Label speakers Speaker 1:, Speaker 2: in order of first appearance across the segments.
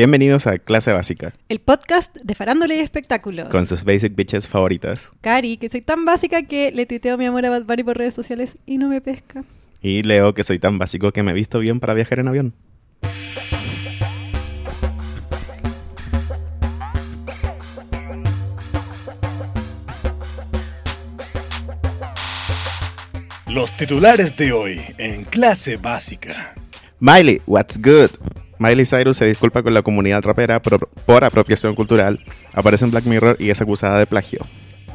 Speaker 1: Bienvenidos a Clase Básica,
Speaker 2: El podcast de farándula y espectáculos.
Speaker 1: con sus basic bitches favoritas.
Speaker 2: Cari, que soy tan básica que le tuiteo mi amor a Bad Bunny por redes sociales y no me pesca.
Speaker 1: Y leo que soy tan básico que me he visto bien para viajar en avión.
Speaker 3: Los titulares de hoy en clase básica.
Speaker 1: Miley, what's good? Miley Cyrus se disculpa con la comunidad rapera pro- por apropiación cultural, aparece en Black Mirror y es acusada de plagio.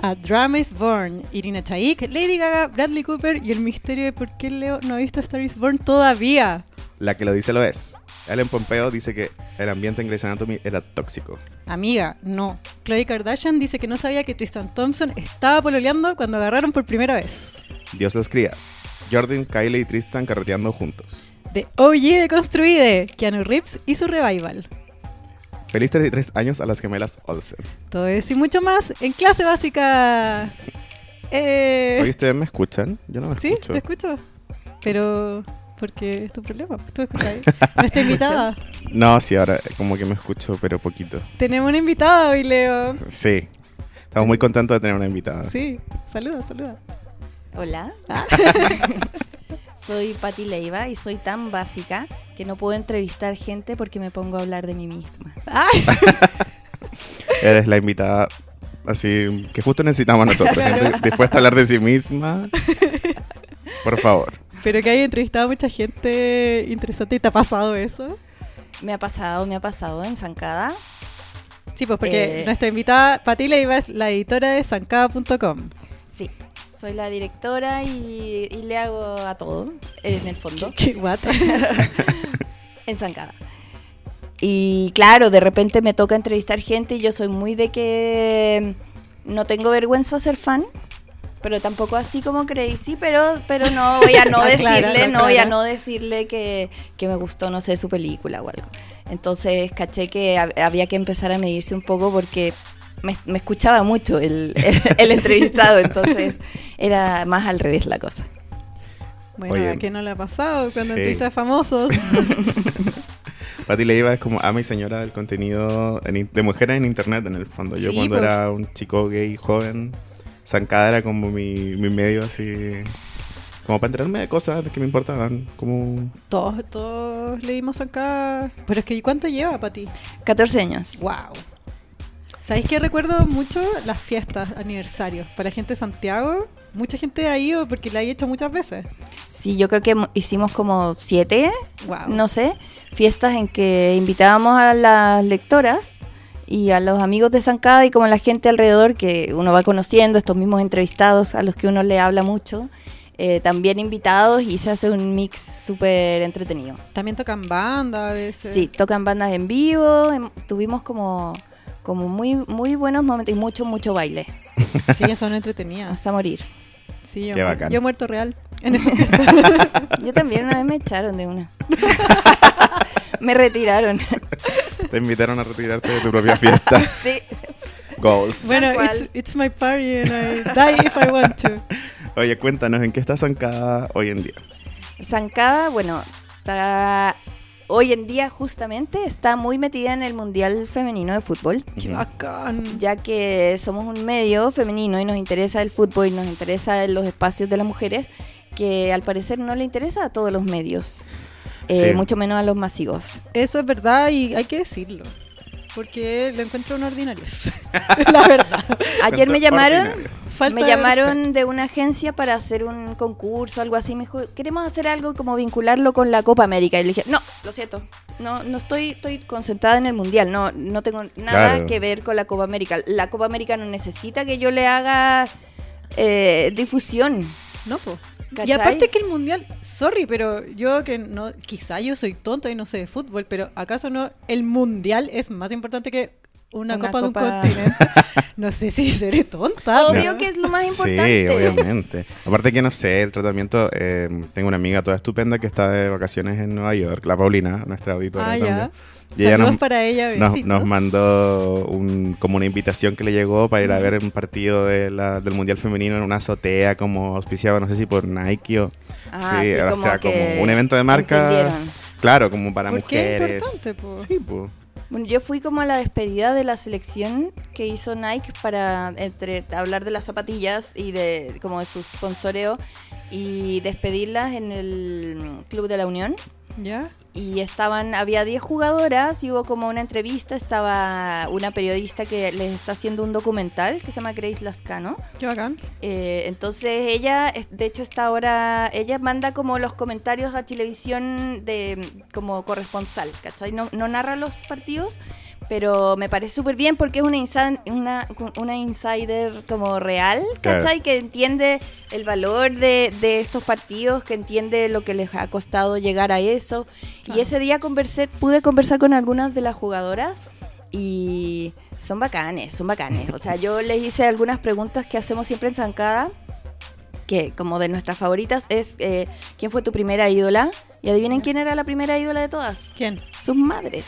Speaker 2: A Drama is Born, Irina Chaik, Lady Gaga, Bradley Cooper y el misterio de por qué Leo no ha visto Star is Born todavía.
Speaker 1: La que lo dice lo es. Ellen Pompeo dice que el ambiente en Grey's Anatomy era tóxico.
Speaker 2: Amiga, no. Chloe Kardashian dice que no sabía que Tristan Thompson estaba pololeando cuando agarraron por primera vez.
Speaker 1: Dios los cría. Jordan, Kylie y Tristan carreteando juntos.
Speaker 2: The OG de Construide, Keanu Reeves y su revival.
Speaker 1: Feliz 33 años a las gemelas Olsen.
Speaker 2: Todo eso y mucho más en clase básica. Eh...
Speaker 1: Hoy ustedes me escuchan. Yo no me
Speaker 2: Sí,
Speaker 1: escucho.
Speaker 2: te escucho. Pero porque es tu problema, pues tú escuchas. ahí. Nuestra invitada.
Speaker 1: No, sí, ahora como que me escucho, pero poquito.
Speaker 2: Tenemos una invitada hoy, Leo.
Speaker 1: Sí. Estamos muy contentos de tener una invitada.
Speaker 2: Sí, saluda, saluda. Ah,
Speaker 4: Hola. soy Pati Leiva y soy tan básica que no puedo entrevistar gente porque me pongo a hablar de mí misma.
Speaker 2: Ay,
Speaker 1: Eres la invitada así que justo necesitamos nosotros. Gente dispuesta a hablar de sí misma. Por favor.
Speaker 2: pero que hay entrevistado a mucha gente interesante y te ha pasado eso.
Speaker 4: Me ha pasado, me ha pasado en Zancada.
Speaker 2: Sí, pues porque
Speaker 4: Eh.
Speaker 2: nuestra invitada, Pati Leiva, es la editora de zancada.com.
Speaker 4: Sí, soy la directora y, y le hago a todo, en el fondo,
Speaker 2: Qué guata.
Speaker 4: en Zancada. Y claro, de repente me toca entrevistar gente y yo soy muy de que mm, no tengo vergüenza de ser fan. Pero tampoco así como crazy, pero, pero no voy a no decirle,
Speaker 2: Aclara,
Speaker 4: no voy a
Speaker 2: aclara.
Speaker 4: no decirle que, que me gustó, no sé, su película o algo. Entonces caché que hab- había que empezar a medirse un poco porque me, me escuchaba mucho el, el entrevistado, entonces era más al revés la cosa.
Speaker 2: Bueno,
Speaker 1: Oye,
Speaker 2: ¿a qué no le ha pasado cuando
Speaker 1: sí.
Speaker 2: entrevista a famosos?
Speaker 1: Pati Leiva es como a mi señora del contenido en in- de mujeres en internet, en el fondo. Yo
Speaker 2: Sí,
Speaker 1: cuando
Speaker 2: pues.
Speaker 1: era un chico gay joven, Zancada era como mi, mi medio así. Como para enterarme de cosas que me importaban. Como
Speaker 2: Todos, todos leímos acá. Pero es que ¿cuánto lleva, Pati?
Speaker 4: 14 años.
Speaker 2: Wow. ¿Sabéis que recuerdo mucho las fiestas, aniversarios? Para la gente de Santiago, mucha gente ha ido porque la he hecho muchas veces.
Speaker 4: Sí, yo creo que mo- hicimos como siete,
Speaker 2: Wow.
Speaker 4: no sé, fiestas en que invitábamos a las lectoras y a los amigos de Zancada y como la gente alrededor que uno va conociendo, estos mismos entrevistados a los que uno le habla mucho, eh, también invitados y se hace un mix súper entretenido.
Speaker 2: También tocan banda a veces.
Speaker 4: Sí, tocan bandas en vivo, em- tuvimos como, como muy, muy buenos momentos y mucho, mucho baile,
Speaker 2: Sí, eso no entretenía.
Speaker 4: hasta morir.
Speaker 2: Sí, yo,
Speaker 1: Qué
Speaker 2: mu-
Speaker 1: bacán.
Speaker 2: yo muerto real en esa fiesta.
Speaker 4: Yo también una vez me echaron de una. me retiraron.
Speaker 1: te invitaron a retirarte de tu propia fiesta.
Speaker 4: sí.
Speaker 1: Goals.
Speaker 2: bueno,
Speaker 4: cual.
Speaker 2: it's, it's my party and I die if I want to.
Speaker 1: Oye, cuéntanos, ¿en qué está zancada hoy en día?
Speaker 4: Zancada, bueno, está- hoy en día justamente está muy metida en el Mundial Femenino de Fútbol,
Speaker 2: Qué
Speaker 1: Ujú.
Speaker 2: bacán.
Speaker 4: ya que somos un medio femenino y nos interesa el fútbol y nos interesa los espacios de las mujeres, que al parecer no le interesa a todos los medios, eh,
Speaker 1: Sí.
Speaker 4: mucho menos a los masivos.
Speaker 2: Eso es verdad y hay que decirlo. Porque lo encuentro un ordinario. la verdad.
Speaker 4: Ayer me llamaron...
Speaker 1: Ordinario.
Speaker 2: Falta
Speaker 4: me
Speaker 2: de respeto.
Speaker 4: llamaron de una agencia para hacer un concurso, algo así. Me dijo, queremos hacer algo como vincularlo con la Copa América. Y le dije, no, lo siento. No, no estoy, estoy concentrada en el Mundial. No, no tengo nada
Speaker 1: Claro.
Speaker 4: que ver con la Copa América. La Copa América no necesita que yo le haga eh, difusión.
Speaker 2: No, po. Y
Speaker 4: ¿Cachai?
Speaker 2: aparte que el mundial, sorry, pero yo que no, quizá yo soy tonta y no sé de fútbol, pero ¿acaso no el mundial es más importante que una,
Speaker 4: Una
Speaker 2: copa, de
Speaker 4: copa-
Speaker 2: un continente? No sé si seré tonta.
Speaker 4: Obvio
Speaker 2: pero-
Speaker 4: que es lo más
Speaker 1: Sí,
Speaker 4: importante.
Speaker 1: obviamente. Aparte que no sé, el tratamiento, eh, tengo una amiga toda estupenda que está de vacaciones en Nueva York, la Paulina, nuestra auditora
Speaker 2: Ah,
Speaker 1: también.
Speaker 2: ya.
Speaker 1: Y ella
Speaker 2: Saludos
Speaker 1: nos,
Speaker 2: para ella,
Speaker 1: nos-
Speaker 2: besitos.
Speaker 1: nos mandó un- como una invitación que le llegó para
Speaker 2: Mm.
Speaker 1: ir a ver un partido de la- del Mundial Femenino en una azotea como auspiciado, no sé si por Nike o...
Speaker 4: Ah, sí,
Speaker 1: o
Speaker 4: como
Speaker 1: sea,
Speaker 4: que
Speaker 1: como un evento de marca.
Speaker 4: entendieron.
Speaker 1: Claro, como para
Speaker 2: Porque es
Speaker 1: mujeres.
Speaker 2: importante, po.
Speaker 1: Sí, po.
Speaker 4: Bueno, yo fui como a la despedida de la selección que hizo Nike para entre hablar de las zapatillas y de como de su sponsoreo y despedirlas en el Club de la Unión.
Speaker 2: ¿Ya?
Speaker 4: Y estaban, había 10 jugadoras y hubo como una entrevista, estaba una periodista que les está haciendo un documental que se llama Grace Lascano.
Speaker 2: Qué bacán.
Speaker 4: Eh, entonces ella, es- de hecho, está ahora, ella manda como los comentarios a televisión de como corresponsal, ¿cachai? No, no narra los partidos, pero me parece súper bien porque es una, insa- una, una insider como real, ¿cachai? Que entiende el valor de, de estos partidos, que entiende lo que les ha costado llegar a eso. Y ese día conversé, pude conversar con algunas de las jugadoras y son bacanes, son bacanes. O sea, yo les hice algunas preguntas que hacemos siempre en Zancada, que como de nuestras favoritas es eh, ¿quién fue tu primera ídola? Y adivinen quién era la primera ídola de todas,
Speaker 2: ¿Quién?
Speaker 4: sus madres.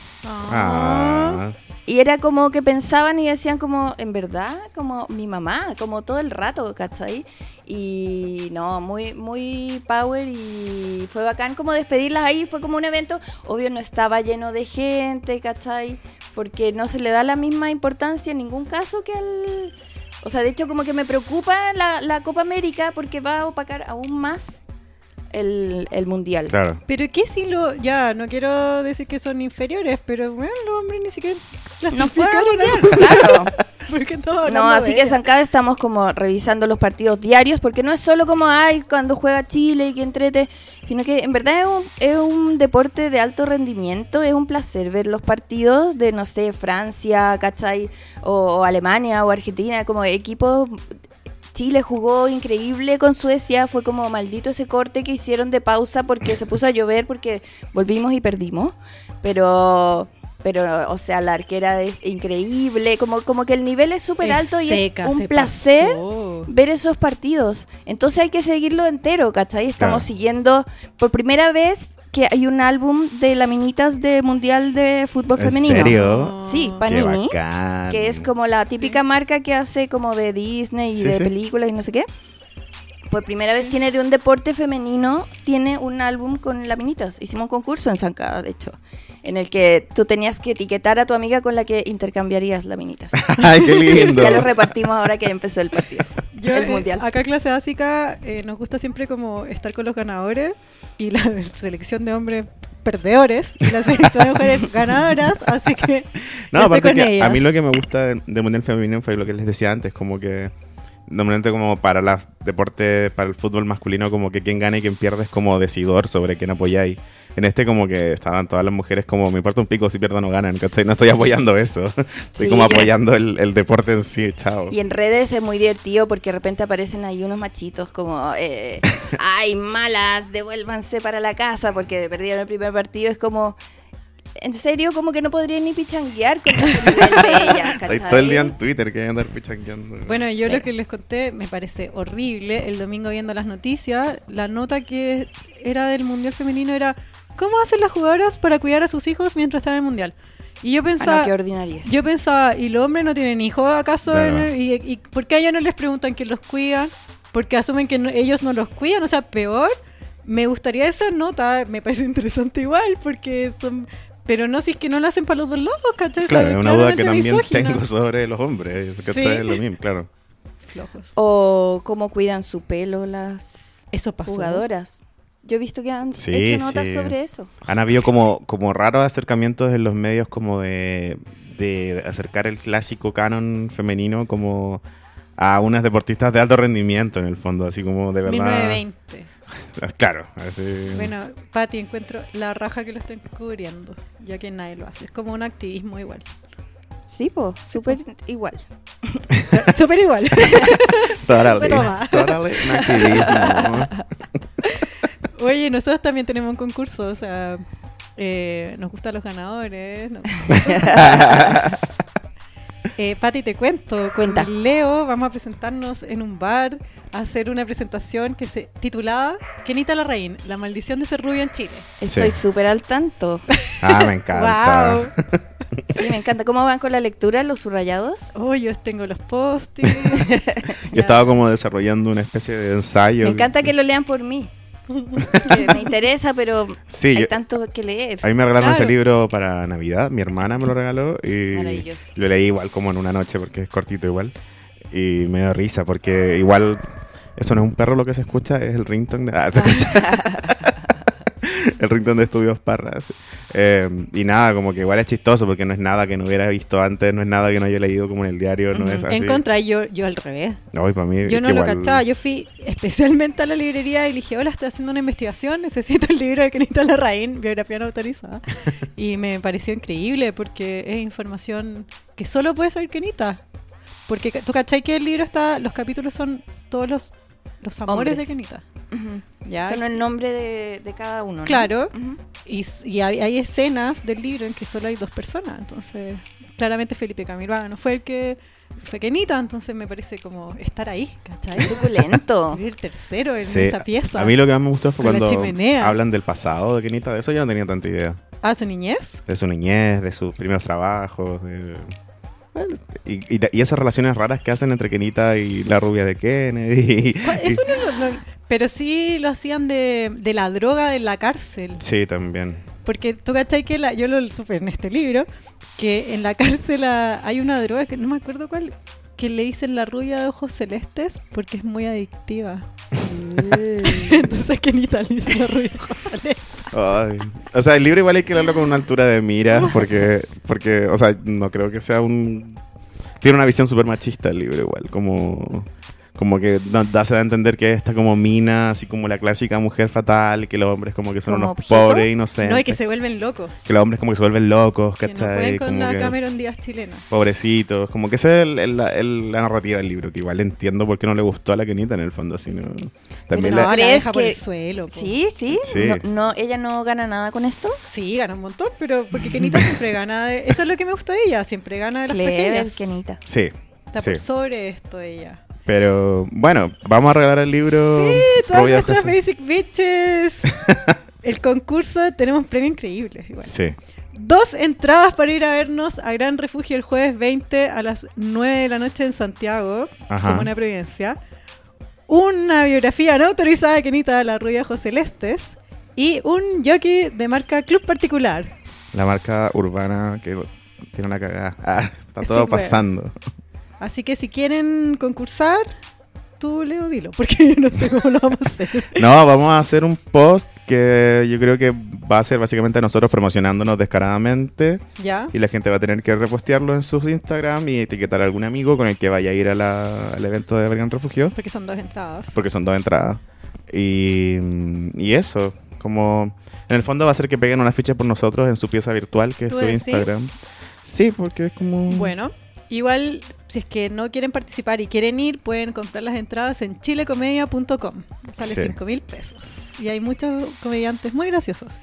Speaker 1: Ah,
Speaker 4: Y era como que pensaban y decían como, en verdad, como mi mamá, como todo el rato, ¿cachai? Y no, muy, muy power y fue bacán como despedirlas ahí, fue como un evento, obvio no estaba lleno de gente, ¿cachai? Porque no se le da la misma importancia en ningún caso que al... O sea, de hecho como que me preocupa la, la Copa América porque va a opacar aún más el, el Mundial.
Speaker 1: claro.
Speaker 2: Pero que si lo. Ya, no quiero decir que son inferiores, pero bueno, los hombres ni siquiera
Speaker 4: No fueron al
Speaker 2: clasificaron. ¿eh?
Speaker 4: Mundial, claro.
Speaker 2: Porque estaba hablando
Speaker 4: No, así
Speaker 2: de
Speaker 4: que
Speaker 2: ella.
Speaker 4: Zancada estamos como revisando los partidos diarios, porque no es solo como ay cuando juega Chile y que entrete, sino que en verdad es un, es un deporte de alto rendimiento, es un placer ver los partidos de, no sé, Francia, ¿cachai? O, o Alemania o Argentina, como equipos. Chile jugó increíble con Suecia, fue como maldito ese corte que hicieron de pausa porque se puso a llover, porque volvimos y perdimos, pero... Pero, o sea, la arquera es increíble, como, como que el nivel es súper
Speaker 2: Es
Speaker 4: alto y
Speaker 2: seca,
Speaker 4: es un
Speaker 2: se
Speaker 4: placer
Speaker 2: pasó.
Speaker 4: ver esos partidos. Entonces hay que seguirlo entero, ¿cachai? Estamos
Speaker 1: Claro.
Speaker 4: siguiendo por primera vez que hay un álbum de laminitas de Mundial de Fútbol
Speaker 1: ¿En
Speaker 4: Femenino.
Speaker 1: serio?
Speaker 4: Sí,
Speaker 2: Qué
Speaker 1: Qué
Speaker 4: Panini,
Speaker 1: bacán.
Speaker 4: que es como la típica marca que hace como de Disney y
Speaker 1: Sí,
Speaker 4: de
Speaker 1: sí.
Speaker 4: películas y no sé qué. Por primera vez tiene de un deporte femenino, tiene un álbum con laminitas. Hicimos un concurso en Zancada, de hecho, en el que tú tenías que etiquetar a tu amiga con la que intercambiarías laminitas.
Speaker 1: Ay, qué lindo.
Speaker 4: ya los repartimos ahora que empezó el partido.
Speaker 2: Yo,
Speaker 4: el
Speaker 2: eh,
Speaker 4: mundial.
Speaker 2: acá en clase básica eh, nos gusta siempre como estar con los ganadores y la selección de hombres perdedores y la selección de mujeres ganadoras, así que
Speaker 1: No,
Speaker 2: Yo estoy
Speaker 1: aparte
Speaker 2: con
Speaker 1: que a
Speaker 2: ellas.
Speaker 1: mí lo que me gusta de, de Mundial Femenino fue lo que les decía antes, como que normalmente como para las deporte, para el fútbol masculino, como que quien gana y quien pierde es como decidor sobre quién apoyáis. En este como que estaban todas las mujeres como, me importa un pico si pierdan o ganan, ¿cachai? No estoy apoyando eso. Estoy
Speaker 4: Sí.
Speaker 1: como apoyando el, el deporte en sí, chao.
Speaker 4: Y en redes es muy divertido porque de repente aparecen ahí unos machitos como, eh, ay, malas, devuélvanse para la casa porque perdieron el primer partido. Es como, en serio, como que no podrían ni pichanguear con el nivel de ellas,
Speaker 1: Estoy
Speaker 4: ¿cachai?
Speaker 1: todo el día en Twitter que voy a andar pichanqueando.
Speaker 2: Bueno, yo
Speaker 4: Sí.
Speaker 2: lo que les conté me parece horrible. El domingo viendo las noticias, la nota que era del Mundial Femenino era ¿Cómo hacen las jugadoras para cuidar a sus hijos mientras están en el Mundial? Y yo
Speaker 4: Ah, no,
Speaker 2: pensaba,
Speaker 4: qué ordinario es.
Speaker 2: yo pensaba, ¿y los hombres no tienen hijos acaso?
Speaker 1: Claro.
Speaker 2: En el- ¿Y, y por qué a ellos no les preguntan quién los cuida? Porque asumen que no- ellos no los cuidan, o sea, peor. Me gustaría esa nota, me parece interesante igual, porque son... Pero no, si es que no lo hacen para los dos lados, ¿cachai? O sea,
Speaker 1: claro, es una duda que
Speaker 2: claramente
Speaker 1: también
Speaker 2: misógino.
Speaker 1: tengo sobre los hombres, que
Speaker 2: Sí.
Speaker 1: esto es lo mismo, claro.
Speaker 2: Flojos.
Speaker 4: O cómo cuidan su pelo las
Speaker 2: Eso pasó.
Speaker 4: jugadoras. Yo he visto que han
Speaker 1: Sí,
Speaker 4: hecho notas
Speaker 1: sí.
Speaker 4: sobre eso.
Speaker 1: Han habido como, como raros acercamientos en los medios como de, de acercar el clásico canon femenino como a unas deportistas de alto rendimiento en el fondo, así como de verdad.
Speaker 2: 1920.
Speaker 1: Claro, así-
Speaker 2: Bueno, Pati, encuentro la raja que lo estén cubriendo, ya que nadie lo hace. Es como un activismo igual.
Speaker 4: Sí, po, súper igual.
Speaker 2: Súper igual.
Speaker 1: Tórale,
Speaker 2: Toma.
Speaker 1: tórale, un activismo.
Speaker 2: Oye, nosotros también tenemos un concurso, o sea, eh, nos gustan los ganadores. ¿no? Eh, Pati, te cuento. Con
Speaker 4: Cuenta.
Speaker 2: Leo vamos a presentarnos en un bar, a hacer una presentación que se titulada Kenita Larraín, la maldición de ser rubia en Chile.
Speaker 4: Estoy
Speaker 1: Sí.
Speaker 4: súper al tanto.
Speaker 1: Ah, me encanta.
Speaker 2: ¡Wow!
Speaker 4: Sí, me encanta. ¿Cómo van con la lectura, los subrayados?
Speaker 2: Oh, yo tengo los post-its.
Speaker 1: Yo estaba como desarrollando una especie de ensayo.
Speaker 4: Me encanta que lo lean por mí. que me interesa, pero
Speaker 1: Sí,
Speaker 4: hay
Speaker 1: yo-
Speaker 4: tanto que leer.
Speaker 1: A mí me regalaron
Speaker 2: Claro.
Speaker 1: ese libro para Navidad, mi hermana me lo regaló y
Speaker 4: Maravilloso.
Speaker 1: lo leí igual como en una noche porque es cortito igual y me da risa porque igual eso no es un perro lo que se escucha, es el ringtone de... ah, se escucha. el ringtone de Estudios Parras. Eh, y nada, como que igual es chistoso porque no es nada que no hubiera visto antes, no es nada que no haya leído como en el diario, no
Speaker 4: Ujú.
Speaker 1: es así.
Speaker 2: En contra, yo, yo al revés.
Speaker 1: No, Eh, y para mí,
Speaker 2: Yo
Speaker 1: es
Speaker 2: no
Speaker 1: que
Speaker 2: lo
Speaker 1: igual-
Speaker 2: cachaba, yo fui especialmente a la librería y le dije, hola, estoy haciendo una investigación, necesito el libro de Kenita Larraín, biografía no autorizada. y me pareció increíble porque es información que solo puede saber Kenita. Porque ca- tú cachai que el libro está, los capítulos son todos los, los amores
Speaker 4: Hombres.
Speaker 2: de Kenita.
Speaker 4: Ujú.
Speaker 2: ¿ya?
Speaker 4: Son el nombre de, de cada uno. ¿no?
Speaker 2: Claro.
Speaker 4: Ujú.
Speaker 2: Y, s- y hay, hay escenas del libro en que solo hay dos personas, entonces claramente Felipe Camilo no fue el que fue Kenita, entonces me parece como estar ahí,
Speaker 4: Es
Speaker 2: ¿cachai?
Speaker 4: suculento.
Speaker 2: Ser el tercero en
Speaker 1: Sí,
Speaker 2: esa pieza.
Speaker 1: A mí lo que más me gustó fue
Speaker 2: De la
Speaker 1: cuando
Speaker 2: chimenea.
Speaker 1: hablan del pasado de Kenita, de eso yo no tenía tanta idea.
Speaker 2: Ah, su niñez.
Speaker 1: de su niñez, de sus primeros trabajos, de- bueno, y, y de- y esas relaciones raras que hacen entre Kenita y la rubia de Kennedy.
Speaker 2: Cu- Eso no lo- no- pero sí lo hacían de, de la droga en la cárcel.
Speaker 1: Sí, también.
Speaker 2: Porque tú cachai que la- yo lo supe en este libro, que en la cárcel ah, hay una droga que no me acuerdo cuál, que le dicen la rubia de ojos celestes porque es muy adictiva.
Speaker 4: Mm.
Speaker 2: Entonces Kenita le dice la rubia de ojos celestes.
Speaker 1: Ay. O sea, el libro igual hay que leerlo con una altura de mira, porque, porque o sea, no creo que sea un... Tiene una visión súper machista el libro igual, como... Como que da, da- se da a entender que esta como mina, así como la clásica mujer fatal, que los hombres como que son
Speaker 4: ¿Como
Speaker 1: unos
Speaker 4: objeto?
Speaker 1: pobres inocentes.
Speaker 2: No, y que se vuelven locos.
Speaker 1: que los hombres como que se vuelven locos,
Speaker 2: Que no
Speaker 1: ¿cachai?
Speaker 2: pueden con
Speaker 1: Como
Speaker 2: la
Speaker 1: que-
Speaker 2: Cameron Díaz chilena.
Speaker 1: pobrecitos. Como que esa es el- el- la- el- la narrativa del libro, que igual entiendo por qué no le gustó a la Kenita en el fondo, sino también
Speaker 2: Pero
Speaker 1: la-
Speaker 2: no, la
Speaker 4: ¿Crees
Speaker 2: deja por
Speaker 4: que-
Speaker 2: el suelo. po.
Speaker 4: Sí, sí.
Speaker 1: Sí.
Speaker 4: No, no, ella no gana nada con esto.
Speaker 2: Sí, gana un montón, pero porque Kenita siempre gana de... Eso es lo que me gusta de ella, siempre gana de las
Speaker 4: Clever,
Speaker 2: tragedias.
Speaker 4: Kenita.
Speaker 1: Sí,
Speaker 2: Está
Speaker 1: sí.
Speaker 2: por sobre esto ella.
Speaker 1: Pero bueno, vamos a regalar el libro.
Speaker 2: Sí, todas
Speaker 1: Rubia de
Speaker 2: nuestras
Speaker 1: José.
Speaker 2: Basic Bitches. El concurso, tenemos premios increíbles. igual.
Speaker 1: Sí.
Speaker 2: Dos entradas para ir a vernos a Gran Refugio el jueves 20 a las 9 de la noche en Santiago,
Speaker 1: Ajá.
Speaker 2: como una providencia. Una biografía no autorizada de Kenita de la Rubia José Lestes. Y un jockey de marca Club Particular.
Speaker 1: La marca urbana que tiene una cagada. Ah, está
Speaker 2: Sí,
Speaker 1: todo
Speaker 2: bueno.
Speaker 1: pasando.
Speaker 2: Así que si quieren concursar, tú Leo dilo, porque yo no sé cómo lo vamos a hacer.
Speaker 1: No, vamos a hacer un post que yo creo que va a ser básicamente nosotros promocionándonos descaradamente.
Speaker 2: ¿Ya?
Speaker 1: Y la gente va a tener que repostearlo en sus Instagram y etiquetar a algún amigo con el que vaya a ir a la- al evento de Bergan Refugio.
Speaker 2: Porque son dos entradas.
Speaker 1: porque son dos entradas. Y, y eso, como en el fondo va a ser que peguen una ficha por nosotros en su pieza virtual, que es
Speaker 2: ¿Tú
Speaker 1: su
Speaker 2: decís?
Speaker 1: Instagram. Sí, porque es como...
Speaker 2: Bueno, igual, si es que no quieren participar y quieren ir, pueden comprar las entradas en chilecomedia.com. Sale
Speaker 1: Sí.
Speaker 2: 5 mil pesos. Y hay muchos comediantes muy graciosos.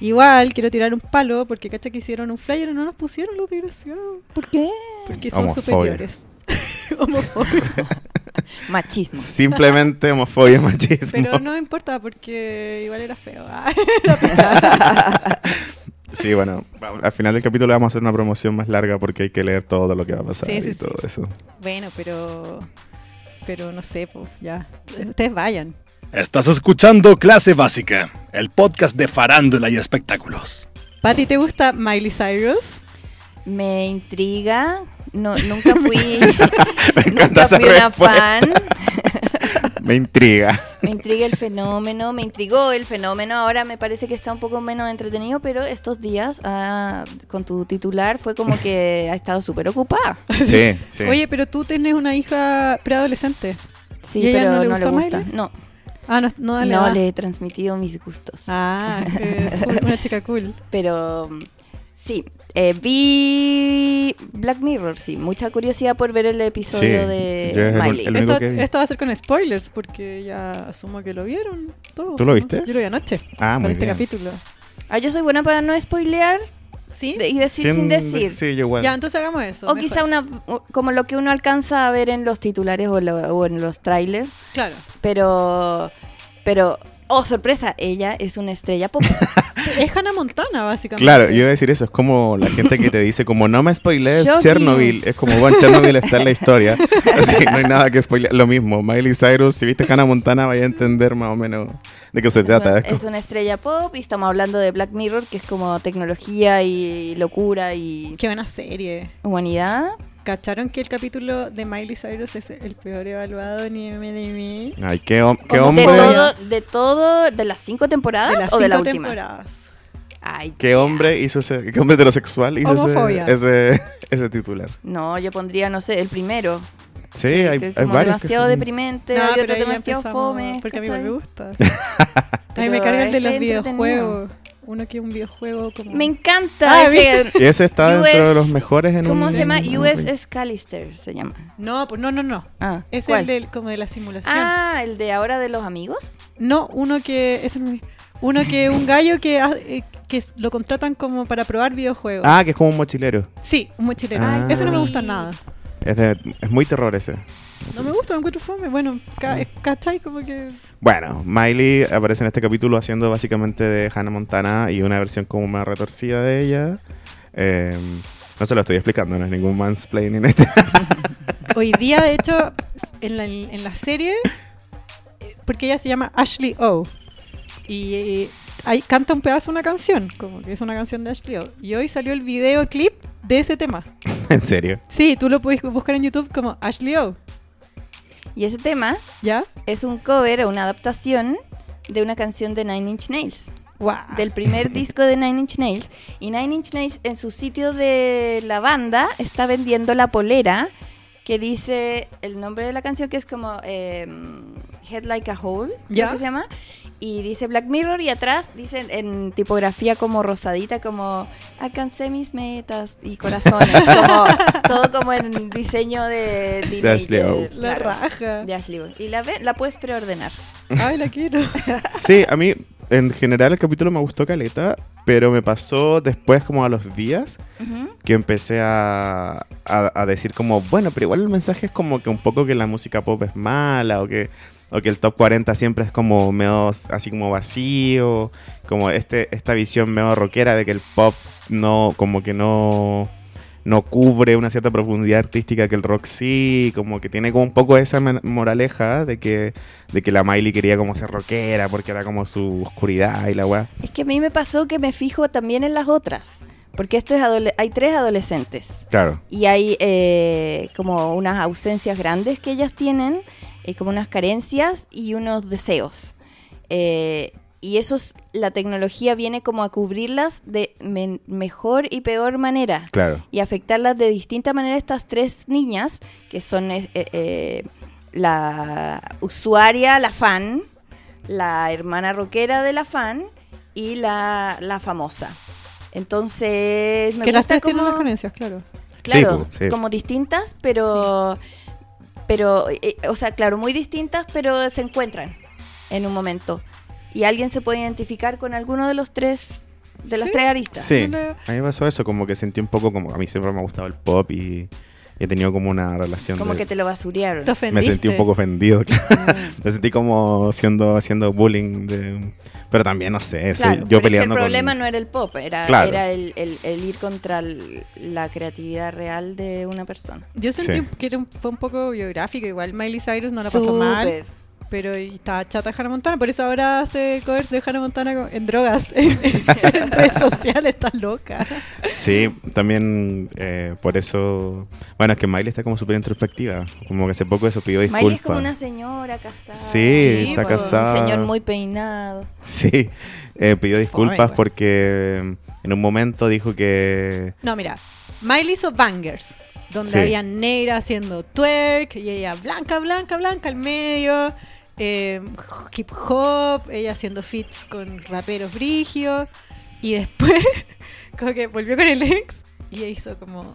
Speaker 2: Igual quiero tirar un palo porque cacha que hicieron un flyer y no nos pusieron los desgraciados.
Speaker 4: ¿Por qué?
Speaker 2: Porque son
Speaker 1: Pues, Homofobia.
Speaker 2: superiores. Homofobia.
Speaker 4: Machismo.
Speaker 1: Simplemente homofobia y machismo.
Speaker 2: Pero no importa porque igual era feo. Ah.
Speaker 1: Sí, bueno, vamos- al final del capítulo vamos a hacer una promoción más larga porque hay que leer todo lo que va a pasar
Speaker 2: Sí, sí,
Speaker 1: y
Speaker 2: sí.
Speaker 1: todo eso.
Speaker 2: Bueno, pero. Pero no sé, pues ya. Ustedes vayan.
Speaker 3: Estás escuchando Clase Básica, el podcast de farándula y espectáculos.
Speaker 2: Pati, ¿te gusta Miley Cyrus?
Speaker 4: Me intriga. No, nunca fui,
Speaker 1: encanta
Speaker 4: nunca
Speaker 1: esa
Speaker 4: fui una
Speaker 1: respuesta.
Speaker 4: fan.
Speaker 1: Me intriga.
Speaker 4: Me intriga el fenómeno. Me intrigó el fenómeno. Ahora me parece que está un poco menos entretenido, pero estos días ah, con tu titular fue como que ha estado súper ocupada.
Speaker 1: Sí, sí.
Speaker 2: Oye, pero tú tienes una hija preadolescente.
Speaker 4: Sí,
Speaker 2: ¿Y a ella
Speaker 4: pero
Speaker 2: no le
Speaker 4: no le
Speaker 2: gusta
Speaker 4: gusta.
Speaker 2: Miley?
Speaker 4: No,
Speaker 2: Ah, no, no dale.
Speaker 4: no
Speaker 2: va.
Speaker 4: le he transmitido mis gustos.
Speaker 2: Ah, eh, cool, una chica cool.
Speaker 4: Pero mm, sí, eh, vi Black Mirror, sí. Mucha curiosidad por ver el episodio
Speaker 1: Sí, yo
Speaker 4: de
Speaker 1: es el-
Speaker 4: Miley.
Speaker 1: el- único
Speaker 2: Esto,
Speaker 1: que vi.
Speaker 2: esto va a ser con spoilers porque ya asumo que lo vieron todos.
Speaker 1: ¿Tú lo
Speaker 2: ¿no?
Speaker 1: viste?
Speaker 2: Yo lo vi anoche.
Speaker 1: ah,
Speaker 2: para
Speaker 1: muy
Speaker 2: este
Speaker 1: bien.
Speaker 2: capítulo.
Speaker 4: Ah, yo soy buena para no spoilear
Speaker 2: ¿Sí?
Speaker 4: de- y decir sin,
Speaker 1: Sin-
Speaker 4: decir.
Speaker 1: Sí, yo igual.
Speaker 2: Ya, entonces hagamos eso.
Speaker 4: O
Speaker 2: mejor.
Speaker 4: quizá una, u- como lo que uno alcanza a ver en los titulares o, lo- o en los trailers,
Speaker 2: Claro.
Speaker 4: pero, pero oh, sorpresa, ella es una estrella pop.
Speaker 2: Es Hannah Montana, básicamente.
Speaker 1: Claro, yo iba a decir eso, es como la gente que te dice como no me spoilees
Speaker 4: Shogi.
Speaker 1: Chernobyl, es como bueno, Chernobyl está en la historia, así no hay nada que spoilear, lo mismo, Miley Cyrus, si viste Hannah Montana vaya a entender más o menos de qué se
Speaker 4: Es una,
Speaker 1: trata, ¿eh? es como-
Speaker 4: es una estrella pop y estamos hablando de Black Mirror, que es como tecnología y locura y
Speaker 2: Qué buena serie.
Speaker 4: humanidad.
Speaker 2: ¿Cacharon que el capítulo de Miley Cyrus es el peor evaluado en IMDb?
Speaker 1: ay, qué, hom- qué
Speaker 2: Como
Speaker 1: hombre,
Speaker 4: De todo, de todo, de las cinco temporadas
Speaker 2: De las
Speaker 4: ¿Ah? o
Speaker 2: cinco
Speaker 4: de la última.
Speaker 2: temporadas.
Speaker 4: Ay,
Speaker 1: qué hombre hizo ese, qué hombre heterosexual hizo
Speaker 2: Homofobia.
Speaker 1: ese, ese, ese titular.
Speaker 4: No, yo pondría, no sé, el primero.
Speaker 1: Sí,
Speaker 4: Que
Speaker 1: hay,
Speaker 4: es
Speaker 1: hay
Speaker 4: como
Speaker 1: varios que
Speaker 4: demasiado
Speaker 1: son-
Speaker 4: deprimente,
Speaker 2: No,
Speaker 4: hay
Speaker 2: pero
Speaker 4: otro
Speaker 2: ahí ya
Speaker 4: demasiado
Speaker 2: empezamos,
Speaker 4: fome.
Speaker 2: Porque a mí igual me
Speaker 4: ¿cachai?
Speaker 2: gusta. a mí me
Speaker 4: Pero
Speaker 2: carga el de
Speaker 4: este
Speaker 2: los
Speaker 4: es entretenido.
Speaker 2: videojuegos. Uno que es un videojuego como...
Speaker 4: Me
Speaker 2: Ah,
Speaker 4: encanta ese.
Speaker 1: Y ese está
Speaker 4: US
Speaker 1: dentro de los mejores en
Speaker 4: ¿Cómo
Speaker 1: un-
Speaker 4: se llama?
Speaker 1: en un-
Speaker 4: US Scalister se llama.
Speaker 2: No, pues no, no, no.
Speaker 4: Ah,
Speaker 2: Es
Speaker 4: ¿cuál?
Speaker 2: el del, como de la simulación.
Speaker 4: Ah, el de ahora de los amigos.
Speaker 2: No, uno que... Eso no me- Uno que un gallo que, ha- eh, que s- lo contratan como para probar videojuegos.
Speaker 1: Ah, que es como un mochilero.
Speaker 2: Sí, un mochilero.
Speaker 1: Ah.
Speaker 2: Eso no me gusta nada.
Speaker 1: Es, de- es muy terror ese.
Speaker 2: No me gusta, me encuentro fome. Bueno, ca- ¿cachai? Como que...
Speaker 1: Bueno, Miley aparece en este capítulo haciendo básicamente de Hannah Montana y una versión como más retorcida de ella. Eh, no se lo estoy explicando, no es ningún mansplaining este.
Speaker 2: Hoy día, de hecho, en la, en la serie, eh, porque ella se llama Ashley O. Y eh, ahí canta un pedazo de una canción, como que es una canción de Ashley O. Y hoy salió el videoclip de ese tema.
Speaker 1: en serio.
Speaker 2: Sí, tú lo puedes buscar en YouTube como Ashley O.
Speaker 4: Y ese tema
Speaker 2: ¿Ya?
Speaker 4: es un cover o una adaptación de una canción de Nine Inch Nails.
Speaker 2: Guau.
Speaker 4: del primer disco de Nine Inch Nails. Y Nine Inch Nails en su sitio de la banda está vendiendo la polera que dice el nombre de la canción que es como eh, Head Like a Hole, creo
Speaker 2: Ya.
Speaker 4: que se llama. Y dice Black Mirror y atrás dice en tipografía como rosadita, como alcancé mis metas y corazones. como- todo como en diseño de...
Speaker 1: De Ashley O.
Speaker 4: teenager,
Speaker 2: La
Speaker 4: claro,
Speaker 2: raja.
Speaker 4: de Ashley O. Y la, ve- la puedes preordenar.
Speaker 2: Ay, la quiero.
Speaker 1: Sí, a mí en general el capítulo me gustó caleta, pero me pasó después como a los días
Speaker 4: Ujú.
Speaker 1: que empecé a, a- a decir como, bueno, pero igual el mensaje es como que un poco que la música pop es mala o que, o que el top 40 siempre es como medio así como vacío, como este, esta visión medio rockera de que el pop no, como que no, no cubre una cierta profundidad artística que el rock sí, como que tiene como un poco esa men- moraleja de que, de que la Miley quería como ser rockera porque era como su oscuridad y la weá.
Speaker 4: Es que a mí me pasó que me fijo también en las otras, porque esto es adole- hay tres adolescentes
Speaker 1: Claro.
Speaker 4: y hay eh, como unas ausencias grandes que ellas tienen, eh, como unas carencias y unos deseos. Eh, y eso es- la tecnología viene como a cubrirlas de men- mejor y peor manera
Speaker 1: Claro.
Speaker 4: y afectarlas de distinta manera a estas tres niñas, que son eh, eh, eh, la usuaria, la fan, la hermana rockera de la fan y la, la famosa. Entonces, me
Speaker 2: que las
Speaker 4: gusta
Speaker 2: tres
Speaker 4: como,
Speaker 2: tienen las carencias, claro.
Speaker 4: claro,
Speaker 1: Sí, po, sí.
Speaker 4: como distintas, pero, pero eh, o sea, claro, muy distintas, pero se encuentran en un momento. Y alguien se puede identificar con alguno de los tres, de las
Speaker 2: Sí.
Speaker 4: tres aristas.
Speaker 1: Sí,
Speaker 2: No le-
Speaker 1: a mí me pasó eso, como que sentí un poco como a mí siempre me ha gustado el pop y he tenido como una relación
Speaker 4: Como
Speaker 1: de-
Speaker 4: que te lo basurearon.
Speaker 2: Te ofendiste. Mm.
Speaker 1: me sentí un poco ofendido, claro. me sentí como siendo haciendo bullying de pero también no sé, soy-
Speaker 4: Claro, pero
Speaker 1: yo
Speaker 4: es que
Speaker 1: peleando
Speaker 4: el
Speaker 1: con-
Speaker 4: problema no era el pop, era,
Speaker 1: Claro.
Speaker 4: era el, el- el ir contra el- la creatividad real de una persona.
Speaker 2: Yo sentí
Speaker 1: Sí.
Speaker 2: que era un- fue un poco biográfico. Igual Miley Cyrus no la pasó mal.
Speaker 4: Súper.
Speaker 2: Pero y estaba chata de Hannah Montana, por eso ahora hace covers de Hannah Montana con- en drogas, en, en redes sociales, está loca.
Speaker 1: Sí, también eh, por eso, bueno, es que Miley está como súper introspectiva, como que hace poco eso pidió disculpas.
Speaker 4: Miley es como una señora casada.
Speaker 1: Sí,
Speaker 2: Sí, está
Speaker 4: con
Speaker 1: casada.
Speaker 4: Un señor muy peinado.
Speaker 1: Sí, eh, pidió disculpas
Speaker 2: igual.
Speaker 1: porque em, en un momento dijo que
Speaker 2: No, mira, Miley hizo Bangers, donde
Speaker 1: Sí.
Speaker 2: había negra haciendo twerk y ella blanca, blanca, blanca al medio, eh, hip hop, ella haciendo fits con raperos brigios y después como que volvió con el ex y ella hizo como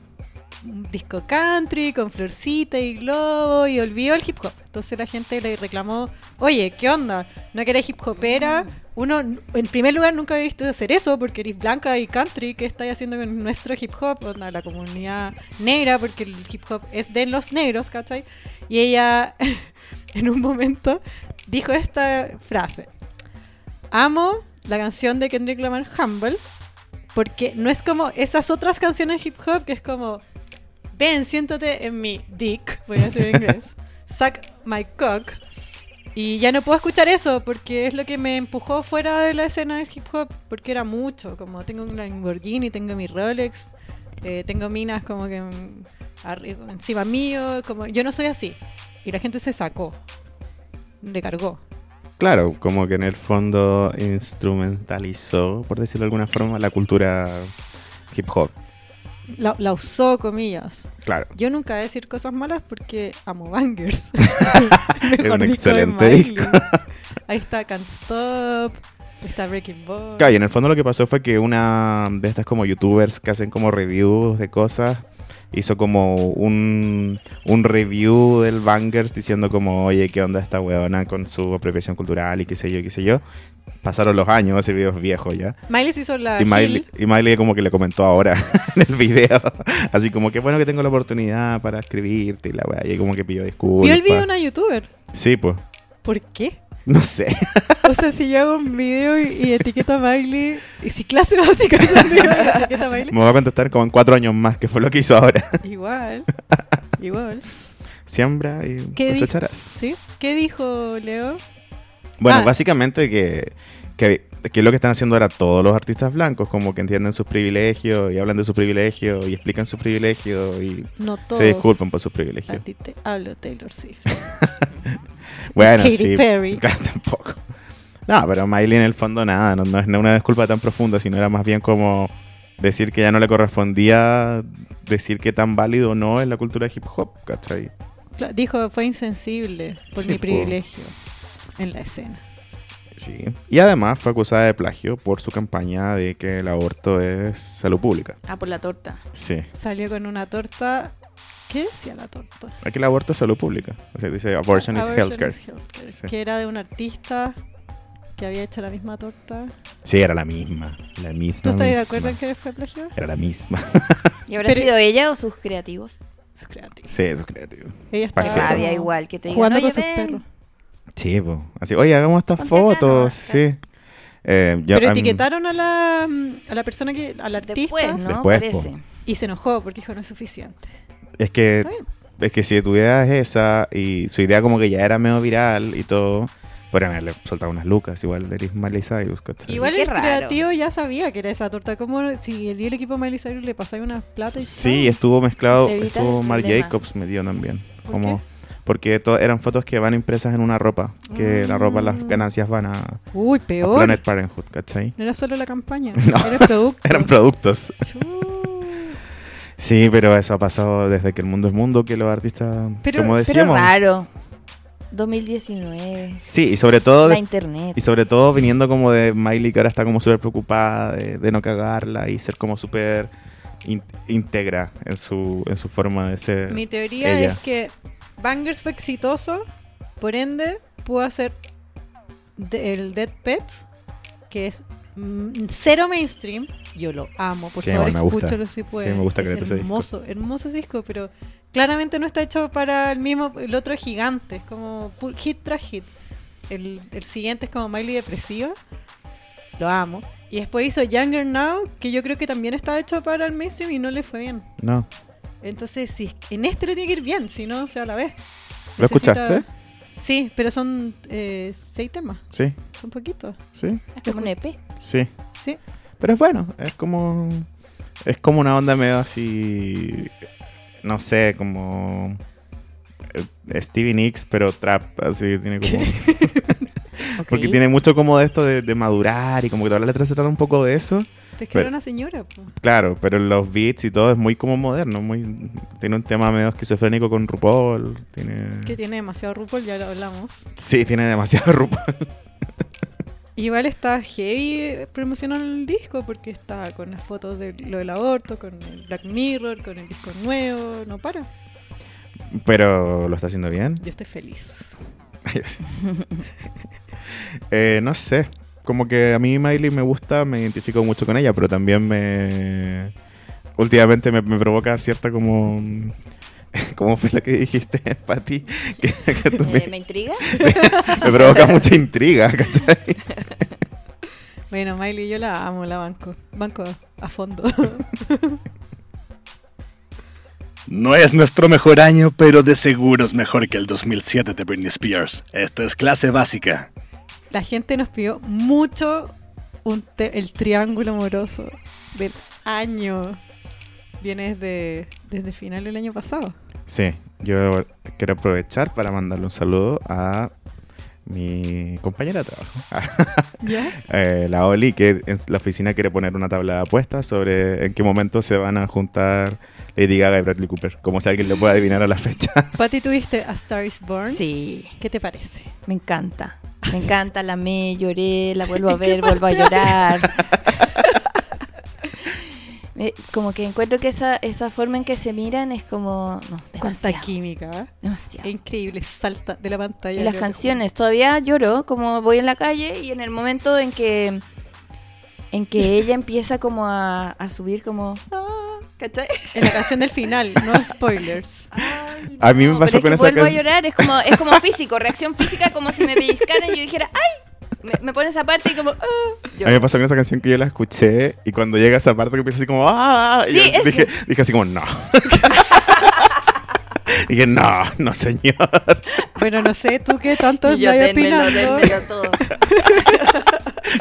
Speaker 2: un disco country con florcita y globo y olvidó el hip hop. Entonces la gente le reclamó, oye, ¿qué onda? ¿No que eres hip hopera? Uno, en primer lugar, nunca he visto hacer eso porque eres blanca y country. ¿Qué estáis haciendo con nuestro hip hop? Onda, la comunidad negra, porque el hip hop es de los negros, ¿cachai? Y ella, en un momento, dijo esta frase. amo la canción de Kendrick Lamar Humble porque no es como esas otras canciones hip hop que es como ven, siéntate en mi dick, voy a decir en inglés, suck my cock. Y ya no puedo escuchar eso porque es lo que me empujó fuera de la escena del hip hop porque era mucho, como tengo un Lamborghini, tengo mi Rolex, eh, tengo minas como que mm, arri- encima mío, como yo no soy así. Y la gente se sacó, le cargó.
Speaker 1: Claro, como que en el fondo instrumentalizó, por decirlo de alguna forma, la cultura hip hop.
Speaker 2: La, la usó, comillas.
Speaker 1: Claro.
Speaker 2: Yo nunca voy a decir cosas malas porque amo bangers.
Speaker 1: Es un
Speaker 2: Mejor disco de
Speaker 1: excelente
Speaker 2: Miley.
Speaker 1: disco.
Speaker 2: Ahí está Can't Stop, está Breaking Ball.
Speaker 1: Claro, y en el fondo lo que pasó fue que una de estas como youtubers que hacen como reviews de cosas hizo como un, un review del Bangers diciendo como, oye, ¿qué onda esta weona con su apropiación cultural y qué sé yo, qué sé yo? Pasaron los años, ese video es viejo ya.
Speaker 2: Miley se hizo la
Speaker 1: Y Miley,
Speaker 2: Hill.
Speaker 1: y Miley como que le comentó ahora en el video. Así como que bueno que tengo la oportunidad para escribirte y la weá. Y como que pidió disculpas.
Speaker 2: Vio el video de una youtuber.
Speaker 1: Sí, pues.
Speaker 2: ¿Por qué?
Speaker 1: No sé.
Speaker 2: O sea, si yo hago un video y, y etiqueta a Miley, y si clase básica es un video y etiqueta a Miley,
Speaker 1: Me va a contestar como en cuatro años más, que fue lo que hizo ahora.
Speaker 2: igual, igual.
Speaker 1: Siembra y
Speaker 2: ¿Qué dijo?
Speaker 1: cosecharás.
Speaker 2: ¿Sí? ¿Qué dijo Leo?
Speaker 1: Bueno,
Speaker 2: Ah.
Speaker 1: básicamente que, que, que es lo que están haciendo ahora todos los artistas blancos, como que entienden sus privilegios y hablan de sus privilegios y explican sus privilegios y
Speaker 2: No todos.
Speaker 1: se disculpan por sus
Speaker 2: A
Speaker 1: privilegios.
Speaker 2: ti te hablo Taylor Swift.
Speaker 1: Bueno,
Speaker 2: Katy
Speaker 1: sí.
Speaker 2: Perry.
Speaker 1: Claro, tampoco. No, pero Miley en el fondo nada, no, no es una disculpa tan profunda, sino era más bien como decir que ya no le correspondía decir que tan válido o no es la cultura de hip hop, ¿cachai?
Speaker 2: Cla- Dijo, fue insensible por
Speaker 1: Sí,
Speaker 2: mi
Speaker 1: po.
Speaker 2: privilegio en la escena.
Speaker 1: Sí. Y además fue acusada de plagio por su campaña de que el aborto es salud pública.
Speaker 4: Ah, por la torta.
Speaker 1: Sí.
Speaker 2: Salió con una torta. ¿Qué decía la torta?
Speaker 1: Aquí el aborto es salud pública. O sea, dice abortion is
Speaker 2: Abortion
Speaker 1: healthcare.
Speaker 2: is healthcare,
Speaker 1: Sí.
Speaker 2: Que era de un artista que había hecho la misma torta.
Speaker 1: Sí, era la misma. La misma.
Speaker 2: ¿Tú estás de
Speaker 1: misma.
Speaker 2: acuerdo en que fue plagio?
Speaker 1: Era la misma.
Speaker 4: ¿Y habrá
Speaker 2: Pero-
Speaker 4: sido ella o sus creativos?
Speaker 2: Sus creativos.
Speaker 1: Sí, eso es creativo.
Speaker 2: Ella
Speaker 1: Pa'
Speaker 2: estaba
Speaker 1: que-
Speaker 4: Qué
Speaker 1: Claro.
Speaker 4: rabia
Speaker 2: como
Speaker 4: igual que te digan,
Speaker 2: Jugando
Speaker 4: oye,
Speaker 2: con sus
Speaker 4: ven".
Speaker 2: perros.
Speaker 1: Sí, po. Así, oye, hagamos estas
Speaker 4: Ponte acá
Speaker 1: fotos.
Speaker 4: nomás,
Speaker 1: Sí. Eh, yo-
Speaker 2: Pero
Speaker 1: a mí-
Speaker 2: etiquetaron a la, a la persona que, al artista
Speaker 4: Después, ¿no?
Speaker 1: Después, pues.
Speaker 4: Parece.
Speaker 1: po.
Speaker 2: y se enojó porque dijo no es suficiente.
Speaker 1: Es que,
Speaker 2: Está bien.
Speaker 1: es que si tu idea es esa y su idea como que ya era medio viral y todo, bueno, le soltaba unas lucas, igual eres Miley Cyrus, ¿cachai?
Speaker 2: Igual
Speaker 4: qué
Speaker 2: el
Speaker 4: raro.
Speaker 2: creativo ya sabía que era esa torta. Como si el, el equipo de Miley Cyrus le pasaba unas plata y
Speaker 1: Sí,
Speaker 2: chao.
Speaker 1: estuvo mezclado,
Speaker 4: Te evitas
Speaker 1: estuvo
Speaker 4: el
Speaker 1: Marc
Speaker 4: problema.
Speaker 1: Jacobs metido también.
Speaker 2: ¿Por
Speaker 1: como,
Speaker 2: qué?
Speaker 1: Porque to- eran fotos que van impresas en una ropa, que la ropa, las
Speaker 2: Mm.
Speaker 1: ganancias van a, a
Speaker 2: Uy, peor.
Speaker 1: Planet Parenthood, ¿cachai?
Speaker 2: No era solo la campaña,
Speaker 1: No.
Speaker 2: era el producto.
Speaker 1: Eran productos.
Speaker 2: Chu.
Speaker 1: Sí, pero eso ha pasado desde que el mundo es mundo, que los artistas,
Speaker 2: Pero-
Speaker 1: como
Speaker 2: pero
Speaker 1: decíamos...
Speaker 4: Pero raro. 2019.
Speaker 1: Sí, y sobre todo
Speaker 4: La
Speaker 1: de-
Speaker 4: internet.
Speaker 1: Y sobre todo viniendo como de Miley, que ahora está como súper preocupada de, de no cagarla y ser como súper in- íntegra en su, en su forma de ser.
Speaker 2: Mi teoría
Speaker 1: Este, Ella.
Speaker 2: es que Bangers fue exitoso, por ende pudo hacer de- el Dead Pets, que es mm, cero mainstream. Yo lo amo, por
Speaker 1: Sí,
Speaker 2: favor,
Speaker 1: igual me gusta.
Speaker 2: escúchalo si
Speaker 1: Sí,
Speaker 2: pueden.
Speaker 1: me gusta
Speaker 2: es
Speaker 1: caleta ese disco.
Speaker 2: hermoso, hermoso disco, pero claramente no está hecho para el mismo, el otro es gigante, es como pu- hit tras hit. El, el siguiente es como Miley depresiva. Lo amo. Y después hizo Younger Now, que yo creo que también está hecho para el mainstream y no le fue bien.
Speaker 1: No.
Speaker 2: Entonces, si es que- en este le tiene que ir bien, si no, se va a la vez.
Speaker 1: ¿Lo
Speaker 2: Necesita-
Speaker 1: escuchaste?
Speaker 2: Sí, pero son eh, seis temas,
Speaker 1: Sí,
Speaker 2: son poquitos.
Speaker 1: sí,
Speaker 4: Es como un E EP.
Speaker 1: sí.
Speaker 2: Sí.
Speaker 1: Pero es bueno, es como. Es como una onda medio así. No sé, como. eh, Stevie Nicks, pero trap, así tiene como. Porque
Speaker 4: Ok.
Speaker 1: tiene mucho como de esto de, de madurar y como que todas las letras se tratan un poco de eso.
Speaker 2: Pero es que
Speaker 1: Pero-
Speaker 2: era una señora. po.
Speaker 1: Claro, pero los beats y todo es muy como moderno, muy tiene un tema medio esquizofrénico con RuPaul, tiene
Speaker 2: Que tiene demasiado RuPaul, ya lo hablamos.
Speaker 1: Sí, tiene demasiado RuPaul.
Speaker 2: Igual está heavy promocionando el disco porque está con las fotos de lo del aborto, con el Black Mirror, con el disco nuevo. No para.
Speaker 1: Pero lo está haciendo bien.
Speaker 2: Yo estoy feliz.
Speaker 1: Eh, no sé, como que a mí Miley me gusta, me identifico mucho con ella, pero también me últimamente me, me provoca cierta como ¿Cómo fue lo que dijiste, Pati? Que, que tú
Speaker 4: Eh,
Speaker 1: me,
Speaker 4: ¿Me intriga?
Speaker 1: me provoca mucha intriga, ¿cachai?
Speaker 2: Bueno, Miley, yo la amo, la banco. Banco a- a fondo.
Speaker 3: No es nuestro mejor año, pero de seguro es mejor que el 2007 de Britney Spears. Esta es clase básica.
Speaker 2: la gente nos pidió mucho un te- el triángulo amoroso del año. Viene desde, desde final del año pasado.
Speaker 1: Sí, yo quiero aprovechar para mandarle un saludo a mi compañera de trabajo,
Speaker 2: ¿Ya?
Speaker 1: eh, la Oli, que en la oficina quiere poner una tabla de apuestas sobre en qué momento se van a juntar Lady Gaga y Bradley Cooper, como si alguien le pueda adivinar a la fecha.
Speaker 2: Pati, ¿tuviste A Star is Born?
Speaker 4: Sí.
Speaker 2: ¿Qué te parece?
Speaker 4: Me encanta. Me encanta, la amé, lloré, la vuelvo a ver, vuelvo a llorar. Me- como que encuentro que esa, esa forma en que se miran es como. No,
Speaker 2: Cuánta
Speaker 4: demasiado.
Speaker 2: química. ¿eh?
Speaker 4: demasiado.
Speaker 2: Es increíble, salta de la pantalla.
Speaker 4: Y las
Speaker 2: al otro.
Speaker 4: canciones, todavía lloro como voy en la calle y en el momento en que en que ella empieza como a, a subir como ah, ¿cachai?
Speaker 2: En la canción del final, no spoilers.
Speaker 4: Ay,
Speaker 1: A mí me
Speaker 4: no,
Speaker 1: pasó
Speaker 4: pero
Speaker 1: con
Speaker 4: es
Speaker 1: esa
Speaker 4: que vuelvo a
Speaker 1: canción.
Speaker 4: llorar, es como es como físico, reacción física como si me pellizcaran y yo dijera, "Ay", me, me pone esa parte y como ah,
Speaker 1: A mí me
Speaker 4: lloro.
Speaker 1: pasó con esa canción que yo la escuché y cuando llega esa parte que empieza así como ¡Ah! y yo
Speaker 4: Sí, es
Speaker 1: dije, dije así como no. dije, no, no señor.
Speaker 2: Bueno, no sé, tú qué tanto
Speaker 4: Y yo,
Speaker 2: andas
Speaker 4: "Dénmelo,
Speaker 2: opinando.
Speaker 4: dénmelo todo".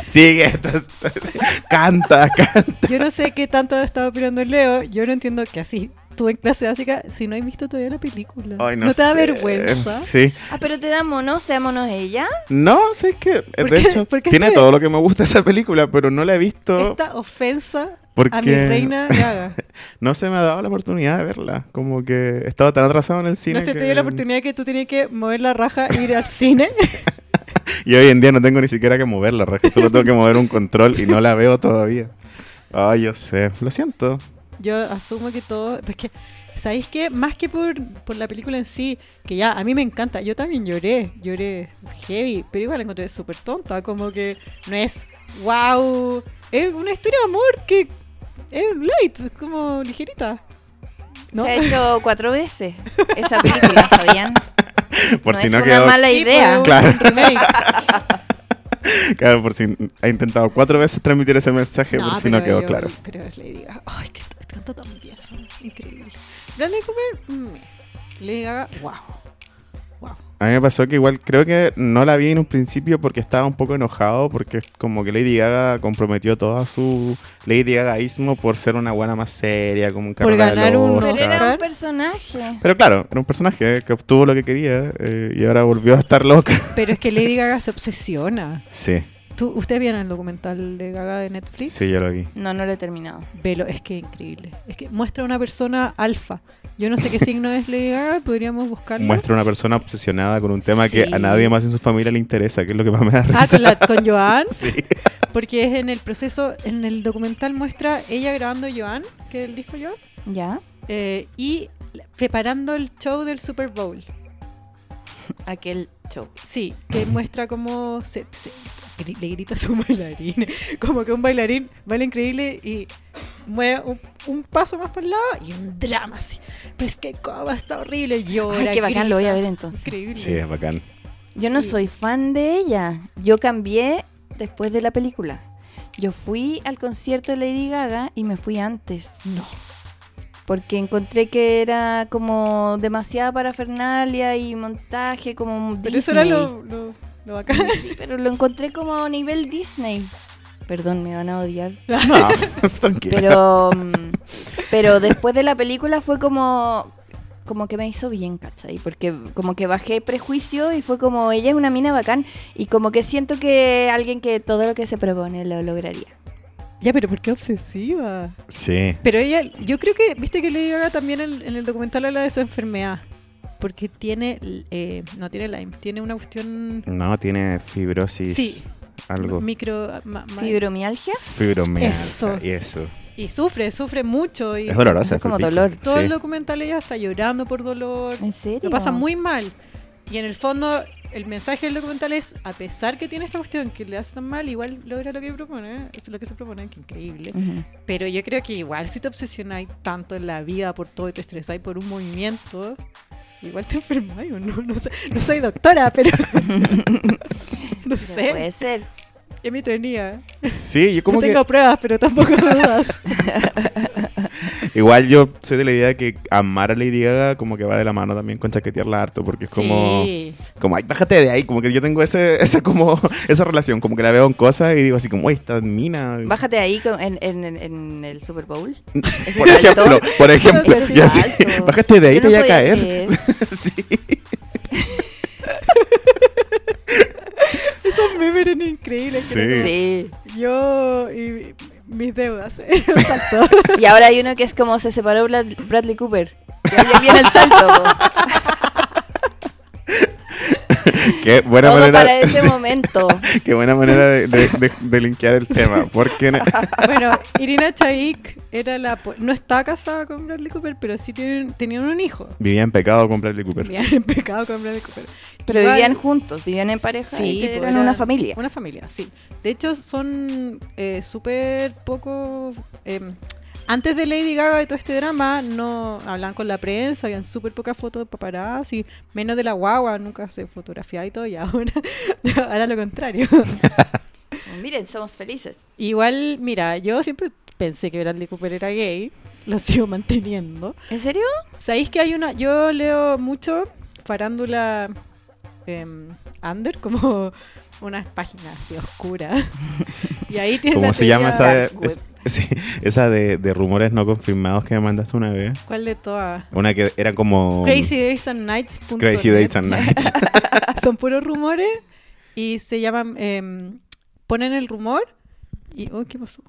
Speaker 1: Sigue, esto es- esto es- canta, canta.
Speaker 2: Yo no sé qué tanto ha estado opinando Leo. Yo no entiendo que así tú en clase básica, si no has visto todavía la película,
Speaker 1: Ay,
Speaker 2: te da
Speaker 1: sé.
Speaker 2: vergüenza.
Speaker 1: Sí.
Speaker 4: Ah, pero te da monos, te da monos ella.
Speaker 1: No, sé que
Speaker 2: ¿Por
Speaker 1: de
Speaker 2: qué?
Speaker 1: hecho
Speaker 2: ¿Por qué
Speaker 1: tiene
Speaker 2: este-
Speaker 1: todo lo que me gusta esa película, pero no la he visto
Speaker 2: Esta ofensa a mi
Speaker 1: porque
Speaker 2: reina Gaga.
Speaker 1: no se me ha dado la oportunidad de verla. Como que estaba tan atrasado en el cine.
Speaker 2: No sé,
Speaker 1: que-
Speaker 2: te dio la oportunidad que tú tenías que mover la raja e ir al cine.
Speaker 1: Y hoy en día no tengo ni siquiera que mover la raja, solo tengo que mover un control y no la veo todavía. Ay, yo sé, lo siento.
Speaker 2: Yo asumo que todo. Es que, ¿sabéis qué? Más que por, por la película en sí, que ya a mí me encanta. Yo también lloré, lloré heavy, pero igual la encontré súper tonta. Como que no es wow. Es una historia de amor que es light, es como ligerita. ¿No?
Speaker 4: Se ha hecho cuatro veces esa película, ¿sabían?
Speaker 1: Por
Speaker 4: no
Speaker 1: si
Speaker 4: es
Speaker 1: no
Speaker 4: una
Speaker 1: quedó
Speaker 4: mala
Speaker 2: Sí,
Speaker 4: idea.
Speaker 2: fue un
Speaker 1: Claro.
Speaker 2: remake.
Speaker 1: claro, por si ha intentado cuatro veces transmitir ese mensaje, por si no
Speaker 2: pero
Speaker 1: quedó
Speaker 2: yo-
Speaker 1: claro.
Speaker 2: Pero le diga, ay, que t- canta tan bien, son increíbles. Bradley Cooper, mm, le diga, wow, wow.
Speaker 1: A mí me pasó que igual creo que no la vi en un principio porque estaba un poco enojado porque es como que Lady Gaga comprometió toda su Lady Gagaísmo por ser una buena más seria, como un
Speaker 2: Por
Speaker 1: carrera
Speaker 2: ganar
Speaker 1: al
Speaker 2: un
Speaker 1: Oscar.
Speaker 4: Pero era
Speaker 2: Oscar.
Speaker 4: un personaje.
Speaker 1: Pero claro, era un personaje que obtuvo lo que quería eh, y ahora volvió a estar loca.
Speaker 2: Pero es que Lady Gaga se obsesiona.
Speaker 1: Sí,
Speaker 2: ¿Tú, ¿Ustedes vieron el documental de Gaga de Netflix?
Speaker 1: sí, yo lo vi.
Speaker 4: No, no lo he terminado.
Speaker 2: Velo, es que es increíble. Es que muestra una persona alfa. Yo no sé qué signo es Lady Gaga, podríamos buscarlo.
Speaker 1: Muestra una persona obsesionada con un tema que a
Speaker 2: Sí.
Speaker 1: nadie más en su familia le interesa, que es lo que más me da
Speaker 2: Ah,
Speaker 1: risa.
Speaker 2: con, la- con Joan.
Speaker 1: Sí.
Speaker 2: Porque es en el proceso, en el documental muestra ella grabando Joan, que es el disco Joan,
Speaker 4: ¿Ya?
Speaker 2: eh, y preparando el show del Super Bowl.
Speaker 4: Aquel show.
Speaker 2: Sí, que muestra cómo se, se- gri- le grita a su bailarín. Como que un bailarín baila increíble y mueve un, un paso más para el lado y un drama así. Pero es que Coba está horrible, llora.
Speaker 4: Ay, qué bacán, lo voy a ver
Speaker 2: grita.
Speaker 4: entonces.
Speaker 2: Increíble.
Speaker 1: Sí, es bacán.
Speaker 4: Yo no
Speaker 2: Sí.
Speaker 4: soy fan de ella. Yo cambié después de la película. Yo fui al concierto de Lady Gaga y me fui antes.
Speaker 2: No.
Speaker 4: Porque encontré que era como demasiada parafernalia y montaje como Disney.
Speaker 2: Pero eso era lo, lo, lo bacán.
Speaker 4: Sí, pero lo encontré como a nivel Disney. Perdón, me van a odiar.
Speaker 1: No, tranquilo.
Speaker 4: Pero, mm, pero después de la película fue como, como que me hizo bien, ¿cachai? Porque como que bajé prejuicio y fue como, ella es una mina bacán y como que siento que alguien que todo lo que se propone lo lograría.
Speaker 2: Ya, pero ¿por qué obsesiva?
Speaker 1: Sí.
Speaker 2: Pero ella, yo creo que, viste que Lady Gaga también en, en el documental habla de su enfermedad. Porque tiene, eh, no tiene Lyme, tiene una cuestión
Speaker 1: No, tiene fibrosis.
Speaker 2: Sí.
Speaker 1: Algo.
Speaker 2: micro... ma- ma-
Speaker 4: Fibromialgia
Speaker 1: Fibromialgia.
Speaker 2: Eso.
Speaker 1: Y eso.
Speaker 2: Y sufre, sufre mucho. Y
Speaker 1: Es dolorosa.
Speaker 4: Es como
Speaker 1: palpico.
Speaker 4: dolor.
Speaker 2: todo
Speaker 1: Sí.
Speaker 2: el documental ella está llorando por dolor.
Speaker 4: ¿En serio?
Speaker 2: Lo pasa muy mal. Y en el fondo, el mensaje del documental es, a pesar que tiene esta cuestión que le hace tan mal, igual logra lo que propone, ¿eh? es lo que se propone, que increíble.
Speaker 4: Ujú.
Speaker 2: Pero yo creo que igual si te obsesionáis tanto en la vida por todo y te estresáis por un movimiento, igual te enfermáis o no. No, sé- no soy doctora, pero... pues. no
Speaker 4: Pero
Speaker 2: sé.
Speaker 4: Puede ser.
Speaker 2: Ya me tenía.
Speaker 1: Sí, yo como
Speaker 2: no
Speaker 1: que...
Speaker 2: tengo pruebas, pero tampoco dudas.
Speaker 1: Igual yo soy de la idea de que amar a Lady Gaga como que va de la mano también con chaquetearla harto, porque es como...
Speaker 2: Sí.
Speaker 1: Como, ay, bájate de ahí, como que yo tengo ese, esa como, esa relación, como que la veo en cosas y digo así como, uy, esta mina...
Speaker 4: Bájate ahí con- en, en- en- en el Super Bowl. Ese
Speaker 1: Por
Speaker 4: salto.
Speaker 1: ejemplo, por ejemplo,
Speaker 4: Ese
Speaker 1: y así,
Speaker 4: salto.
Speaker 1: bájate de ahí,
Speaker 4: Yo
Speaker 1: te
Speaker 4: no
Speaker 1: voy a
Speaker 4: podía
Speaker 1: caer.
Speaker 4: creer.
Speaker 1: sí.
Speaker 2: Esos memes eran increíbles. que eran
Speaker 4: Sí.
Speaker 2: como, Yo y mis deudas. ¿eh? Exacto.
Speaker 4: Y ahora hay uno que es como se separó Brad- Bradley Cooper. Y ahí viene el salto.
Speaker 1: Qué buena
Speaker 4: Todo
Speaker 1: manera,
Speaker 4: para ese
Speaker 1: sí,
Speaker 4: momento.
Speaker 1: qué buena manera de, de, de- de linkear el tema, porque...
Speaker 2: bueno, Irina Chaik era la po- no está casada con Bradley Cooper, pero sí tienen, tenían un hijo.
Speaker 1: Vivía en pecado con Bradley Cooper.
Speaker 2: Vivían en pecado con Bradley Cooper.
Speaker 4: Pero
Speaker 2: Igual-
Speaker 4: vivían juntos, vivían en pareja y
Speaker 2: Sí, po,
Speaker 4: eran
Speaker 2: era
Speaker 4: una familia.
Speaker 2: Una familia, sí. De hecho, son eh, súper poco. eh, antes de Lady Gaga y todo este drama, no hablaban con la prensa, habían súper pocas fotos paparadas y menos de la guagua, nunca se fotografiaba y todo, y ahora, ahora lo contrario.
Speaker 4: Miren, somos felices.
Speaker 2: Igual, mira, yo siempre pensé que Bradley Cooper era gay, lo sigo manteniendo.
Speaker 4: ¿En serio?
Speaker 2: ¿Sabéis que hay una.? Yo leo mucho farándula em, under, como unas páginas así oscuras. y ahí tiene.
Speaker 1: ¿Cómo
Speaker 2: la
Speaker 1: se llama esa
Speaker 2: teoría-
Speaker 1: de,
Speaker 4: Dark web.
Speaker 1: es- sí, esa de, de rumores no confirmados que me mandaste una vez?
Speaker 2: ¿Cuál de todas?
Speaker 1: Una que era como...
Speaker 2: Crazy Days and Nights. punto
Speaker 1: Crazy
Speaker 2: net.
Speaker 1: Days and Nights.
Speaker 2: Son puros rumores y se llaman. em, ponen el rumor y. uy, ¿Qué pasó?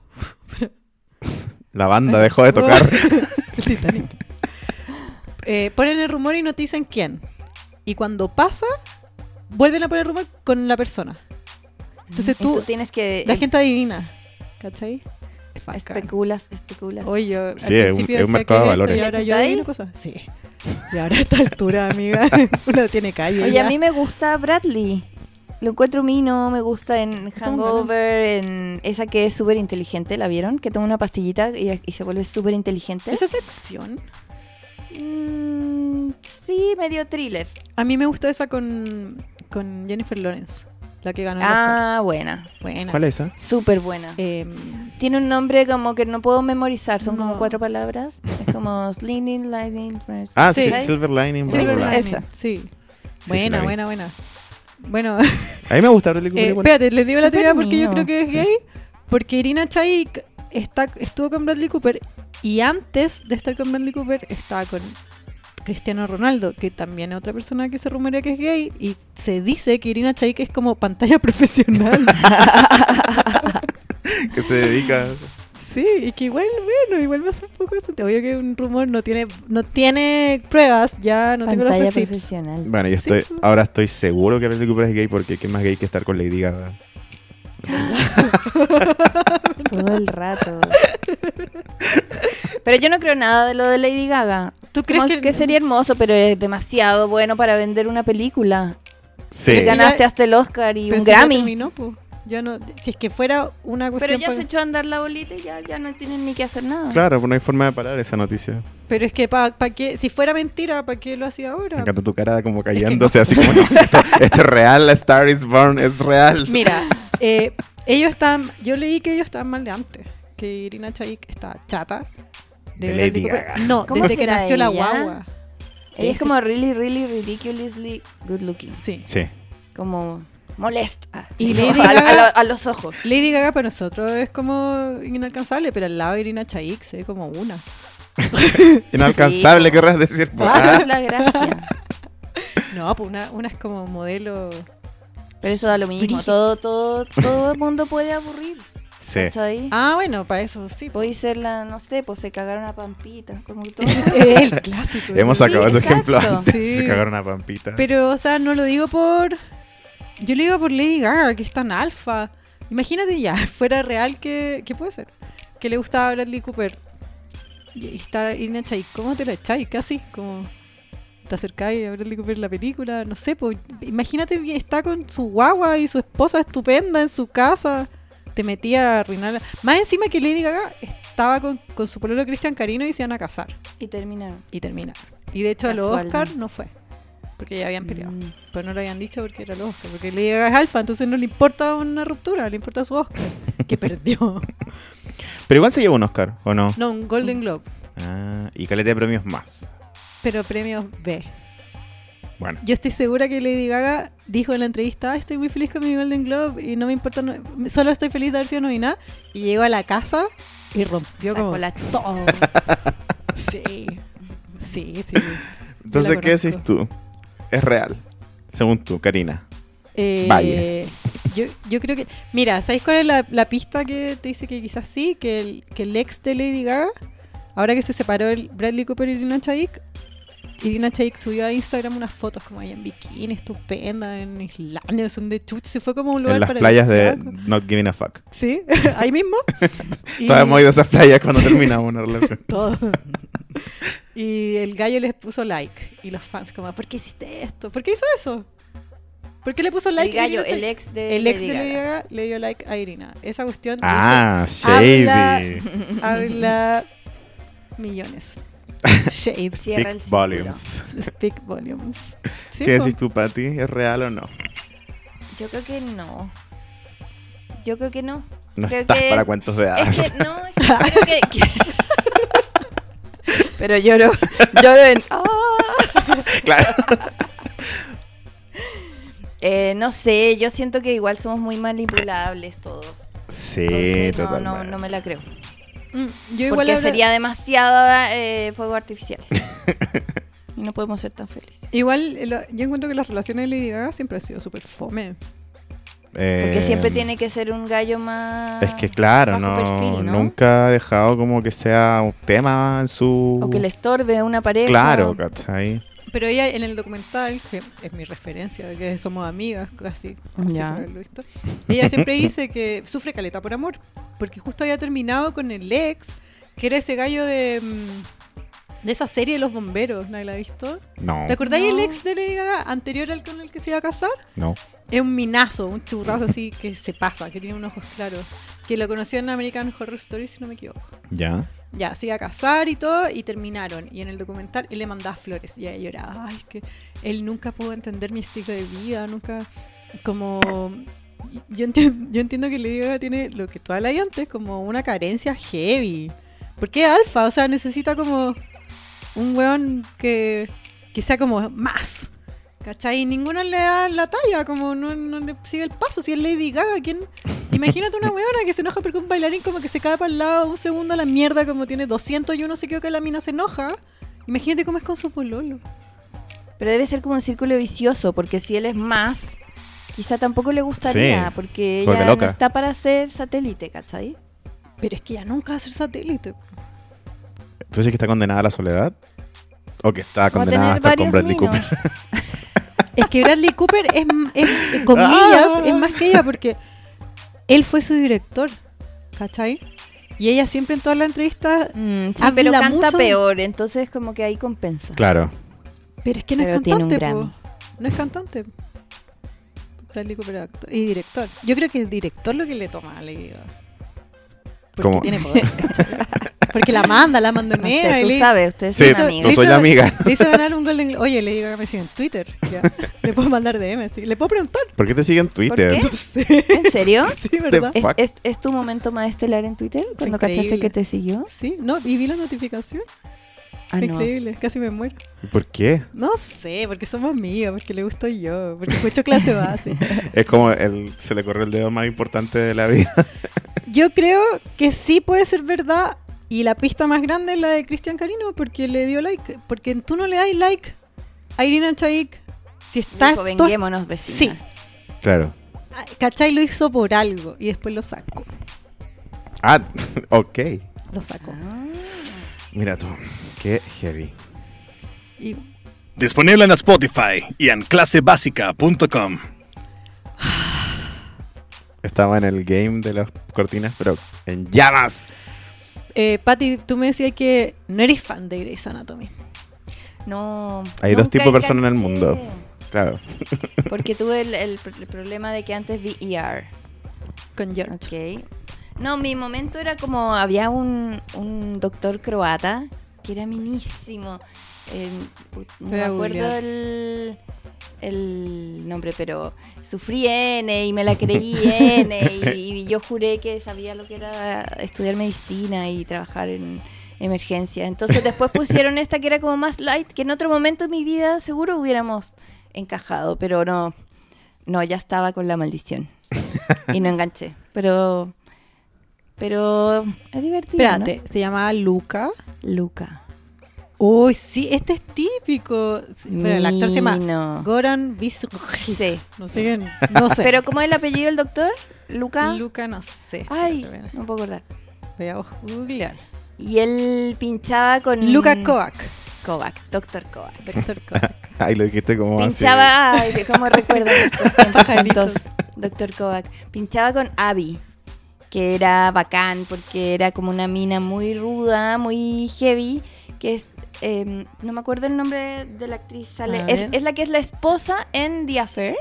Speaker 1: La banda dejó de tocar.
Speaker 2: el Titanic. Eh, ponen el rumor y no te dicen quién. Y cuando pasa, vuelven a poner el rumor con la persona. Entonces
Speaker 4: Y tú
Speaker 2: tú,
Speaker 4: tienes que.
Speaker 2: La gente adivina. ¿Cachai? Es bacán.
Speaker 4: especulas, especulas.
Speaker 2: Oye, yo al
Speaker 1: Sí, es un-
Speaker 2: principio
Speaker 1: es un
Speaker 2: decía
Speaker 1: mercado
Speaker 2: que
Speaker 1: de
Speaker 2: esto
Speaker 1: valores.
Speaker 2: Y ahora yo
Speaker 4: ¿Cachai?
Speaker 2: adivino cosas. Sí. Y ahora a esta altura, amiga, uno tiene calle.
Speaker 4: Oye,
Speaker 2: ya.
Speaker 4: a mí me gusta Bradley. Lo encuentro mino, me gusta en Hangover, en esa que es súper inteligente, ¿la vieron? Que toma una pastillita y, y se vuelve súper inteligente.
Speaker 2: ¿Esa es de acción?
Speaker 4: Mm, sí, medio thriller.
Speaker 2: A mí me gusta esa con, con Jennifer Lawrence, la que ganó el
Speaker 4: Ah, buena,
Speaker 2: Oscar. Buena.
Speaker 1: ¿Cuál es esa?
Speaker 4: súper buena.
Speaker 2: Em,
Speaker 4: Tiene un nombre como que no puedo memorizar, son como
Speaker 2: No.
Speaker 4: cuatro palabras. Es como Slinging, Lightning, First.
Speaker 1: Ah, sí,
Speaker 2: Sí.
Speaker 1: Silver Lining. bla,
Speaker 2: Silver
Speaker 1: bla, bla.
Speaker 2: Lining,
Speaker 4: Esa.
Speaker 2: Sí.
Speaker 1: sí,
Speaker 2: Buena,
Speaker 1: la vi.
Speaker 2: buena, buena. Bueno,
Speaker 1: A mí me gusta Bradley Cooper.
Speaker 2: Eh,
Speaker 1: igual.
Speaker 2: espérate, les digo la
Speaker 4: Súper
Speaker 2: teoría porque yo
Speaker 4: unido.
Speaker 2: creo que es gay. Porque Irina Chaik está, estuvo con Bradley Cooper y antes de estar con Bradley Cooper estaba con Cristiano Ronaldo, que también es otra persona que se rumorea que es gay. Y se dice que Irina Chaik es como pantalla profesional.
Speaker 1: que se dedica.
Speaker 2: sí, y que igual, bueno, igual me hace un poco de sentido. Obvio que un rumor no tiene, no tiene pruebas, ya no tengo
Speaker 4: Pantalla
Speaker 2: los receipts.
Speaker 4: profesional.
Speaker 1: Bueno, yo
Speaker 2: Sí.
Speaker 1: estoy, ahora estoy seguro que Bradley Cooper es gay porque qué más gay que estar con Lady Gaga.
Speaker 4: Todo el rato. Pero yo no creo nada de lo de Lady Gaga.
Speaker 2: ¿Tú
Speaker 4: Como
Speaker 2: crees
Speaker 4: que...
Speaker 2: que,
Speaker 4: sería hermoso, pero es demasiado bueno para vender una película.
Speaker 1: Sí.
Speaker 4: Le ganaste hasta el Oscar y
Speaker 2: pero
Speaker 4: un
Speaker 2: si ya
Speaker 4: Grammy.
Speaker 2: terminó, pues, po. Ya no, si es que fuera una
Speaker 4: Pero
Speaker 2: cuestión
Speaker 4: ya
Speaker 2: pa-
Speaker 4: se echó a andar la bolita y ya, ya no tienen ni que hacer nada.
Speaker 1: Claro, pues no hay forma de parar esa noticia.
Speaker 2: Pero es que pa, pa qué, si fuera mentira, ¿para qué lo hacía
Speaker 1: Me
Speaker 2: ahora?
Speaker 1: encanta tu cara como
Speaker 2: que no.
Speaker 1: callándose, así como, no, esto, esto es real, la Star is Born es real.
Speaker 2: Mira, eh, ellos están, yo leí que ellos estaban mal de antes, que Irina Chaik está chata.
Speaker 1: De
Speaker 2: Bradley
Speaker 1: Lady
Speaker 2: Cooper.
Speaker 1: Gaga.
Speaker 2: No,
Speaker 4: ¿Cómo
Speaker 2: desde que
Speaker 4: será
Speaker 2: nació la
Speaker 4: ella?
Speaker 2: guagua.
Speaker 4: Ella es como really, really, ridiculously good looking.
Speaker 2: Sí.
Speaker 1: Sí.
Speaker 4: Como molesta.
Speaker 2: Y
Speaker 4: Como
Speaker 2: Lady
Speaker 4: a,
Speaker 2: Gaga-
Speaker 4: a lo- a los ojos.
Speaker 2: Lady Gaga para nosotros es como inalcanzable, pero al lado de Irina Chaik se ve como una.
Speaker 1: Inalcanzable,
Speaker 4: Sí, po.
Speaker 1: querrás decir. pues,
Speaker 4: Esa
Speaker 1: ah.
Speaker 4: es la gracia.
Speaker 2: No, pues una, una es como modelo.
Speaker 4: Pero eso da lo mismo.
Speaker 2: Brígido.
Speaker 4: Todo, todo, todo el mundo puede aburrir.
Speaker 1: Sí.
Speaker 4: ¿Cachai?
Speaker 2: Ah, bueno, para eso sí. po.
Speaker 4: Puede ser la, no sé, pues se cagaron a Pampita. Como que todo.
Speaker 2: El clásico.
Speaker 1: Hemos
Speaker 4: Sí,
Speaker 1: acabado ese
Speaker 4: exacto.
Speaker 1: ejemplo antes.
Speaker 2: Sí.
Speaker 1: Se cagaron a Pampita.
Speaker 2: Pero, o sea, no lo digo por. Yo lo digo por Lady Gaga, que es tan alfa. Imagínate ya, fuera real, que, que puede ser? Que le gustaba Bradley Cooper. Y y está Irina Chayk. ¿Cómo te la echáis? Casi, como. Te acercáis a Bradley Cooper en la película, no sé, pues. Imagínate, que está con su guagua y su esposa estupenda en su casa. Te metía a arruinar. Más encima que Lady Gaga estaba con, con su pololo Cristian Carino y se iban a casar.
Speaker 4: y terminaron.
Speaker 2: Y terminaron. Y de hecho, a los
Speaker 4: Casualmente.
Speaker 2: Oscar no fue. Porque ya habían peleado.
Speaker 4: Mm.
Speaker 2: Pero no lo habían dicho porque era el Oscar. Porque le llega alfa, entonces no le importa una ruptura, le importa su Oscar. Que perdió.
Speaker 1: Pero igual se llevó un Oscar, ¿o no?
Speaker 2: No, un Golden Globe.
Speaker 1: Ah, y caleta de premios más.
Speaker 2: Pero premios B.
Speaker 1: Bueno,
Speaker 2: Yo estoy segura que Lady Gaga dijo en la entrevista, "Ah, estoy muy feliz con mi Golden Globe y no me importa, no- solo estoy feliz de haber sido nominada. Y llegó a la casa y rompió
Speaker 4: Sacó
Speaker 2: como
Speaker 4: la
Speaker 2: todo. sí, sí, sí.
Speaker 1: entonces,
Speaker 2: la
Speaker 1: ¿qué
Speaker 2: conozco.
Speaker 1: decís tú? Es real, según tú, Karina.
Speaker 2: Eh,
Speaker 1: Vaya.
Speaker 2: Yo, yo creo que. Mira, ¿sabéis cuál es la, la pista que te dice que quizás sí? Que el, que el ex de Lady Gaga, ahora que se separó el Bradley Cooper y Irina Chaik, Irina Chaik subió a Instagram unas fotos como ahí en bikini, estupenda, en Islandia, son de chuch, se fue como a un lugar
Speaker 1: en las
Speaker 2: para
Speaker 1: playas de Not Giving a Fuck.
Speaker 2: Sí, ahí mismo. Y-
Speaker 1: Todavía hemos ido a esas playas cuando terminamos una relación.
Speaker 2: todo. Y el gallo les puso like. Y los fans como, ¿por qué hiciste esto? ¿Por qué hizo eso? ¿Por qué le puso like?
Speaker 4: el
Speaker 2: a
Speaker 4: gallo,
Speaker 2: Irina Shayk?
Speaker 4: el ex de
Speaker 2: El ex
Speaker 4: Lady
Speaker 2: de Lady
Speaker 4: Gaga.
Speaker 2: Gaga le dio like a Irina. Esa cuestión dice-
Speaker 1: Ah,
Speaker 2: habla-
Speaker 1: shady.
Speaker 2: habla millones. Shades.
Speaker 4: Cierra el
Speaker 1: Big
Speaker 4: círculo.
Speaker 1: volumes.
Speaker 2: Speak volumes. Sí,
Speaker 1: ¿Qué
Speaker 2: po.
Speaker 1: decís tú, Pati? ¿Es real o no?
Speaker 4: Yo creo que no. Yo creo que no.
Speaker 1: No
Speaker 4: Creo
Speaker 1: estás
Speaker 4: que
Speaker 1: para
Speaker 4: es-
Speaker 1: cuentos de hadas.
Speaker 4: Es que no, es que creo que. que- Pero lloro, lloro en. "Ah".
Speaker 1: Claro.
Speaker 4: Eh, no sé, yo siento que igual somos muy manipulables todos.
Speaker 1: Sí,
Speaker 4: Entonces, no,
Speaker 1: Eh, totalmente.
Speaker 4: no, no me la creo.
Speaker 2: Mm, Yo igual
Speaker 4: Porque
Speaker 2: habla-
Speaker 4: sería demasiada eh, fuego artificial. Y no podemos ser tan felices.
Speaker 2: Igual eh, lo- yo encuentro que las relaciones de Lady Gaga siempre han sido súper fome.
Speaker 4: Porque
Speaker 1: Eh,
Speaker 4: siempre tiene que ser un gallo más.
Speaker 1: Es que claro,
Speaker 4: bajo
Speaker 1: no,
Speaker 4: perfil, ¿no?
Speaker 1: nunca ha dejado como que sea un tema en su...
Speaker 4: O que le estorbe a una pareja.
Speaker 1: Claro, ¿cachai?
Speaker 2: Pero ella en el documental, que es mi referencia, de que somos amigas casi, casi
Speaker 4: Ya.
Speaker 2: por haberlo visto, ella siempre dice que sufre caleta por amor, porque justo había terminado con el ex, que era ese gallo de, mm, de esa serie de los bomberos, ¿nadie la ha visto?
Speaker 1: No,
Speaker 2: ¿Te acordáis
Speaker 4: No.
Speaker 2: el ex de Lady Gaga anterior al con el que se iba a casar?
Speaker 1: no.
Speaker 2: Es un minazo, un churrazo así que se pasa, que tiene unos ojos claros, que lo conoció en American Horror Story, si no me equivoco.
Speaker 1: ¿Ya?
Speaker 2: Ya, se iba a casar y todo, y terminaron. Y en el documental él le mandaba flores y ella lloraba. Ay, es que él nunca pudo entender mi estilo de vida, nunca. Como. Yo, enti- yo entiendo que Lady Gaga tiene lo que tú hablas ahí antes, como una carencia heavy. Porque es alfa, o sea, necesita como un weón que, que sea como más. ¿Cachai? Y ninguno le da la talla, como no, no le sigue el paso. Si es Lady Gaga, ¿quién? Imagínate una weona que se enoja porque un bailarín como que se cae para el lado un segundo a la mierda, como tiene 200 y uno se quedó que la mina se enoja. Imagínate cómo es con su pololo.
Speaker 4: Pero debe ser como un círculo vicioso, porque si él es más, quizá tampoco le gustaría,
Speaker 1: Sí,
Speaker 4: porque
Speaker 1: porque
Speaker 4: ella no
Speaker 1: loca.
Speaker 4: está para ser satélite, ¿cachai?
Speaker 2: Pero es que ya nunca va a ser satélite.
Speaker 1: ¿Tú dices que está condenada a la soledad? ¿O que está
Speaker 4: Va a
Speaker 1: condenada a
Speaker 4: tener
Speaker 1: estar
Speaker 4: varios
Speaker 1: con Bradley Cooper?
Speaker 4: minos.
Speaker 2: Es que Bradley Cooper es, es- en comillas,
Speaker 1: Ah.
Speaker 2: es más que ella porque él fue su director, ¿cachai? Y ella siempre en todas las entrevistas,
Speaker 4: Mm, sí,
Speaker 2: Habla
Speaker 4: pero canta
Speaker 2: mucho.
Speaker 4: peor, entonces como que ahí compensa.
Speaker 1: Claro.
Speaker 2: pero es que no
Speaker 4: Pero
Speaker 2: es
Speaker 4: tiene un
Speaker 2: cantante,
Speaker 4: Grammy.
Speaker 2: po. no es cantante. Bradley Cooper es actor y director. Yo creo que el director lo que le toma, le digo. Porque
Speaker 1: ¿Cómo?
Speaker 2: tiene poder. ¿cachai? Porque la manda, la
Speaker 4: No sé,
Speaker 2: mandonea. y
Speaker 4: tú
Speaker 2: le-
Speaker 4: sabes, ustedes
Speaker 1: Sí,
Speaker 4: son
Speaker 2: hizo-
Speaker 1: no
Speaker 4: amigos.
Speaker 2: le
Speaker 1: soy
Speaker 2: hizo-
Speaker 1: amiga.
Speaker 2: Le hizo ganar un Golden Globe. Oye, le digo que me sigue en Twitter. ya. Le puedo mandar DM, sí. Le puedo preguntar.
Speaker 1: ¿Por qué te siguen en Twitter?
Speaker 4: qué?
Speaker 2: No sé.
Speaker 4: ¿En serio?
Speaker 2: Sí, ¿verdad?
Speaker 4: ¿Es,
Speaker 1: Fuck.
Speaker 4: es, es tu momento más estelar en Twitter? ¿Cuando cachaste
Speaker 2: increíble.
Speaker 4: que te siguió?
Speaker 2: Sí, no, y vi la notificación.
Speaker 4: Ah,
Speaker 2: Fue
Speaker 4: no.
Speaker 2: Increíble, casi me muero.
Speaker 1: ¿Por qué?
Speaker 2: No sé, porque somos amigas, porque le gusto yo, porque escucho clase base.
Speaker 1: Es como el, se le corrió el dedo más importante de la vida.
Speaker 2: Yo creo que sí puede ser verdad. Y la pista más grande es la de Cristian Carino, porque le dio like. Porque tú no le das like a Irina Chaik. Si está.
Speaker 4: Dijo,
Speaker 2: todo-
Speaker 4: venguémonos, vecina.
Speaker 2: Sí.
Speaker 1: Claro.
Speaker 2: ¿Cachai? Lo hizo por algo. Y después lo sacó.
Speaker 1: Ah, ok.
Speaker 2: Lo sacó.
Speaker 4: Ah.
Speaker 1: Mira tú, qué heavy.
Speaker 2: Y
Speaker 3: Disponible en Spotify y en clasebásica.com.
Speaker 1: Estaba en el game de las cortinas, pero en llamas.
Speaker 2: Eh, Patti, tú me decías que no eres fan de Grey's Anatomy.
Speaker 4: No.
Speaker 1: Hay dos
Speaker 4: nunca
Speaker 1: tipos de personas en el mundo.
Speaker 4: enganché,
Speaker 1: Claro.
Speaker 4: Porque tuve el, el pr- el problema de que antes vi ER.
Speaker 2: Con George.
Speaker 4: Ok. No, mi momento era como había un, un doctor croata que era minísimo. Eh, put- no
Speaker 2: Voy
Speaker 4: me
Speaker 2: a
Speaker 4: acuerdo
Speaker 2: googlear.
Speaker 4: el, el nombre, pero sufrí N y me la creí N y, y yo juré que sabía lo que era estudiar medicina y trabajar en emergencia. Entonces después pusieron esta que era como más light, que en otro momento de mi vida seguro hubiéramos encajado, pero no, no, ya estaba con la maldición y no enganché, pero... Pero es divertido. ¿no?
Speaker 2: Espérate, se llamaba Luca.
Speaker 4: Luca.
Speaker 2: Uy, sí, este es típico. Sí, pero el actor se llama
Speaker 4: Mino.
Speaker 2: Goran Visruji.
Speaker 4: Sí.
Speaker 2: No sé, quién- no sé.
Speaker 4: Pero ¿cómo es el apellido del doctor? Luca.
Speaker 2: Luca no sé.
Speaker 4: Ay,
Speaker 2: Espérate,
Speaker 4: no puedo acordar.
Speaker 2: Voy a googlear.
Speaker 4: Y él pinchaba con...
Speaker 2: Luca Kovac.
Speaker 4: Kovac, doctor Kovac.
Speaker 2: Doctor Kovac.
Speaker 1: Ay, lo dijiste como así.
Speaker 4: Pinchaba, ay, cómo recuerdo estos tiempos
Speaker 2: Pajaritos.
Speaker 4: juntos, doctor Kovac. Pinchaba con Abby, que era bacán porque era como una mina muy ruda, muy heavy, que es... eh, no me acuerdo el nombre de la actriz. sale-
Speaker 2: A
Speaker 4: es,
Speaker 2: ver.
Speaker 4: es la que es la esposa en The Affair.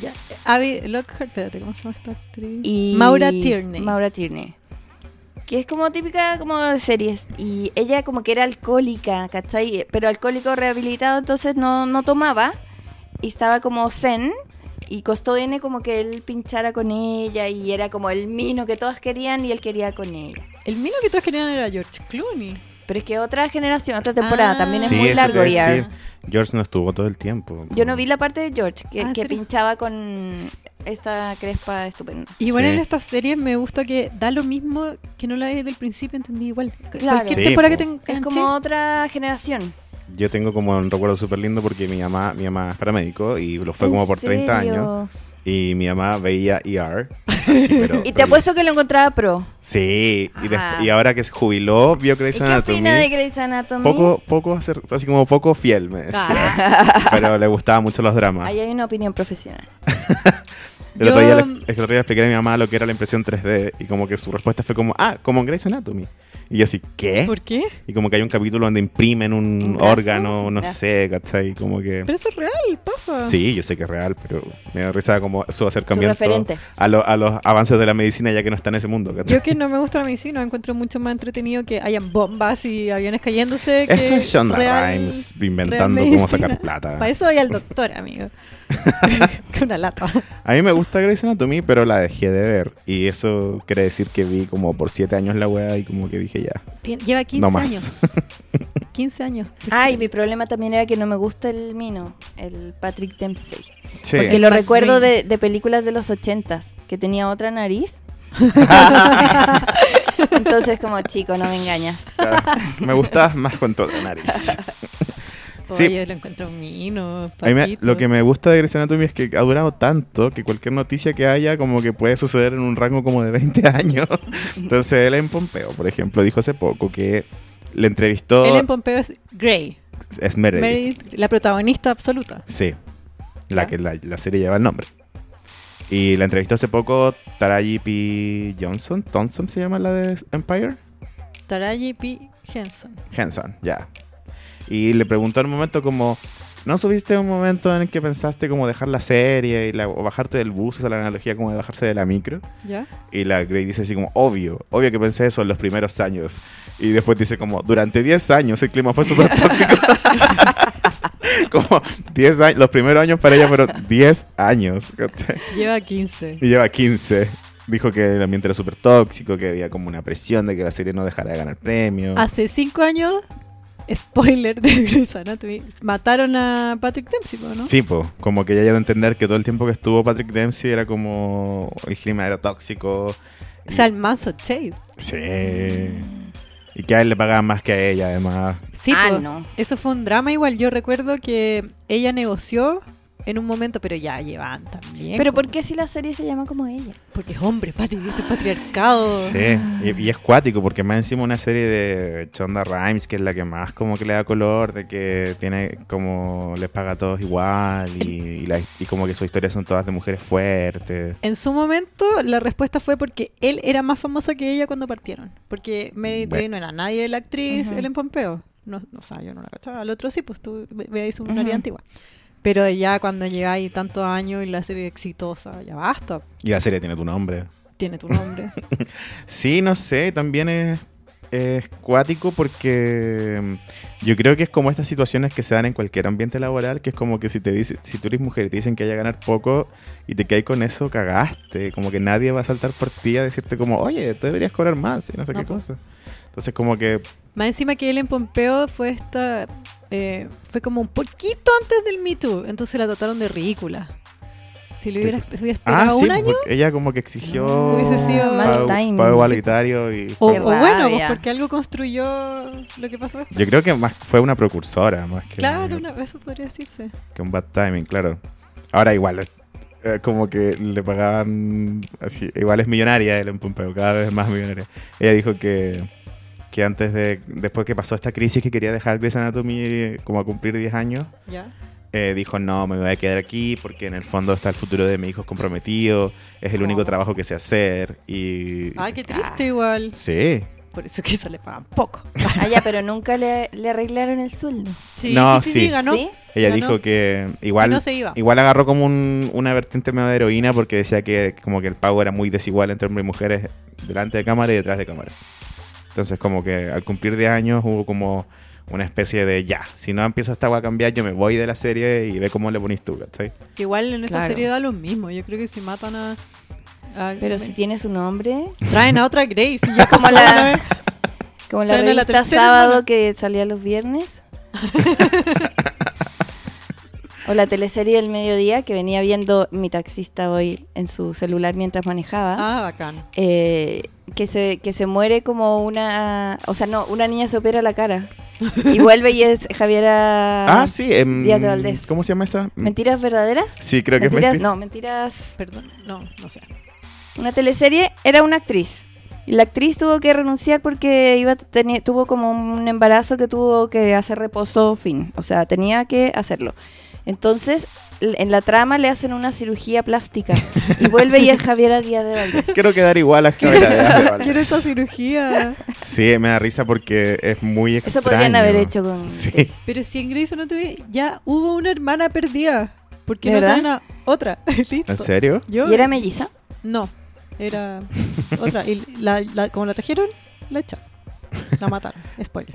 Speaker 2: Ya, Abby Lockhart, espérate, ¿cómo se llama esta actriz?
Speaker 4: y
Speaker 2: Maura Tierney.
Speaker 4: Maura Tierney. Que es como típica como de series. Y ella como que era alcohólica, ¿cachai? Pero alcohólico rehabilitado, entonces no, no tomaba. Y estaba como zen. Y costó N como que él pinchara con ella. Y era como el mino que todas querían y él quería con ella.
Speaker 2: El mino que todos querían era George Clooney.
Speaker 4: Pero es que otra generación, otra temporada,
Speaker 2: Ah.
Speaker 4: también es
Speaker 1: Sí,
Speaker 4: muy
Speaker 1: eso
Speaker 4: largo.
Speaker 1: te iba a
Speaker 4: ER.
Speaker 1: decir. George no estuvo todo el tiempo.
Speaker 4: Yo no vi la parte de George, que,
Speaker 2: Ah, ¿en
Speaker 4: que
Speaker 2: serio?
Speaker 4: pinchaba con esta crespa estupenda.
Speaker 2: Y bueno,
Speaker 1: Sí.
Speaker 2: en estas series me gusta que da lo mismo que no la veis del principio, entendí igual. Cualquier
Speaker 4: Sí,
Speaker 2: temporada
Speaker 1: po.
Speaker 2: que te
Speaker 4: Es
Speaker 2: enganche,
Speaker 4: como otra generación.
Speaker 1: Yo tengo como un recuerdo súper lindo porque mi mamá, mi mamá es paramédico y lo fue como
Speaker 4: ¿En
Speaker 1: por 30 años.
Speaker 4: serio?
Speaker 1: Y mi mamá veía ER. así, pero-
Speaker 4: Y te apuesto que lo encontraba pro.
Speaker 1: Sí, y, desp-
Speaker 4: Ajá.
Speaker 1: y ahora que se jubiló, vio
Speaker 4: ¿Y
Speaker 1: Grey's
Speaker 4: qué
Speaker 1: Anatomy.
Speaker 4: opina de Grey's Anatomy?
Speaker 1: Poco, poco, acer- así como poco fiel, me decía.
Speaker 4: Ah.
Speaker 1: Pero le gustaban mucho los dramas.
Speaker 4: Ahí hay una opinión profesional.
Speaker 1: El otro, día
Speaker 2: Yo-
Speaker 1: le, el otro día le expliqué a mi mamá lo que era la impresión 3D y como que su respuesta fue como, ah, como en Grey's Anatomy. Y yo así, ¿qué?
Speaker 2: ¿Por qué?
Speaker 1: Y como que hay un capítulo donde imprimen un,
Speaker 4: ¿Un brazo?
Speaker 1: órgano, no
Speaker 4: Ya.
Speaker 1: sé, ¿cachai? Como que...
Speaker 2: Pero eso es real, pasa.
Speaker 1: Sí, yo sé que es real, pero me da risa como su acercamiento
Speaker 4: referente.
Speaker 1: a, lo- a los avances de la medicina ya que no está en ese mundo, ¿cachai?
Speaker 2: Yo que no me gusta la medicina, encuentro mucho más entretenido que hayan bombas y aviones cayéndose. que
Speaker 1: Eso es Shonda
Speaker 2: real-
Speaker 1: Rhimes
Speaker 2: real
Speaker 1: inventando cómo
Speaker 2: medicina.
Speaker 1: sacar plata.
Speaker 2: Para eso voy al doctor, amigo. que una lata.
Speaker 1: A mí me gusta Grey's Anatomy, pero la dejé de ver. Y eso quiere decir que vi como por siete años la weá y como que dije ya.
Speaker 2: Tien- lleva 15
Speaker 1: No más.
Speaker 2: años. 15 años.
Speaker 4: Ay, mi problema también era que no me gusta el Mino, el Patrick Dempsey.
Speaker 1: Sí.
Speaker 4: Porque lo
Speaker 2: Pat
Speaker 4: recuerdo
Speaker 2: Green.
Speaker 4: de, de películas de los ochentas, que tenía otra nariz. Entonces, como chico, no me engañas.
Speaker 1: me gustabas más con toda la nariz. Sí.
Speaker 2: Oye, lo encuentro mino.
Speaker 1: A mí me-
Speaker 2: patito.
Speaker 1: lo que me gusta de Grey's Anatomy es que ha durado tanto que cualquier noticia que haya como que puede suceder en un rango como de 20 años. Entonces él en Pompeo, por ejemplo, dijo hace poco que le entrevistó
Speaker 2: Ellen Pompeo es Grey.
Speaker 1: es Meredith.
Speaker 2: Meredith, la protagonista absoluta.
Speaker 1: Sí, la que la, la serie lleva el nombre. Y la entrevistó hace poco Taraji P. Johnson, Thompson se llama la de Empire.
Speaker 2: Taraji P. Henson.
Speaker 1: Henson, ya. Y le preguntó en un momento como, ¿no subiste un momento en el que pensaste como dejar la serie y la- o bajarte del bus, o sea, la analogía como de bajarse de la micro?
Speaker 2: ¿Ya?
Speaker 1: Y la Grey dice así como, obvio, obvio que pensé eso en los primeros años. Y después dice como, durante 10 años el clima fue súper tóxico. como 10 años, los primeros años para ella fueron 10 años. ¿cachai?
Speaker 2: Lleva 15.
Speaker 1: Y lleva 15. Dijo que el ambiente era súper tóxico, que había como una presión de que la serie no dejara de ganar premios.
Speaker 2: Hace 5 años, spoiler de Grey's Anatomy, mataron a Patrick Dempsey, ¿no?
Speaker 1: Sí, pues, como que ella ya de entender que todo el tiempo que estuvo Patrick Dempsey era como el clima era tóxico.
Speaker 2: O sea, el manso Shade.
Speaker 1: Sí. Y que a él le pagaban más que a ella, además.
Speaker 2: Sí, pues.
Speaker 4: ah,
Speaker 2: po.
Speaker 4: no.
Speaker 2: Eso fue un drama igual. Yo recuerdo que ella negoció en un momento, pero ya llevan también.
Speaker 4: Pero
Speaker 2: como-
Speaker 4: ¿por qué si la serie se llama como ella?
Speaker 2: Porque es hombre, Pati, viste patriarcado.
Speaker 1: Sí, y, y es cuático, porque más encima una serie de Chonda Rhimes, que es la que más como que le da color, de que tiene como les paga a todos igual, y, y la- y como que sus historias son todas de mujeres fuertes.
Speaker 2: En su momento, la respuesta fue porque él era más famoso que ella cuando partieron. Porque Meredith
Speaker 1: Bueno.
Speaker 2: Grey no era nadie de la actriz,
Speaker 4: Ujú.
Speaker 2: él en Pompeo. No, no, o sea, yo no la cachaba. Al otro sí, pues tú ve- veáis una
Speaker 4: Ujú.
Speaker 2: área antigua. Pero ya cuando llegáis tantos años y la serie exitosa, ya basta.
Speaker 1: Y la serie tiene tu nombre.
Speaker 2: Tiene tu nombre.
Speaker 1: Sí, no sé, también es es cuático porque mm, yo creo que es como estas situaciones que se dan en cualquier ambiente laboral, que es como que si te dice, si tú eres mujer y te dicen que hay a ganar poco y te caes con eso, cagaste. Como que nadie va a saltar por ti a decirte como, oye, tú deberías cobrar más y no sé
Speaker 2: No,
Speaker 1: qué
Speaker 2: po.
Speaker 1: cosa. Entonces como que
Speaker 2: Más encima que él en Pompeo fue esta. eh, fue como un poquito antes del Me Too. Entonces la trataron de ridícula. Si le hubiera,
Speaker 1: cosa?
Speaker 2: hubiera
Speaker 1: Ah,
Speaker 2: esperado
Speaker 1: sí,
Speaker 2: un año.
Speaker 1: porque ella como que exigió
Speaker 2: No, hubiese sido-
Speaker 4: Mal
Speaker 1: pago,
Speaker 4: timing.
Speaker 1: pago igualitario y...
Speaker 2: O,
Speaker 4: Qué
Speaker 2: o bueno, pues,
Speaker 4: rabia.
Speaker 2: porque algo construyó lo que pasó después.
Speaker 1: Yo creo que más fue una precursora más que,
Speaker 2: Claro, una- eso podría decirse.
Speaker 1: que un bad timing, claro. Ahora igual, eh, como que le pagaban así, igual es millonaria él en Pompeo, cada vez más millonaria. Ella dijo que, que antes de, después que pasó esta crisis que quería dejar Grey's Anatomy eh, como a cumplir 10 años,
Speaker 2: ¿Ya?
Speaker 1: eh, dijo no, me voy a quedar aquí porque en el fondo está el futuro de mi hijo comprometido, es el único
Speaker 2: Oh.
Speaker 1: trabajo que sé hacer y...
Speaker 2: Ah, qué triste igual.
Speaker 1: Sí.
Speaker 2: Por eso que se le pagan poco.
Speaker 4: Ah, ya, pero nunca le, le arreglaron el sueldo.
Speaker 2: Sí,
Speaker 1: No,
Speaker 2: sí,
Speaker 1: sí.
Speaker 2: ganó.
Speaker 4: ¿Sí?
Speaker 1: Ella
Speaker 2: Ganó.
Speaker 1: dijo que igual,
Speaker 2: Si no, se
Speaker 4: Ah.
Speaker 2: iba.
Speaker 1: igual agarró como un- una vertiente medio de heroína porque decía que como que el pago era muy desigual entre hombres y mujeres delante de cámara y detrás de cámara. Entonces como que al cumplir 10 años hubo como una especie de ya, si no empieza esta agua a cambiar yo me voy de la serie y ve cómo le ponís tú, ¿cachai?
Speaker 2: Que igual en esa
Speaker 4: Claro.
Speaker 2: serie da lo mismo. Yo creo que si matan a. a-
Speaker 4: Pero si tiene su nombre.
Speaker 2: Traen a otra Grace. y ya
Speaker 4: Como
Speaker 2: pasó
Speaker 4: la-
Speaker 2: una vez.
Speaker 4: Como la
Speaker 2: Pero no, la
Speaker 4: revista
Speaker 2: tercera
Speaker 4: Sábado
Speaker 2: hermana.
Speaker 4: que salía los viernes. o la teleserie del mediodía que venía viendo mi taxista hoy en su celular mientras manejaba.
Speaker 2: Ah, bacán.
Speaker 4: eh, que, se, que se muere como una... O sea, no, una niña se opera la cara. Y vuelve y es Javiera...
Speaker 1: Ah, sí, em,
Speaker 4: Díaz de Valdés.
Speaker 1: ¿cómo se llama esa? Mm,
Speaker 4: ¿Mentiras verdaderas?
Speaker 1: Sí, creo que es
Speaker 4: Mentiras-
Speaker 1: mentira.
Speaker 4: No, mentiras...
Speaker 2: Perdón. No, no sé.
Speaker 4: Una teleserie era una actriz. Y la actriz tuvo que renunciar porque iba a tener, tuvo como un embarazo que tuvo que hacer reposo, fin. O sea, tenía que hacerlo. Entonces, l- en la trama le hacen una cirugía plástica. Y vuelve y es Javiera Díaz de Valdés.
Speaker 1: Quiero quedar igual a Javiera Díaz de Valdés.
Speaker 2: Quiero esa cirugía.
Speaker 1: Sí, me da risa porque es muy extraño.
Speaker 4: Eso podrían haber hecho con-
Speaker 1: Sí.
Speaker 2: Pero si en Grey's Anatomy ya hubo una hermana perdida. porque
Speaker 4: ¿De
Speaker 2: no
Speaker 4: verdad?
Speaker 2: traen a otra? Listo.
Speaker 1: ¿En serio?
Speaker 2: Yo-
Speaker 4: ¿Y era melliza?
Speaker 2: No, era otra. Y la, la- como la trajeron, la echaron. La mataron. Spoiler.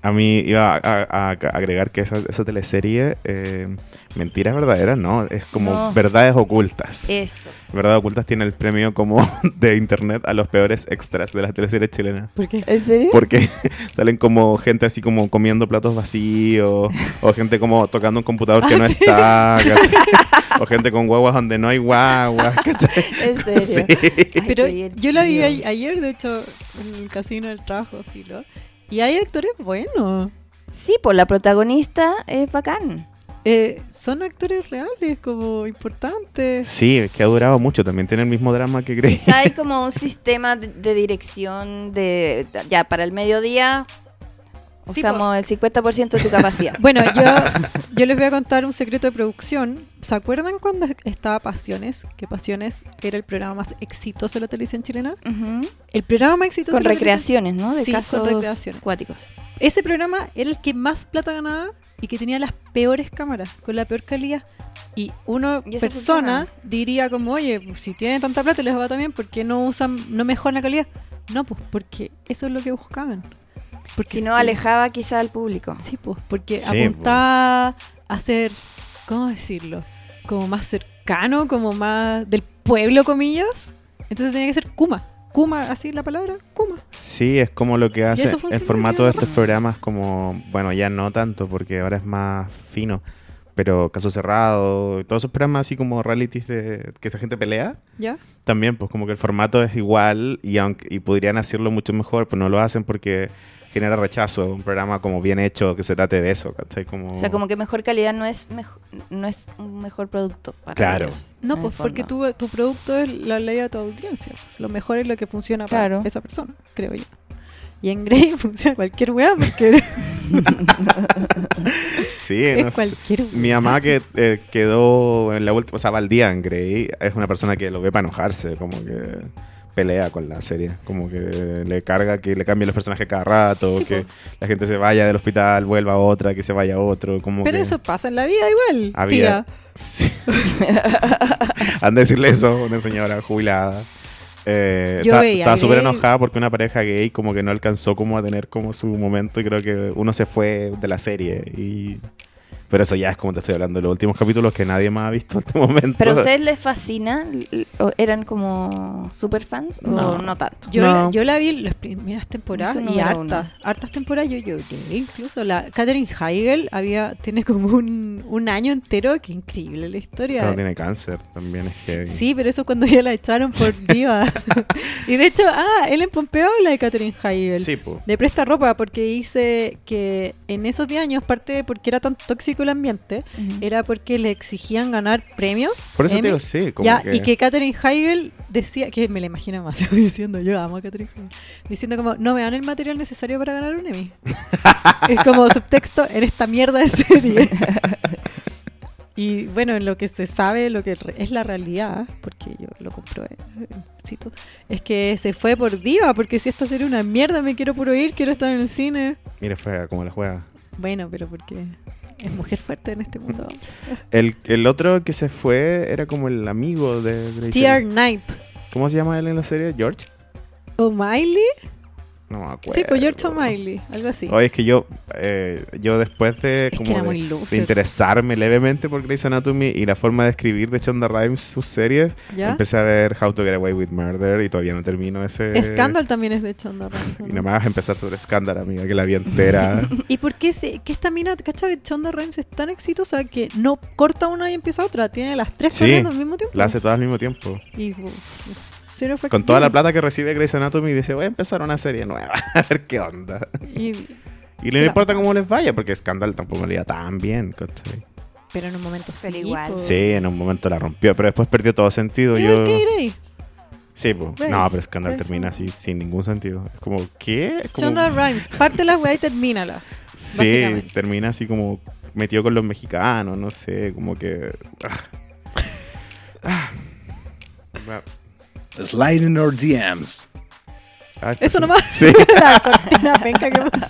Speaker 1: A mí iba a, a- a agregar que esa, esa teleserie, eh, mentiras verdaderas, no, es como
Speaker 4: No.
Speaker 1: verdades ocultas.
Speaker 4: Eso.
Speaker 1: Verdades ocultas tiene el premio como de internet a los peores extras de las teleseries chilenas.
Speaker 2: Porque
Speaker 4: ¿En serio?
Speaker 1: Porque salen como gente así como comiendo platos vacíos, o gente como tocando un computador que
Speaker 2: Ah,
Speaker 1: no
Speaker 2: sí.
Speaker 1: está, ¿cachai? o gente con guaguas donde no hay guaguas, ¿cachai?
Speaker 4: ¿En serio?
Speaker 1: Sí.
Speaker 4: Ay,
Speaker 2: Pero
Speaker 4: qué
Speaker 2: yo la vi
Speaker 4: divertido.
Speaker 2: a- ayer, de hecho, en el casino del trabajo, filo. Y hay actores buenos.
Speaker 4: Sí, pues la protagonista es bacán.
Speaker 2: Eh, son actores reales, como importantes.
Speaker 1: Sí, es que ha durado mucho, también tiene el mismo drama que Grey.
Speaker 4: Quizá hay como un sistema de, de dirección de ya para el mediodía
Speaker 2: Sí, pues.
Speaker 4: usamos el 50% de tu capacidad.
Speaker 2: Bueno, yo, yo les voy a contar un secreto de producción. ¿Se acuerdan cuando estaba Pasiones? Que Pasiones era el programa más exitoso de la televisión chilena.
Speaker 4: Ujú.
Speaker 2: El programa más exitoso
Speaker 4: Con
Speaker 2: de la televisión-
Speaker 4: recreaciones, ¿no? De
Speaker 2: Sí, con
Speaker 4: casos
Speaker 2: recreaciones.
Speaker 4: acuáticos.
Speaker 2: Ese programa era el que más plata ganaba y que tenía las peores cámaras, con la peor calidad. Y una
Speaker 4: Y eso
Speaker 2: persona
Speaker 4: funciona.
Speaker 2: diría como, oye, pues, si tienen tanta plata y les va también, ¿por qué no usan, no mejoran la calidad? No, pues porque eso es lo que buscaban. Porque
Speaker 4: Si no
Speaker 2: sí-
Speaker 4: alejaba quizá al público.
Speaker 2: Sí, pues, porque
Speaker 1: Sí, pues.
Speaker 2: apuntaba a ser, ¿cómo decirlo? Como más cercano, como más del pueblo, comillas. Entonces tenía que ser Kuma. Kuma, así la palabra, Kuma.
Speaker 1: Sí, es como lo que hace
Speaker 2: eso funciona
Speaker 1: el
Speaker 2: bien,
Speaker 1: formato de
Speaker 2: ¿no?
Speaker 1: estos programas, como, bueno, ya no tanto, porque ahora es más fino, pero Caso Cerrado, y todos esos programas así como realities de que esa gente pelea,
Speaker 2: ¿Ya?
Speaker 1: también, pues como que el formato es igual y, aunque, y podrían hacerlo mucho mejor, pues no lo hacen porque genera rechazo, un programa como bien hecho que se trate de eso, ¿cachai? Como,
Speaker 4: O sea, como que mejor calidad no es mejo- no es un mejor producto. para
Speaker 1: Claro.
Speaker 4: ellos,
Speaker 2: No,
Speaker 4: en
Speaker 2: pues
Speaker 4: el
Speaker 2: porque
Speaker 4: fondo.
Speaker 2: tu, tu producto es la ley de tu audiencia. Lo mejor es lo que funciona
Speaker 4: Claro.
Speaker 2: para esa persona, creo yo. Y en Grey funciona cualquier weá porque
Speaker 1: sí, no sé.
Speaker 2: es cualquier weá.
Speaker 1: Mi mamá que eh, quedó en la última, o sea, Valdía en Grey, es una persona que lo ve para enojarse, como que pelea con la serie, como que le carga que le cambien los personajes cada rato,
Speaker 2: Sí,
Speaker 1: que
Speaker 2: po.
Speaker 1: la gente se vaya del hospital, vuelva a otra, que se vaya a otro, como
Speaker 2: Pero
Speaker 1: que
Speaker 2: eso pasa en la vida igual,
Speaker 1: había-
Speaker 2: tía.
Speaker 1: Sí. Anda a decirle eso a una señora jubilada. eh,
Speaker 2: Yo
Speaker 1: está-
Speaker 2: veía
Speaker 1: estaba súper
Speaker 2: gay.
Speaker 1: enojada porque una pareja gay como que no alcanzó como a tener como su momento y creo que uno se fue de la serie y... Pero eso ya es como te estoy hablando, los últimos capítulos que nadie más ha visto hasta el momento.
Speaker 4: ¿Pero a ustedes les fascina? L- ¿O ¿Eran como super fans
Speaker 1: No.
Speaker 4: o no tanto?
Speaker 2: Yo,
Speaker 1: No.
Speaker 2: la, yo la vi las primeras temporadas
Speaker 4: Es un
Speaker 2: y
Speaker 4: número uno.
Speaker 2: hartas, hartas temporadas yo lloré. Incluso la Katherine Heigl había, tiene como un, un año entero, que increíble la historia.
Speaker 1: Pero tiene cáncer, también es que...
Speaker 2: Sí, pero eso cuando ya la echaron por diva. y de hecho, ah, Ellen Pompeo habla de Katherine Heigl.
Speaker 1: Sí, po.
Speaker 2: De presta ropa, porque dice que en esos 10 años, parte de por qué era tan tóxico el ambiente, era porque le exigían ganar premios.
Speaker 1: Por eso te
Speaker 2: Emmy,
Speaker 1: digo, sí, como
Speaker 2: ya,
Speaker 1: que...
Speaker 2: y que Katherine Heigl decía, que me la imagino más diciendo, yo amo a Katherine Heigl, diciendo como, no me dan el material necesario para ganar un Emmy. es como subtexto en esta mierda de serie. y bueno, en lo que se sabe, lo que re- es la realidad, porque yo lo comprobé, cito, es que se fue por diva, porque si esta serie es una mierda, me quiero puro ir, quiero estar en el cine.
Speaker 1: Mira, fue como la juega.
Speaker 2: Bueno, pero porque es mujer fuerte en este mundo.
Speaker 1: El, el otro que se fue era como el amigo de Grey's
Speaker 2: Tier
Speaker 1: Anatomy.
Speaker 2: Knight.
Speaker 1: ¿Cómo se llama él en la serie? ¿George?
Speaker 2: O'Malley.
Speaker 1: No me acuerdo.
Speaker 2: Sí, pues George O'Malley, algo así.
Speaker 1: Oye, es que yo, eh, yo después de,
Speaker 2: que
Speaker 1: como
Speaker 2: era
Speaker 1: de-
Speaker 2: muy
Speaker 1: de,
Speaker 2: loser.
Speaker 1: interesarme levemente por Grey's Anatomy y la forma de escribir de Shonda Rhimes sus series,
Speaker 2: ¿Ya?
Speaker 1: empecé a ver How to Get Away with Murder y todavía no termino ese...
Speaker 2: Scandal también es de Chonda Rhimes. ¿no?
Speaker 1: Y nada más vas a empezar sobre Scandal, amiga, que la vi entera.
Speaker 2: ¿Y por qué se- que esta mina, cacha que Chonda Rhimes es tan exitosa que no corta una y empieza otra? Tiene las tres
Speaker 1: Sí,
Speaker 2: corriendo al mismo tiempo.
Speaker 1: la hace todas al mismo tiempo.
Speaker 2: Y, uf, cero flexible.
Speaker 1: Con toda la plata que recibe Grey's Anatomy dice, voy a empezar una serie nueva, a ver qué onda.
Speaker 2: Y-
Speaker 1: Y no
Speaker 2: Claro.
Speaker 1: le importa cómo les vaya, porque Scandal tampoco le iba tan bien. ¿cachai?
Speaker 2: pero en un momento sí.
Speaker 4: Pero igual.
Speaker 2: po.
Speaker 1: Sí, en un momento la rompió, pero después perdió todo sentido.
Speaker 2: Igual
Speaker 1: Yo...
Speaker 2: Pues que Grey.
Speaker 1: Sí, po.
Speaker 2: Grace,
Speaker 1: no, pero Scandal
Speaker 2: Grace
Speaker 1: termina así sin ningún sentido. Es como, ¿qué? Es como-
Speaker 2: Chonda Rhimes, parte las weas y termínalas.
Speaker 1: sí,
Speaker 2: básicamente.
Speaker 1: termina así como metido con los mexicanos, no sé, como que... ah. Ah. Ah,
Speaker 3: Slide in our DMs.
Speaker 1: ah,
Speaker 2: Eso
Speaker 1: sí.
Speaker 2: nomás.
Speaker 1: Sí.
Speaker 2: la cortina penca que puse.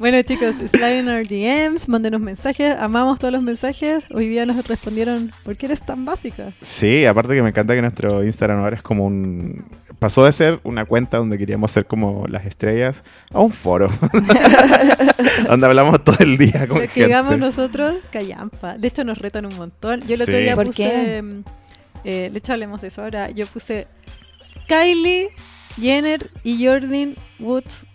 Speaker 2: Bueno chicos, slide in our DMs, mándenos mensajes, amamos todos los mensajes. Hoy día nos respondieron, ¿por qué eres tan básica?
Speaker 1: Sí, aparte que me encanta que nuestro Instagram ahora es como un... Pasó de ser una cuenta donde queríamos ser como las estrellas a un foro. donde hablamos todo el día con
Speaker 2: Lo que
Speaker 1: gente.
Speaker 2: digamos nosotros, callampa. De hecho, nos retan un montón. Yo el otro
Speaker 1: Sí.
Speaker 2: día
Speaker 4: ¿Por
Speaker 2: puse.
Speaker 4: qué?
Speaker 2: mm, eh, de hecho, hablemos de eso ahora. Yo puse Kylie, Jenner y Jordan Woods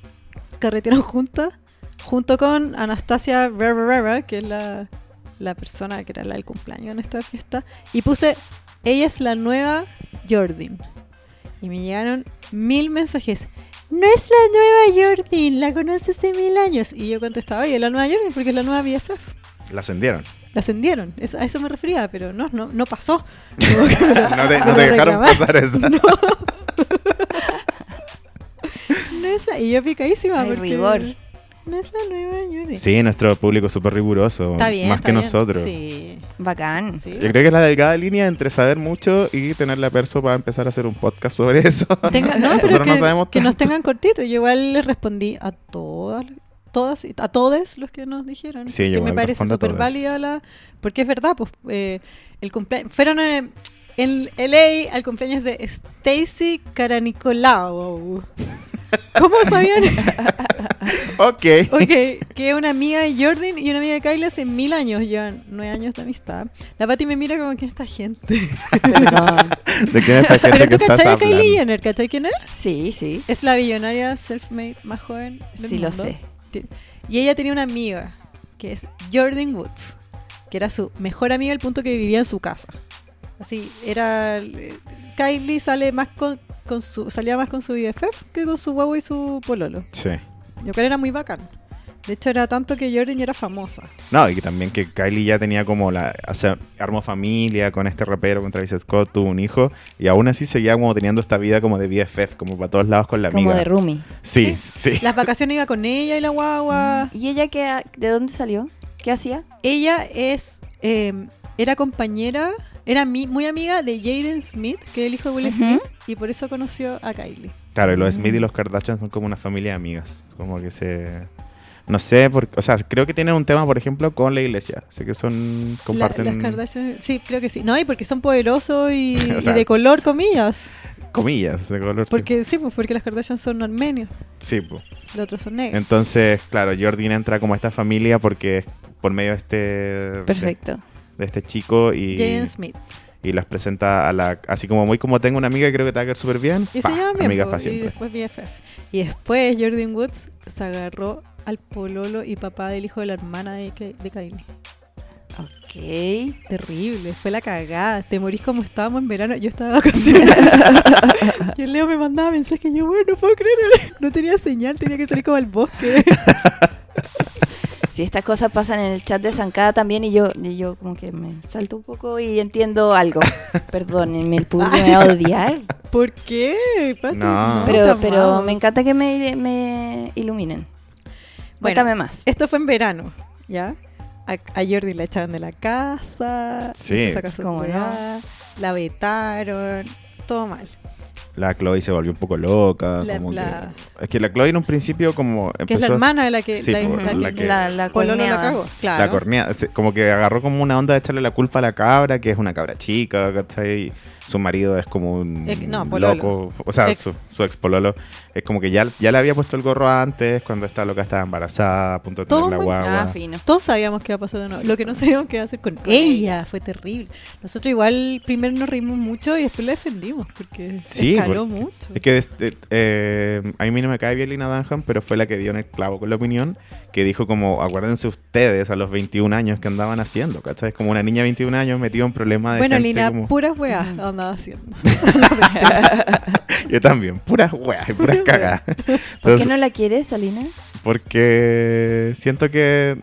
Speaker 2: carretieron juntas, junto con Anastasia Rara Rara, que es la, la persona que era la del cumpleaños en esta fiesta. Y puse, ella es la nueva Jordan. Y me llegaron mil mensajes. No es la nueva Jordan, la conoces hace mil años. Y yo contestaba, oye, la nueva Jordan porque es la nueva BFF.
Speaker 1: La ascendieron.
Speaker 2: La ascendieron, es- a eso me refería, pero no, no, no pasó.
Speaker 1: No te, no
Speaker 2: Pero
Speaker 1: te dejaron
Speaker 2: reclamar.
Speaker 1: pasar eso.
Speaker 2: No es la, y yo picadísima.
Speaker 4: Hay
Speaker 2: porque
Speaker 4: rigor.
Speaker 2: No es la nueva Jordan.
Speaker 1: Sí, nuestro público es súper riguroso.
Speaker 2: Está bien.
Speaker 1: más
Speaker 2: está
Speaker 1: que
Speaker 2: bien.
Speaker 1: nosotros. Mm.
Speaker 2: Sí,
Speaker 4: Bacán.
Speaker 2: sí.
Speaker 1: Yo creo que es la delgada línea entre saber mucho y tener la perso para empezar a hacer un podcast sobre eso.
Speaker 2: Tenga- no, pero
Speaker 1: Nosotros
Speaker 2: que,
Speaker 1: no sabemos
Speaker 2: que nos
Speaker 1: tanto.
Speaker 2: tengan cortito. Yo igual les respondí a todas, todas y- a todos los que nos dijeron.
Speaker 1: Sí, yo
Speaker 2: que me
Speaker 1: igual
Speaker 2: parece
Speaker 1: respondo a
Speaker 2: súper
Speaker 1: todes.
Speaker 2: válida la. Porque es verdad, pues eh, el cumpleaños. Fueron en, en LA al cumpleaños de Stacy Caranicolau. ¿Cómo sabían?
Speaker 1: Ok.
Speaker 2: Ok, que una amiga de Jordan y una amiga de Kylie hace mil años, llevan nueve años de amistad. La Pati me mira como que esta gente.
Speaker 4: Perdón.
Speaker 1: ¿De quién es esta gente
Speaker 2: Pero
Speaker 1: que
Speaker 2: tú
Speaker 1: estás
Speaker 2: cachai a Kylie
Speaker 1: hablando?
Speaker 2: Jenner, ¿cachai quién es?
Speaker 4: Sí, sí.
Speaker 2: Es la billonaria self-made más joven del
Speaker 4: Sí,
Speaker 2: mundo.
Speaker 4: lo sé.
Speaker 2: Y ella tenía una amiga, que es Jordan Woods, que era su mejor amiga al punto que vivía en su casa. Así, era... eh, Kylie sale más con, con su, salía más con su BFF que con su guagua y su pololo.
Speaker 1: Sí.
Speaker 2: Lo cual era muy bacán. De hecho, era tanto que Jordan ya era famosa.
Speaker 1: No, y que también que Kylie ya tenía como la... O sea, armó familia con este rapero, con Travis Scott, tuvo un hijo. Y aún así seguía como teniendo esta vida como de BFF, como para todos lados con la
Speaker 4: Como
Speaker 1: amiga.
Speaker 4: de Rumi.
Speaker 1: sí, sí.
Speaker 2: Las vacaciones iba con ella y la guagua.
Speaker 4: ¿Y ella qué, ha- de dónde salió? ¿Qué hacía?
Speaker 2: Ella es eh, era compañera, era mi- muy amiga de Jaden Smith, que es el hijo de Will
Speaker 4: Ujú.
Speaker 2: Smith, y por eso conoció a Kylie.
Speaker 1: Claro, y los Smith
Speaker 2: Mm.
Speaker 1: y los Kardashian son como una familia de amigas. Como que se. No sé, por- o sea, creo que tienen un tema, por ejemplo, con la iglesia. Sé que son.
Speaker 2: La-
Speaker 1: Comparten.
Speaker 2: las Kardashian, sí, creo que sí. No, y porque son poderosos y,
Speaker 1: O sea,
Speaker 2: y de color, comillas.
Speaker 1: comillas, de color. sí.
Speaker 2: Porque sí, pues porque las Kardashian son armenios,
Speaker 1: Sí, po.
Speaker 2: los otros son negros.
Speaker 1: Entonces, claro, Jordyn entra como a esta familia porque es por medio de este. de-
Speaker 4: Perfecto.
Speaker 1: De, este chico y.
Speaker 2: Jane Smith.
Speaker 1: y las presenta a la. Así como muy como tengo una amiga que creo que te va a quedar súper bien.
Speaker 2: Y
Speaker 1: pa, pues.
Speaker 2: se llevan bien.
Speaker 1: Amigas
Speaker 2: po,
Speaker 1: para
Speaker 2: y
Speaker 1: siempre.
Speaker 2: después BFF. Y después Jordan Woods se agarró al pololo y papá del hijo de la hermana de, Ka- de Kylie.
Speaker 4: Ok.
Speaker 2: Terrible, fue la cagada. Te morís como estábamos en verano. Yo estaba de vacaciones. y el Leo me mandaba mensajes. y Yo, bueno, no puedo creer. No tenía señal, tenía que salir como al bosque.
Speaker 4: Si estas cosas pasan en el chat de Zancada también y yo, y yo como que me salto un poco y entiendo algo. Perdónenme, el público me va a odiar.
Speaker 2: ¿Por qué? Pati?
Speaker 1: No.
Speaker 4: Pero,
Speaker 2: tan
Speaker 4: pero
Speaker 2: mal.
Speaker 4: me encanta que me, me iluminen. Cuéntame más.
Speaker 2: Esto fue en verano, ¿ya? A, a Jordi la echaron de la casa.
Speaker 1: Sí.
Speaker 2: hizo esa cosa
Speaker 4: ¿Cómo no?
Speaker 2: culiada, La vetaron. Todo mal.
Speaker 1: La Chloe se volvió un poco loca.
Speaker 2: La-
Speaker 1: como que-
Speaker 2: la-
Speaker 1: es que la Chloe en un principio como
Speaker 2: Que es la
Speaker 1: empezó-
Speaker 2: hermana de la que.
Speaker 1: Sí,
Speaker 2: la,
Speaker 1: po,
Speaker 2: la
Speaker 1: la
Speaker 2: que
Speaker 1: que-
Speaker 4: La, la
Speaker 2: Pololo la
Speaker 4: corneaba.
Speaker 2: cagó. Claro.
Speaker 1: La cornea, se- como que agarró como una onda de echarle la culpa a la cabra, que es una cabra chica, ¿cachai? Y Su marido es como un
Speaker 2: Ex- no, pololo.
Speaker 1: loco, o sea,
Speaker 2: Ex.
Speaker 1: Su, su ex pololo. Es como que ya, ya le había puesto el gorro antes, cuando esta loca estaba embarazada, a punto de tener
Speaker 2: Todo
Speaker 1: la
Speaker 2: mal.
Speaker 1: guagua.
Speaker 4: Ah, fino.
Speaker 2: Todos sabíamos que iba a pasar de nuevo. Lo que no sabíamos que iba a hacer con ella fue terrible. Nosotros igual primero nos reímos mucho y después la defendimos porque
Speaker 1: Sí,
Speaker 2: escaló
Speaker 1: porque-
Speaker 2: mucho.
Speaker 1: Es que este, eh, a mí no me cae bien Lina Dunham, pero fue la que dio en el clavo con la opinión, que dijo como, acuérdense ustedes a los 21 años que andaban haciendo, ¿cachai? Es como una niña de 21 años metida en problemas de
Speaker 2: Bueno,
Speaker 1: gente
Speaker 2: Lina,
Speaker 1: como-
Speaker 2: puras weas andaba haciendo.
Speaker 1: Yo también, puras weas y puras cagadas.
Speaker 4: ¿Por qué
Speaker 1: Entonces,
Speaker 4: no la quieres, Alina?
Speaker 1: Porque siento que...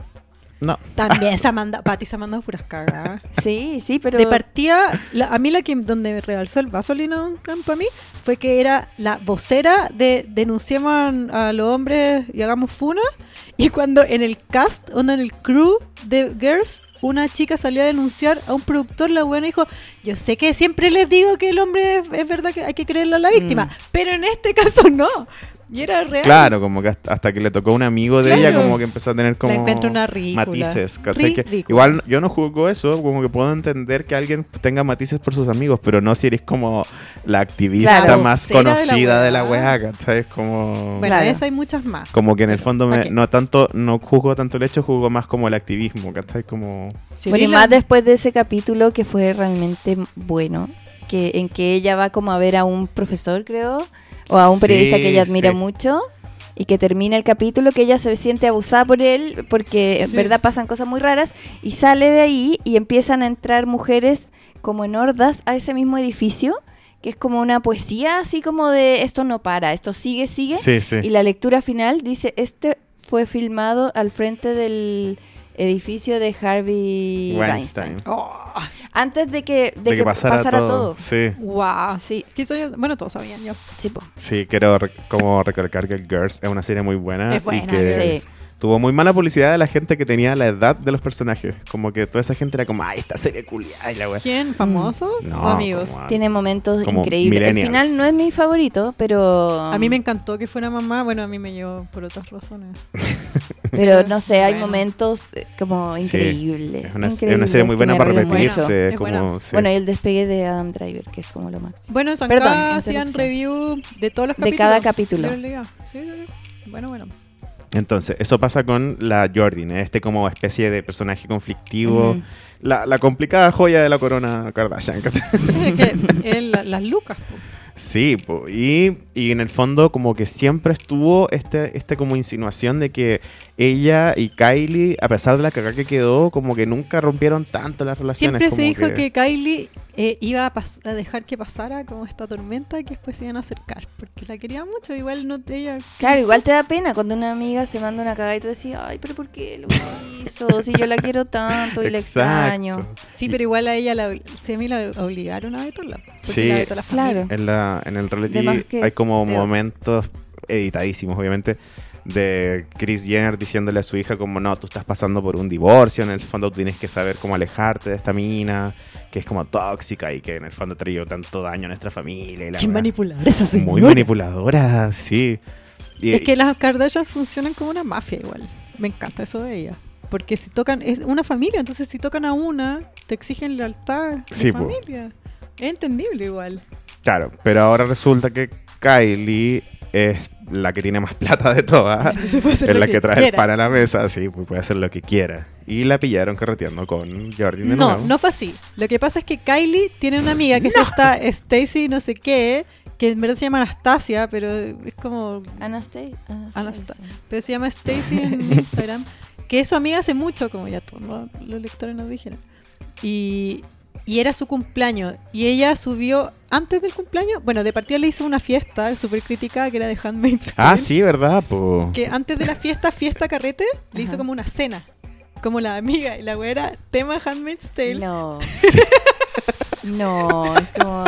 Speaker 1: No,
Speaker 2: También se ha mandado, Pati se ha mandado puras cagadas.
Speaker 4: Sí, sí, pero...
Speaker 2: De partida, la- a mí la que donde realzó el vaso Lina Dunham para mí fue que era la vocera de denunciemos a, a los hombres y hagamos funa. Y cuando en el cast, onda en el crew de Girls, una chica salió a denunciar a un productor, la buena dijo, yo sé que siempre les digo que el hombre es, es verdad que hay que creerle a la víctima,
Speaker 4: Mm.
Speaker 2: pero en este caso no. Y era real.
Speaker 1: claro, como que hasta, hasta que le tocó un amigo de ella,
Speaker 2: Claro.
Speaker 1: como que empezó a tener como...
Speaker 2: la encuentro una ridícula.
Speaker 1: matices, ¿cachai? Que
Speaker 2: Ridícula.
Speaker 1: igual yo no juzgo eso, como que puedo entender que alguien tenga matices por sus amigos, pero no si eres como la activista
Speaker 4: Claro,
Speaker 1: más
Speaker 2: vocera de la
Speaker 1: conocida de la
Speaker 2: weá.
Speaker 1: weá, ¿cachai? Es como...
Speaker 2: Bueno,
Speaker 4: Claro.
Speaker 2: eso hay muchas más.
Speaker 1: Como que en el fondo me-
Speaker 2: Ok.
Speaker 1: no tanto, no juzgo tanto el hecho, juzgo más como el activismo, ¿cachai? Como...
Speaker 2: Si
Speaker 4: Bueno, y
Speaker 2: vi
Speaker 4: más
Speaker 2: la-
Speaker 4: después de ese capítulo que fue realmente bueno, que en que ella va como a ver a un profesor, creo, o a un periodista
Speaker 1: Sí,
Speaker 4: que ella admira
Speaker 1: sí.
Speaker 4: mucho, y que termina el capítulo que ella se siente abusada por él, porque en
Speaker 2: Sí.
Speaker 4: verdad pasan cosas muy raras, y sale de ahí y empiezan a entrar mujeres como en hordas a ese mismo edificio, que es como una poesía así como de esto no para, esto sigue, sigue,
Speaker 1: Sí, sí.
Speaker 4: y la lectura final dice, este fue filmado al frente del edificio de Harvey Weinstein.
Speaker 1: Weinstein.
Speaker 2: Oh.
Speaker 4: Antes de que, de
Speaker 1: De que pasara, todo.
Speaker 4: todo.
Speaker 1: Sí.
Speaker 2: Wow,
Speaker 4: Sí.
Speaker 2: bueno, todos sabían yo.
Speaker 4: Sí, po.
Speaker 1: Sí, quiero re- como recalcar que Girls es una serie muy buena.
Speaker 2: Es buena,
Speaker 1: y que
Speaker 4: sí.
Speaker 1: es- tuvo muy mala publicidad de la gente que tenía la edad de los personajes. Como que toda esa gente era como, ay, esta serie culiada y la weá.
Speaker 2: ¿Quién?
Speaker 4: Mm.
Speaker 2: ¿Famosos
Speaker 1: No,
Speaker 2: o Oh, amigos?
Speaker 1: como-
Speaker 4: Tiene momentos
Speaker 1: ah, Como
Speaker 4: increíbles. El
Speaker 1: millennials.
Speaker 4: final no es mi favorito, pero... mm,
Speaker 2: A mí me encantó que fuera mamá, bueno, a mí me llevó por otras razones.
Speaker 4: Pero no sé, hay
Speaker 2: Bueno.
Speaker 4: momentos eh, como
Speaker 1: Sí,
Speaker 4: increíbles.
Speaker 1: Es una, es una
Speaker 4: increíbles
Speaker 1: serie muy
Speaker 4: que
Speaker 1: buena
Speaker 4: me
Speaker 1: para
Speaker 4: río mucho.
Speaker 1: repetirse.
Speaker 2: Es buena.
Speaker 1: como, sí.
Speaker 4: Bueno, y el despegue de Adam Driver, que es como lo máximo.
Speaker 2: Bueno, en San
Speaker 4: Perdón,
Speaker 2: Cas hacían
Speaker 4: interrupción.
Speaker 2: review de todos los
Speaker 4: De
Speaker 2: capítulos.
Speaker 4: cada capítulo.
Speaker 2: Yo les leía. Sí, sí, sí. Bueno, bueno.
Speaker 1: Entonces, eso pasa con la Jordan, ¿eh? este como especie de personaje conflictivo.
Speaker 4: Ujú.
Speaker 1: la, la complicada joya de la corona Kardashian. ¿cachai?
Speaker 2: Es que él, la- las lucas. po.
Speaker 1: Sí, po, y, y en el fondo como que siempre estuvo esta este como insinuación de que ella y Kylie, a pesar de la cagada que quedó, como que nunca rompieron tanto las relaciones.
Speaker 2: Siempre se
Speaker 1: como
Speaker 2: dijo que, Kylie eh, iba a, pas- a dejar que pasara como esta tormenta que después se iban a acercar. Porque la quería mucho, igual no ella.
Speaker 4: Claro, igual te da pena cuando una amiga se manda una cagada y tú decís, ay, pero ¿por qué lo hizo? Si yo la quiero tanto y la extraño.
Speaker 1: Exacto.
Speaker 2: Sí, pero igual a ella la, sí, a mí la obligaron a vetarla. porque
Speaker 1: Sí.
Speaker 2: la vetó la familia.
Speaker 4: Claro.
Speaker 1: En, la, en el
Speaker 4: De más
Speaker 1: reality
Speaker 4: que
Speaker 1: hay como
Speaker 4: peor.
Speaker 1: momentos editadísimos, obviamente, de Chris Jenner diciéndole a su hija como, no, tú estás pasando por un divorcio, en el fondo tú tienes que saber cómo alejarte de esta mina, que es como tóxica y que en el fondo trajo tanto daño a nuestra familia. y la
Speaker 2: Qué
Speaker 1: weá.
Speaker 2: manipuladora esa señora.
Speaker 1: Muy manipuladora, sí. Y-
Speaker 2: Es que las Kardashians funcionan como una mafia igual. Me encanta eso de ella. Porque si tocan, es una familia, entonces si tocan a una, te exigen lealtad de
Speaker 1: Sí, po.
Speaker 2: familia. Es entendible igual.
Speaker 1: Claro, pero ahora resulta que Kylie es la que tiene más plata de todas.
Speaker 2: Se puede hacer
Speaker 1: Es
Speaker 2: lo
Speaker 1: la que trae el
Speaker 2: quiera.
Speaker 1: pan a la mesa, sí, pues puede hacer lo que quiera. Y la pillaron carreteando con Jordi de
Speaker 2: No,
Speaker 1: nuevo.
Speaker 2: no fue así. Lo que pasa es que Kylie tiene una amiga que es esta Stacy no sé qué, que en verdad se llama Anastasia, pero es como...
Speaker 4: Anastasia.
Speaker 2: Anasta- Pero se llama Stacy en Instagram, que es su amiga hace mucho, como ya todos lo- los lectores nos dijeron. Y, y era su cumpleaños. Y ella subió antes del cumpleaños, bueno, de partida le hizo una fiesta súper crítica que era de Handmaid's
Speaker 1: Ah,
Speaker 2: Tale,
Speaker 1: sí, ¿verdad? Po?
Speaker 2: Que antes de la fiesta, fiesta carrete, le hizo
Speaker 4: Ajá.
Speaker 2: como una cena. Como la amiga y la güera, era tema Handmaid's Tale.
Speaker 4: No. No, es como...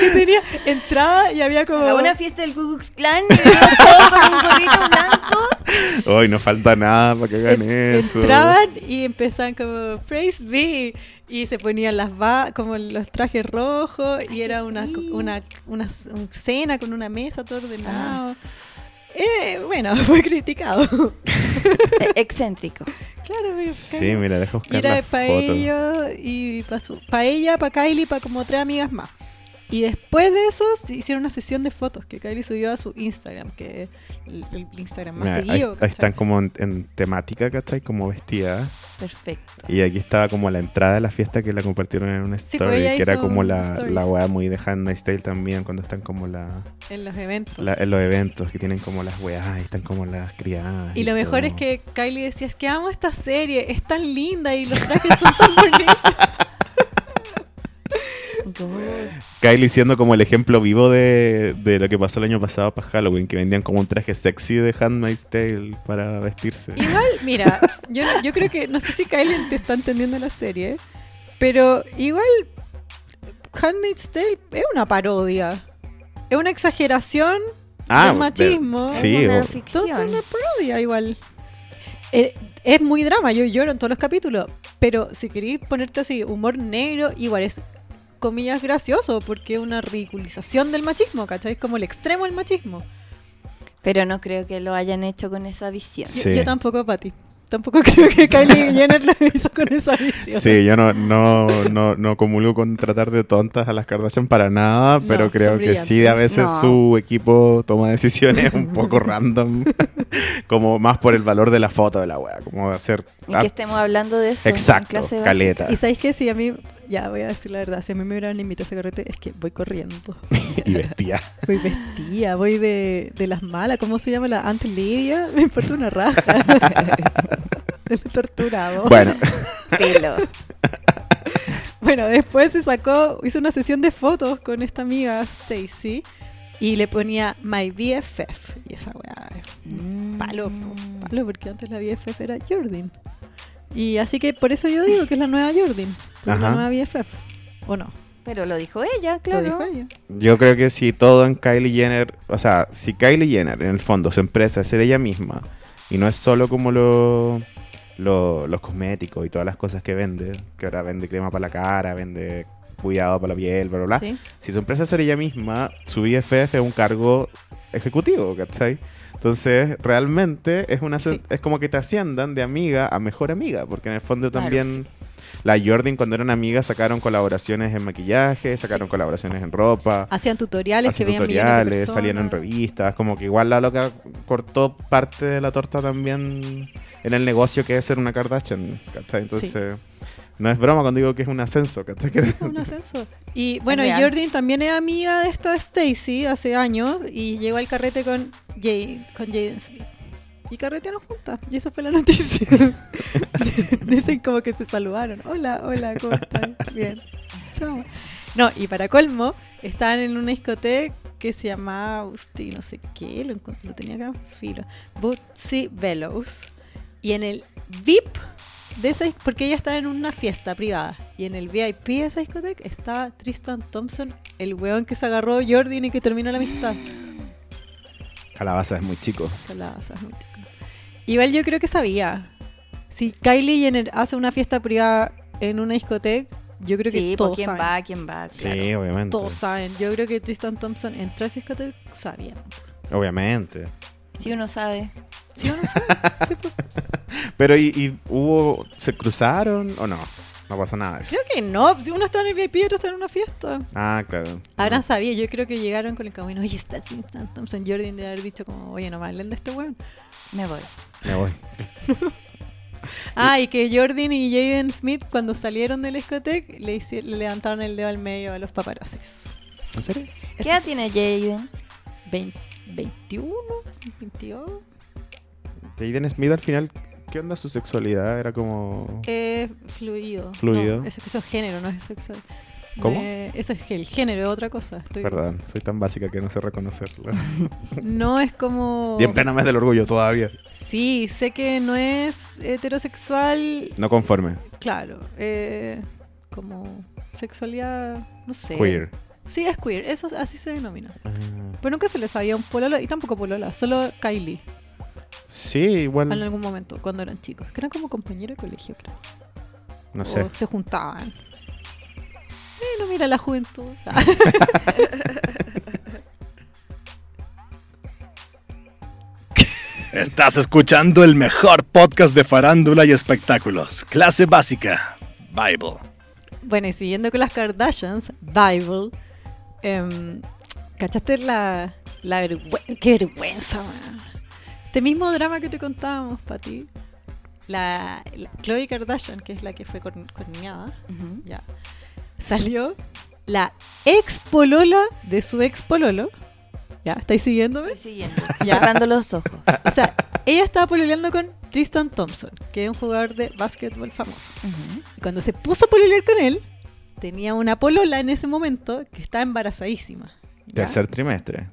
Speaker 2: que tenía entrada y había como
Speaker 4: Acabó una fiesta del Ku Klux Klan y venían todos con un gorrito blanco.
Speaker 1: Hoy no falta nada para que hagan
Speaker 2: en-
Speaker 1: eso.
Speaker 2: entraban y empezaban como praise be y se ponían las va como los trajes rojos y era una, co-
Speaker 4: rico.
Speaker 2: una, una s- un cena con una mesa todo ordenado Eh, bueno fue criticado
Speaker 4: Eh, Excéntrico.
Speaker 2: claro pero
Speaker 1: Sí,
Speaker 2: Kylie-
Speaker 1: mira, deja buscar
Speaker 2: y era
Speaker 1: las
Speaker 2: para
Speaker 1: fotos.
Speaker 2: ellos y para ella para Kylie para como tres amigas más y después de eso se hicieron una sesión de fotos que Kylie subió a su Instagram que es el, el Instagram más
Speaker 1: Mira, ahí-
Speaker 2: seguido
Speaker 1: ahí,
Speaker 2: ¿cachai?
Speaker 1: están como en, en temática, ¿cachai? Como vestida.
Speaker 4: Perfecto.
Speaker 1: Y aquí estaba como la entrada de la fiesta que la compartieron en una
Speaker 2: Sí, pues
Speaker 1: story.
Speaker 2: ella
Speaker 1: que era
Speaker 2: hizo
Speaker 1: como la,
Speaker 2: stories.
Speaker 1: la weá muy de Handmaid's Tale también, cuando están como la,
Speaker 2: en los eventos
Speaker 1: la- en los eventos, que tienen como las weás y están como las criadas.
Speaker 2: Y lo mejor es
Speaker 1: todo.
Speaker 2: que Kylie decía, es que amo esta serie, es tan linda y los trajes son tan bonitos.
Speaker 4: Good.
Speaker 1: Kylie siendo como el ejemplo vivo de, de lo que pasó el año pasado para Halloween, que vendían como un traje sexy de Handmaid's Tale para vestirse.
Speaker 2: Igual, mira, yo, yo creo que, no sé si Kylie te está entendiendo la serie, pero igual Handmaid's Tale es una parodia, es una exageración,
Speaker 3: Ah,
Speaker 2: el
Speaker 1: Ah, de-
Speaker 2: machismo.
Speaker 1: sí,
Speaker 4: Es una
Speaker 1: o-
Speaker 4: ficción.
Speaker 2: entonces es una parodia igual. Eh, es muy drama, yo lloro en todos los capítulos, pero si queréis ponerte así, humor negro, igual es comillas gracioso, porque es una ridiculización del machismo, ¿cachai? Es como el extremo del machismo.
Speaker 4: Pero no creo que lo hayan hecho con esa visión.
Speaker 1: Sí.
Speaker 2: Yo, yo tampoco, Pati. Tampoco creo que Kylie Jenner lo hizo con esa visión.
Speaker 1: Sí, yo no, no, no, no comulgo con tratar de tontas a las Kardashian para nada,
Speaker 2: No,
Speaker 1: pero
Speaker 2: son
Speaker 1: creo que sí, a veces
Speaker 4: No.
Speaker 1: su equipo toma decisiones un poco random, como más por el valor de la foto de la wea, como hacer...
Speaker 4: Y que estemos hablando de eso. en
Speaker 1: Ah, Exacto,
Speaker 4: clase básica.
Speaker 1: caleta.
Speaker 2: Y sabéis que si a mí, ya voy a decir la verdad, si a mí me hubieran invitado a ese carrete, es que voy corriendo.
Speaker 1: y vestía.
Speaker 2: Voy vestida, voy de, de las malas, ¿cómo se llama la antes Lidia? Me importa una raja. El torturado. Bueno.
Speaker 1: Bueno,
Speaker 4: Pelo.
Speaker 2: después se sacó, hizo una sesión de fotos con esta amiga Stacy y le ponía My BFF. Y esa weá es
Speaker 4: Mm.
Speaker 2: palo, po, palo, porque antes la BFF era Jordan. Y así que por eso yo digo que es la nueva Jordan, porque es
Speaker 1: Ajá.
Speaker 2: la nueva BFF. ¿O no?
Speaker 4: Pero lo dijo ella,
Speaker 2: Lo
Speaker 4: claro.
Speaker 2: dijo ella.
Speaker 1: yo creo que si todo en Kylie Jenner, o sea, si Kylie Jenner en el fondo su empresa es de ella misma y no es solo como lo- lo- los cosméticos y todas las cosas que vende, que ahora vende crema para la cara, vende cuidado para la piel, bla, bla, bla.
Speaker 2: Sí.
Speaker 1: Si su empresa es ser ella misma, su IFF es un cargo ejecutivo, ¿cachai? Entonces, realmente es una se-
Speaker 2: Sí.
Speaker 1: es como que te asciendan de amiga a mejor amiga, porque en el fondo
Speaker 2: Claro,
Speaker 1: también la Jordan cuando eran amigas sacaron colaboraciones en maquillaje, sacaron colaboraciones en ropa,
Speaker 2: Hacían tutoriales que
Speaker 1: hacían
Speaker 2: veían millones de
Speaker 1: tutoriales, salían en
Speaker 2: personas.
Speaker 1: revistas, como que igual la loca cortó parte de la torta también en el negocio que es ser una Kardashian, ¿cachai? Entonces, no es broma cuando digo que es un ascenso, ¿cachai? Que-
Speaker 2: un ascenso. Y bueno,
Speaker 4: Real.
Speaker 2: Jordan también es amiga de esta Stacy hace años y llegó al carrete con Jay, con Jaden Smith. Y carretearon juntas. Y eso fue la noticia. Dicen como que se saludaron. Hola, hola, ¿cómo están? Bien. Chao. No, y para colmo, estaban en una discoteca que se llamaba Busti, no sé qué, lo, encon- lo tenía acá en filo. Bootsy Bellows. Y en el VIP de esa dis- porque ella estaba en una fiesta privada y en el VIP de esa discoteca estaba Tristan Thompson, el weón que se agarró Jordan y que terminó la amistad.
Speaker 1: Calabaza es muy chico.
Speaker 2: Calabaza, muy tico. Igual yo creo que sabía. Si Kylie Jenner hace una fiesta privada en una discoteca, yo creo que
Speaker 4: Sí, ¿por
Speaker 2: todos
Speaker 4: quién
Speaker 2: saben.
Speaker 4: va? ¿Quién va? Claro.
Speaker 1: Sí, obviamente.
Speaker 2: Todos saben. Yo creo que Tristan Thompson entró a esa discoteca sabiendo.
Speaker 1: Obviamente.
Speaker 4: Si uno sabe.
Speaker 2: ¿Sí o no sabe? Sí, pues.
Speaker 1: Pero ¿y, y hubo se cruzaron o no? No pasa nada. de eso.
Speaker 2: Creo que no. Si uno está en el VIP y otro está en una fiesta.
Speaker 1: Ah, claro.
Speaker 2: Habrán sabido, yo creo que llegaron con el camino, oye, está Jim Thompson Jordan de haber dicho como, oye, no me hablen de este weón.
Speaker 4: Me voy.
Speaker 1: Me voy.
Speaker 2: Ah, y que Jordan y Jaden Smith cuando salieron del discotec le, hici- le levantaron el dedo al medio a los paparazzis.
Speaker 1: ¿En serio?
Speaker 4: ¿Qué edad tiene Jaden?
Speaker 2: Vein- 21, 22.
Speaker 1: Jaden Smith al final, ¿qué onda su sexualidad? Era como...
Speaker 2: Eh, fluido.
Speaker 1: Fluido.
Speaker 2: No, eso, eso es género, no es sexual.
Speaker 1: ¿Cómo?
Speaker 2: Eh, eso es el género, es otra cosa. Estoy-
Speaker 1: Perdón, soy tan básica que no sé reconocerlo.
Speaker 2: No es como...
Speaker 1: Y en plena mes del orgullo todavía.
Speaker 2: Sí, sé que no es heterosexual,
Speaker 1: No conforme.
Speaker 2: claro. eh, como sexualidad, no sé.
Speaker 1: Queer.
Speaker 2: Sí, es queer, eso así se denomina. Pero nunca se les había un pololo, y tampoco polola, solo Kylie
Speaker 1: Sí, igual.
Speaker 2: en algún momento, cuando eran chicos. Que eran como compañeros de colegio, creo.
Speaker 1: No sé.
Speaker 2: O se juntaban. Bueno, mira la juventud.
Speaker 3: Estás escuchando el mejor podcast de farándula y espectáculos. Clase básica. Bible.
Speaker 2: bueno, y siguiendo con las Kardashians, Bible. em, ¿Cachaste la, la vergüenza? ¡Qué vergüenza, man! Este mismo drama que te contábamos, Pati. La, la Chloe Kardashian, que es la que fue corn- corneada.
Speaker 4: Ujú.
Speaker 2: Ya. Salió la ex polola de su ex pololo. ¿Ya? ¿Estáis siguiéndome?
Speaker 4: Estoy siguiendo.
Speaker 2: Ya.
Speaker 4: Cerrando los ojos.
Speaker 1: Ah.
Speaker 2: O sea, ella estaba pololeando con Tristan Thompson, que es un jugador de básquetbol famoso.
Speaker 4: Ujú.
Speaker 2: Y cuando se puso a pololear con él, tenía una polola en ese momento que estaba embarazadísima. ¿Ya?
Speaker 1: Tercer trimestre.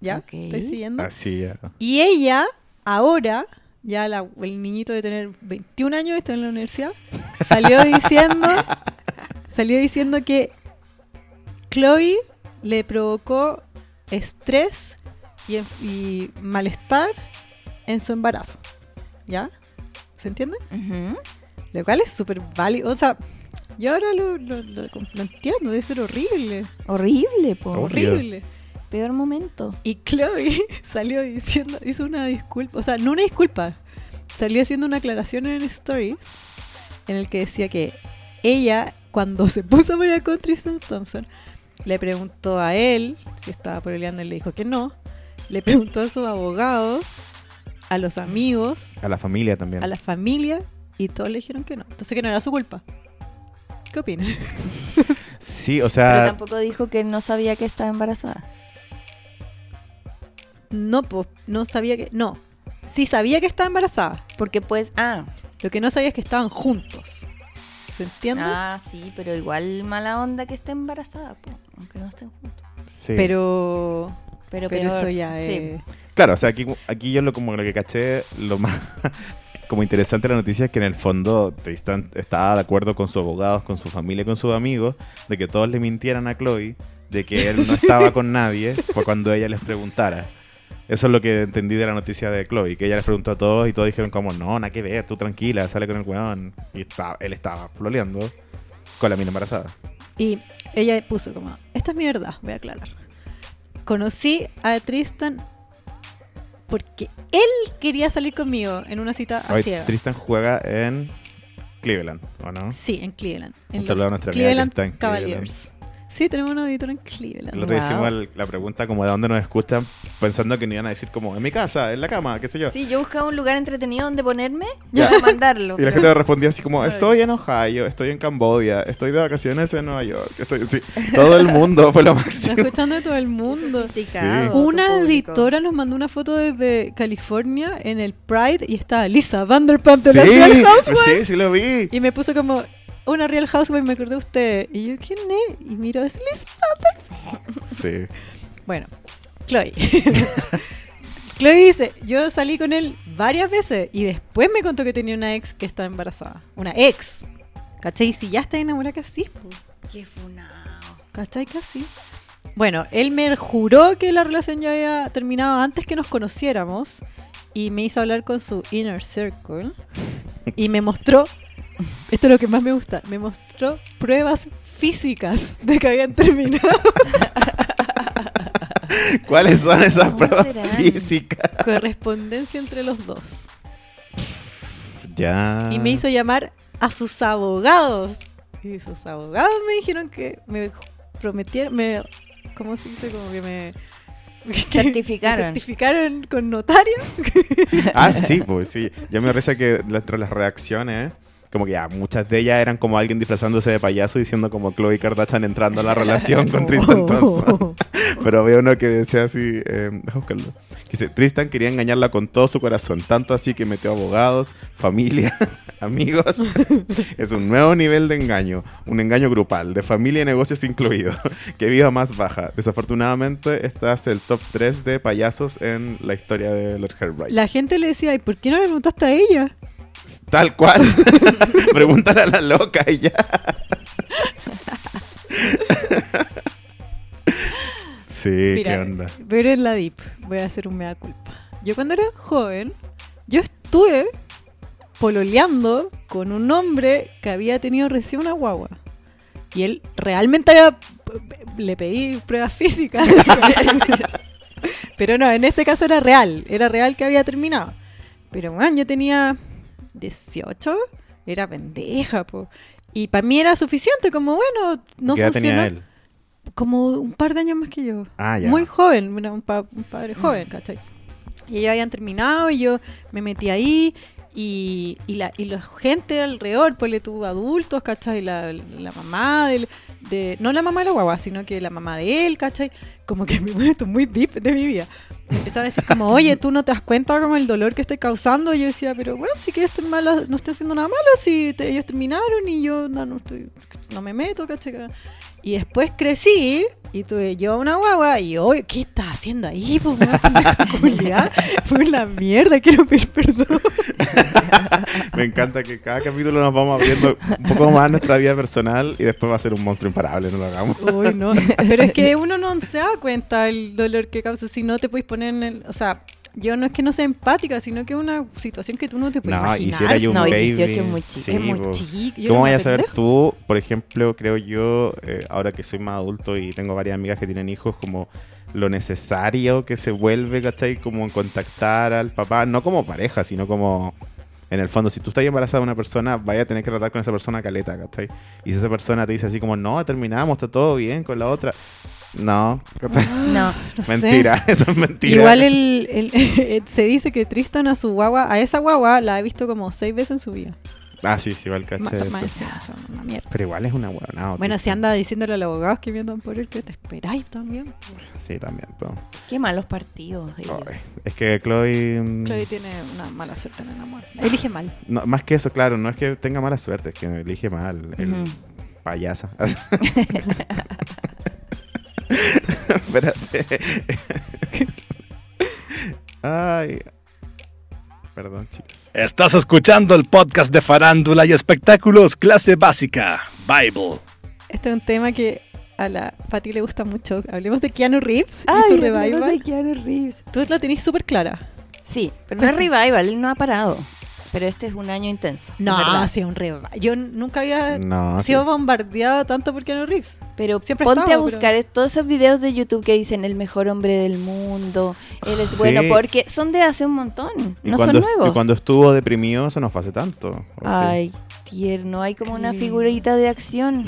Speaker 2: ¿Ya?
Speaker 4: Ok.
Speaker 2: ¿Estáis siguiendo?
Speaker 1: Así ya.
Speaker 2: Y ella, ahora, ya la- el niñito de tener 21 años, está en la universidad, salió diciendo, salió diciendo que Chloe le provocó estrés y, en- y malestar en su embarazo. ¿Ya? ¿Se entiende?
Speaker 4: Ujú.
Speaker 2: Lo cual es súper válido. O sea, yo ahora lo, lo- lo- lo entiendo, debe ser horrible.
Speaker 4: Horrible, po.
Speaker 1: Horrible.
Speaker 2: Horrible.
Speaker 4: Peor momento.
Speaker 2: Y Chloe salió diciendo, hizo una disculpa, o sea, no una disculpa, salió haciendo una aclaración en Stories en el que decía que ella, cuando se puso a pelear con Tristan Thompson, le preguntó a él si estaba peleando y le dijo que no, le preguntó a sus abogados, a los amigos,
Speaker 1: A la familia también.
Speaker 2: a la familia y todos le dijeron que no, entonces que no era su culpa. ¿Qué opinas?
Speaker 1: Sí, o
Speaker 4: Pero
Speaker 1: sea.
Speaker 4: tampoco dijo que no sabía que estaba embarazada.
Speaker 2: No, po, no sabía que, no, sí sabía que estaba embarazada.
Speaker 4: Porque pues, ah,
Speaker 2: Lo que no sabía es que estaban juntos. ¿Se entiende?
Speaker 4: ah, sí, pero igual mala onda que esté embarazada, po, aunque no estén juntos.
Speaker 1: sí.
Speaker 2: Pero,
Speaker 4: Pero,
Speaker 2: pero,
Speaker 4: peor.
Speaker 2: eso ya eh, es.
Speaker 4: Sí.
Speaker 1: Claro, o sea, aquí, aquí yo lo, como lo que caché, lo más como interesante de la noticia es que en el fondo Tristan estaba de acuerdo con sus abogados, con su familia, con sus amigos, de que todos le mintieran a Chloe, de que él no estaba con nadie, fue cuando ella les preguntara. Eso es lo que entendí de la noticia de Chloe, que ella les preguntó a todos y todos dijeron como, no, nada que ver, tú tranquila, sale con el weón. Y estaba, él estaba floleando con la mina embarazada.
Speaker 2: Y ella puso como: Esta es mi verdad, voy a aclarar. Conocí a Tristan porque él quería salir conmigo en una cita a
Speaker 1: Hoy
Speaker 2: ciegas.
Speaker 1: Tristan juega en Cleveland, ¿o no?
Speaker 2: Sí, en Cleveland. En
Speaker 1: Un saludo a nuestra amiga que
Speaker 2: Cleveland
Speaker 1: está en
Speaker 2: Cavaliers. Sí, tenemos un auditor en
Speaker 1: El
Speaker 2: Cleveland.
Speaker 1: otro día
Speaker 4: Wow.
Speaker 1: hicimos el- la pregunta como de dónde nos escuchan, pensando que nos iban a decir como en mi casa, en la cama, qué sé yo.
Speaker 4: Sí, yo buscaba un lugar entretenido donde ponerme
Speaker 1: Ya.
Speaker 4: para mandarlo.
Speaker 1: Y la
Speaker 4: pero-
Speaker 1: gente respondía así como,
Speaker 4: Claro.
Speaker 1: estoy en Ohio, estoy en Cambodia, estoy de vacaciones en Nueva York, estoy... sí, todo el mundo fue lo
Speaker 2: Está
Speaker 1: máximo.
Speaker 2: escuchando de todo el mundo.
Speaker 4: Sofisticado, tu
Speaker 2: Una
Speaker 4: público.
Speaker 2: editora nos mandó una foto desde California en el Pride y está Lisa Vanderpump de
Speaker 1: Sí,
Speaker 2: la Real Housewives.
Speaker 1: sí, sí lo vi.
Speaker 2: Y me puso como una Real Housewife, me acordé de usted. Y yo, ¿quién es? Y miro, es Lisa.
Speaker 1: Sí.
Speaker 2: Bueno, Chloe. Chloe dice, yo salí con él varias veces y después me contó que tenía una ex que estaba embarazada. Una ex. ¿Cachai? Y si ya está enamorada, ¿qué así?
Speaker 4: Qué funao.
Speaker 2: ¿Cachai? Que así. Bueno, él me juró que la relación ya había terminado antes que nos conociéramos y me hizo hablar con su inner circle y me mostró, esto es lo que más me gusta, me mostró pruebas físicas de que habían terminado.
Speaker 1: ¿Cuáles son esas
Speaker 4: ¿Cómo
Speaker 1: pruebas
Speaker 4: serán?
Speaker 1: físicas?
Speaker 2: Correspondencia entre los dos.
Speaker 1: Ya. Ah.
Speaker 2: Y me hizo llamar a sus abogados. Y sus abogados me dijeron que me prometieron, me, ¿cómo se dice? Como que me... que
Speaker 4: Certificaron.
Speaker 2: me certificaron con notario.
Speaker 1: Ah, sí, pues sí. Yo me risa que entre las reacciones, como que ya muchas de ellas eran como alguien disfrazándose de payaso diciendo como Chloe Kardashian entrando a la relación con Tristan Thompson. Pero había uno que decía así, eh, deja buscarlo. Que dice, Tristan quería engañarla con todo su corazón, tanto así que metió abogados, familia, amigos. es un nuevo nivel de engaño, un engaño grupal, de familia y negocios incluido. Qué vida más baja. Desafortunadamente, estás el top 3 de payasos en la historia de Lord Herbright.
Speaker 2: La gente le decía, ¿y por qué no le preguntaste a ella?
Speaker 1: Tal cual. Pregúntale a la loca y ya. sí, qué
Speaker 2: Mira,
Speaker 1: onda.
Speaker 2: pero es la DIP. Voy a hacer un mea culpa. Yo cuando era joven, yo estuve pololeando con un hombre que había tenido recién una guagua. Y él realmente había... Le pedí pruebas físicas. de su herencia. pero no, en este caso era real. Era real que había terminado. Pero bueno, yo tenía 18. Era pendeja, po. Y para mí era suficiente, como bueno, no
Speaker 1: ¿Qué edad
Speaker 2: funcionó
Speaker 1: tenía él?
Speaker 2: como un par de años más que yo.
Speaker 1: Ah, ya.
Speaker 2: Muy joven, era un, pa- un padre joven, ¿cachai? Y ellos habían terminado y yo me metí ahí y, y la, y la gente alrededor, pues le tuvo adultos, ¿cachai? La, la mamá del, de... No la mamá de la guagua, sino que la mamá de él, ¿cachai? Como que me esto muy deep de mi vida. Me empezaron a decir como, oye, tú no te das cuenta como el dolor que estoy causando. Y yo decía, pero bueno, si que estoy mala, no estoy haciendo nada malo, si te- ellos terminaron y yo no, no estoy, no me meto, ¿cachai? Y después crecí y tuve yo una guagua y hoy, ¿qué estás haciendo ahí? po, weón? Pendeja culiá? Fue una mierda, quiero pedir perdón.
Speaker 1: Me encanta que cada capítulo nos vamos abriendo un poco más nuestra vida personal y después va a ser un monstruo imparable, no lo hagamos.
Speaker 2: Uy, no. Pero es que uno no se da cuenta el dolor que causa si no te puedes poner en el. O sea, yo no es que no sea empática, sino que es una situación que tú no te puedes
Speaker 1: No, y si
Speaker 2: imaginar.
Speaker 1: era yo un
Speaker 4: No, y
Speaker 1: baby.
Speaker 4: 18 es muy chico,
Speaker 1: sí,
Speaker 4: es muy
Speaker 1: po.
Speaker 2: chico,
Speaker 1: ¿Cómo
Speaker 2: yo era una
Speaker 1: vayas a saber
Speaker 2: pendeja.
Speaker 1: tú, por ejemplo, creo yo, eh, ahora que soy más adulto y tengo varias amigas que tienen hijos, como lo necesario que se vuelve, ¿cachai? Como en contactar al papá, no como pareja, sino como... En el fondo, si tú estás embarazada de una persona, vaya a tener que tratar con esa persona caleta, ¿cachai? Y si esa persona te dice así como, no, terminamos, está todo bien con la otra. No, ¿cachai?
Speaker 4: No.
Speaker 2: Ah, No sé.
Speaker 1: mentira, eso es mentira.
Speaker 2: Igual el, el- se dice que Tristan a su guagua, a esa guagua la he visto como seis veces en su vida.
Speaker 1: Ah, sí, sí, igual caché
Speaker 2: Más,
Speaker 1: eso.
Speaker 2: más encima, son una mierda.
Speaker 1: Pero igual es una huevonada. pues.
Speaker 2: Bueno,
Speaker 1: tío.
Speaker 2: si anda diciéndole a los abogados que mientan por él, que te esperáis también.
Speaker 1: Sí, también, pero...
Speaker 4: Qué malos partidos. ellos.
Speaker 1: Ay, es que Chloe... mm,
Speaker 2: Chloe tiene una mala suerte en el amor. Elige mal.
Speaker 1: no, más que eso, claro, no es que tenga mala suerte, es que elige mal. El
Speaker 4: Ujú.
Speaker 1: payasa. Espérate. Ay. Perdón, chicas.
Speaker 3: Estás escuchando el podcast de farándula y espectáculos clase básica, Bible.
Speaker 2: Este es un tema que a la Pati le gusta mucho. Hablemos de Keanu Reeves
Speaker 4: Ay,
Speaker 2: y su
Speaker 4: la cosa de
Speaker 2: revival.
Speaker 4: Keanu Reeves.
Speaker 2: Tú la tenés súper clara.
Speaker 4: Sí, pero no es revival, él no ha parado. Pero este es un año intenso. es
Speaker 2: No,
Speaker 4: verdad.
Speaker 2: sí, un revival. Yo n- nunca había
Speaker 4: Eh,
Speaker 1: No. sí.
Speaker 2: sido bombardeado tanto por Keanu Reeves.
Speaker 4: Pero
Speaker 2: Siempre
Speaker 4: ponte
Speaker 2: estaba,
Speaker 4: a buscar todos esos videos de YouTube que dicen el mejor hombre del mundo, él es
Speaker 1: Sí.
Speaker 4: bueno, porque son de hace un montón,
Speaker 1: Y
Speaker 4: no
Speaker 1: cuando-
Speaker 4: son nuevos.
Speaker 1: Y cuando estuvo deprimido, eso no fue hace tanto. ¿o sí?
Speaker 4: Ay, tierno, hay como una
Speaker 2: Qué lindo.
Speaker 4: figurita de acción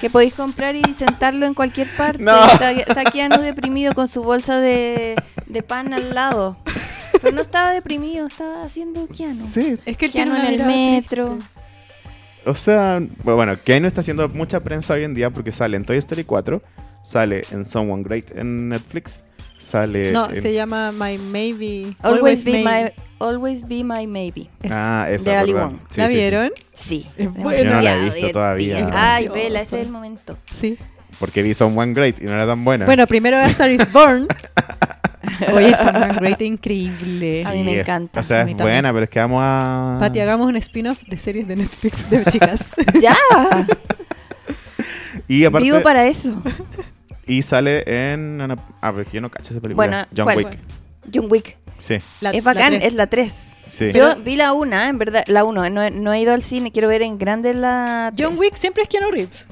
Speaker 4: que podéis comprar y sentarlo en cualquier parte.
Speaker 1: No.
Speaker 4: Está, está Keanu deprimido con su bolsa de, de pan al lado. Pero no estaba deprimido, estaba haciendo Keanu.
Speaker 1: Sí,
Speaker 2: Es que él tiene
Speaker 4: Keanu en
Speaker 2: una
Speaker 4: el
Speaker 2: mirada
Speaker 4: metro.
Speaker 2: triste.
Speaker 1: O sea, bueno, Keanu está haciendo mucha prensa hoy en día porque sale en Toy Story 4, sale en Someone Great en Netflix, sale
Speaker 2: No,
Speaker 1: en...
Speaker 2: se llama My Maybe.
Speaker 4: Always, be
Speaker 2: Maybe.
Speaker 4: my, always be my maybe.
Speaker 2: Es-
Speaker 1: Ah, esa,
Speaker 4: de Ali
Speaker 1: ¿verdad?
Speaker 4: Wong.
Speaker 1: Sí,
Speaker 2: ¿La
Speaker 1: sí, sí.
Speaker 2: vieron?
Speaker 4: Sí.
Speaker 2: Es
Speaker 4: demasiado
Speaker 2: buena. Yo
Speaker 1: no la he visto
Speaker 4: divertida.
Speaker 1: todavía.
Speaker 4: Ay,
Speaker 2: Graciosa.
Speaker 4: vela, este es el momento.
Speaker 2: Sí.
Speaker 1: Porque vi Someone Great y no era tan buena.
Speaker 2: Bueno, primero A Star is Born. Oye, es una great increíble.
Speaker 4: A mí me
Speaker 1: es-
Speaker 4: encanta.
Speaker 1: O sea,
Speaker 2: A mí
Speaker 1: es
Speaker 2: también.
Speaker 1: buena, pero es que vamos
Speaker 4: Ah.
Speaker 1: a...
Speaker 2: Pati, hagamos un spin-off de series de Netflix de chicas.
Speaker 4: ¡Ya!
Speaker 1: y aparte,
Speaker 4: Vivo para eso.
Speaker 1: y sale en... Ana- Ah, pero yo no cacho esa película.
Speaker 4: Bueno,
Speaker 1: John
Speaker 4: ¿cuál?
Speaker 1: Wick.
Speaker 4: John Wick.
Speaker 1: Sí,
Speaker 2: La-
Speaker 4: es bacán,
Speaker 2: la tres.
Speaker 4: es la 3.
Speaker 1: sí.
Speaker 4: Yo vi la ¿eh? 1, en verdad, la 1. No, he- no he ido al cine, quiero ver en grande la.
Speaker 2: John
Speaker 4: tres.
Speaker 2: Wick siempre es Keanu Reeves.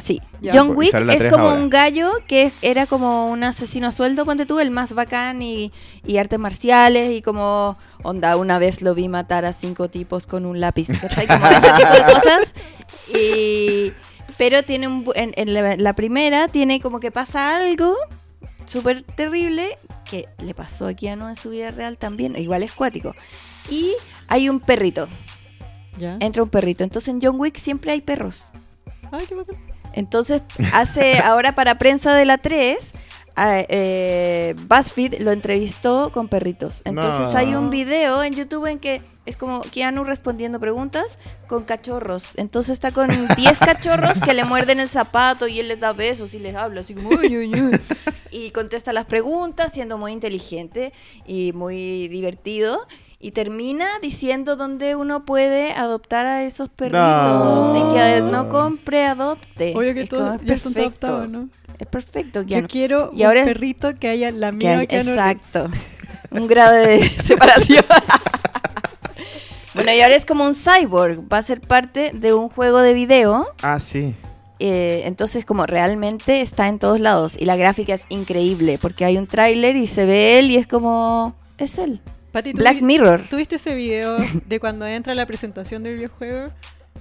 Speaker 4: Sí,
Speaker 2: Ya.
Speaker 4: John
Speaker 1: Pues,
Speaker 4: Wick
Speaker 1: sale la
Speaker 4: es
Speaker 1: tres
Speaker 4: como
Speaker 1: ahora.
Speaker 4: un gallo que es- era como un asesino a sueldo, ponte tú, el más bacán y, y artes marciales y como, onda, una vez lo vi matar a cinco tipos con un lápiz, ¿cachai? Como ese tipo de cosas. Y, pero tiene un, bu- en, en la, la primera tiene como que pasa algo súper terrible que le pasó a Keanu en su vida real también, igual es cuático. Y hay un perrito,
Speaker 2: ¿Ya?
Speaker 4: entra un perrito, entonces en John Wick siempre hay perros.
Speaker 2: Ay, qué bacán.
Speaker 4: Entonces, hace ahora para prensa de la 3, a- eh, BuzzFeed lo entrevistó con perritos. Entonces,
Speaker 1: No.
Speaker 4: hay un video en YouTube en que es como Keanu respondiendo preguntas con cachorros. Entonces, está con 10 cachorros que le muerden el zapato y él les da besos y les habla así como. "Uy, uy, uy". Y contesta las preguntas siendo muy inteligente y muy divertido. Y termina diciendo dónde uno puede adoptar a esos perritos. Y que no compre, adopte.
Speaker 2: Obvio que
Speaker 4: Es
Speaker 2: todo
Speaker 4: como,
Speaker 2: ya están todos adaptados, ¿no?
Speaker 4: Es perfecto,
Speaker 2: Yo
Speaker 4: Keanu.
Speaker 2: quiero
Speaker 4: Y ahora-
Speaker 2: un perrito que haya la
Speaker 4: Que
Speaker 2: mía
Speaker 4: hay-
Speaker 2: que Keanu Reeves.
Speaker 4: exacto. Un grado de separación. bueno, y ahora es como un cyborg. Va a ser parte de un juego de video.
Speaker 1: Ah, sí.
Speaker 4: eh, entonces, como realmente está en todos lados. Y la gráfica es increíble. Porque hay un tráiler y se ve él y es como. Es él.
Speaker 2: Pati, ¿tú
Speaker 4: Black
Speaker 2: vi-
Speaker 4: Mirror.
Speaker 2: ¿Tuviste ese video de cuando entra la presentación del videojuego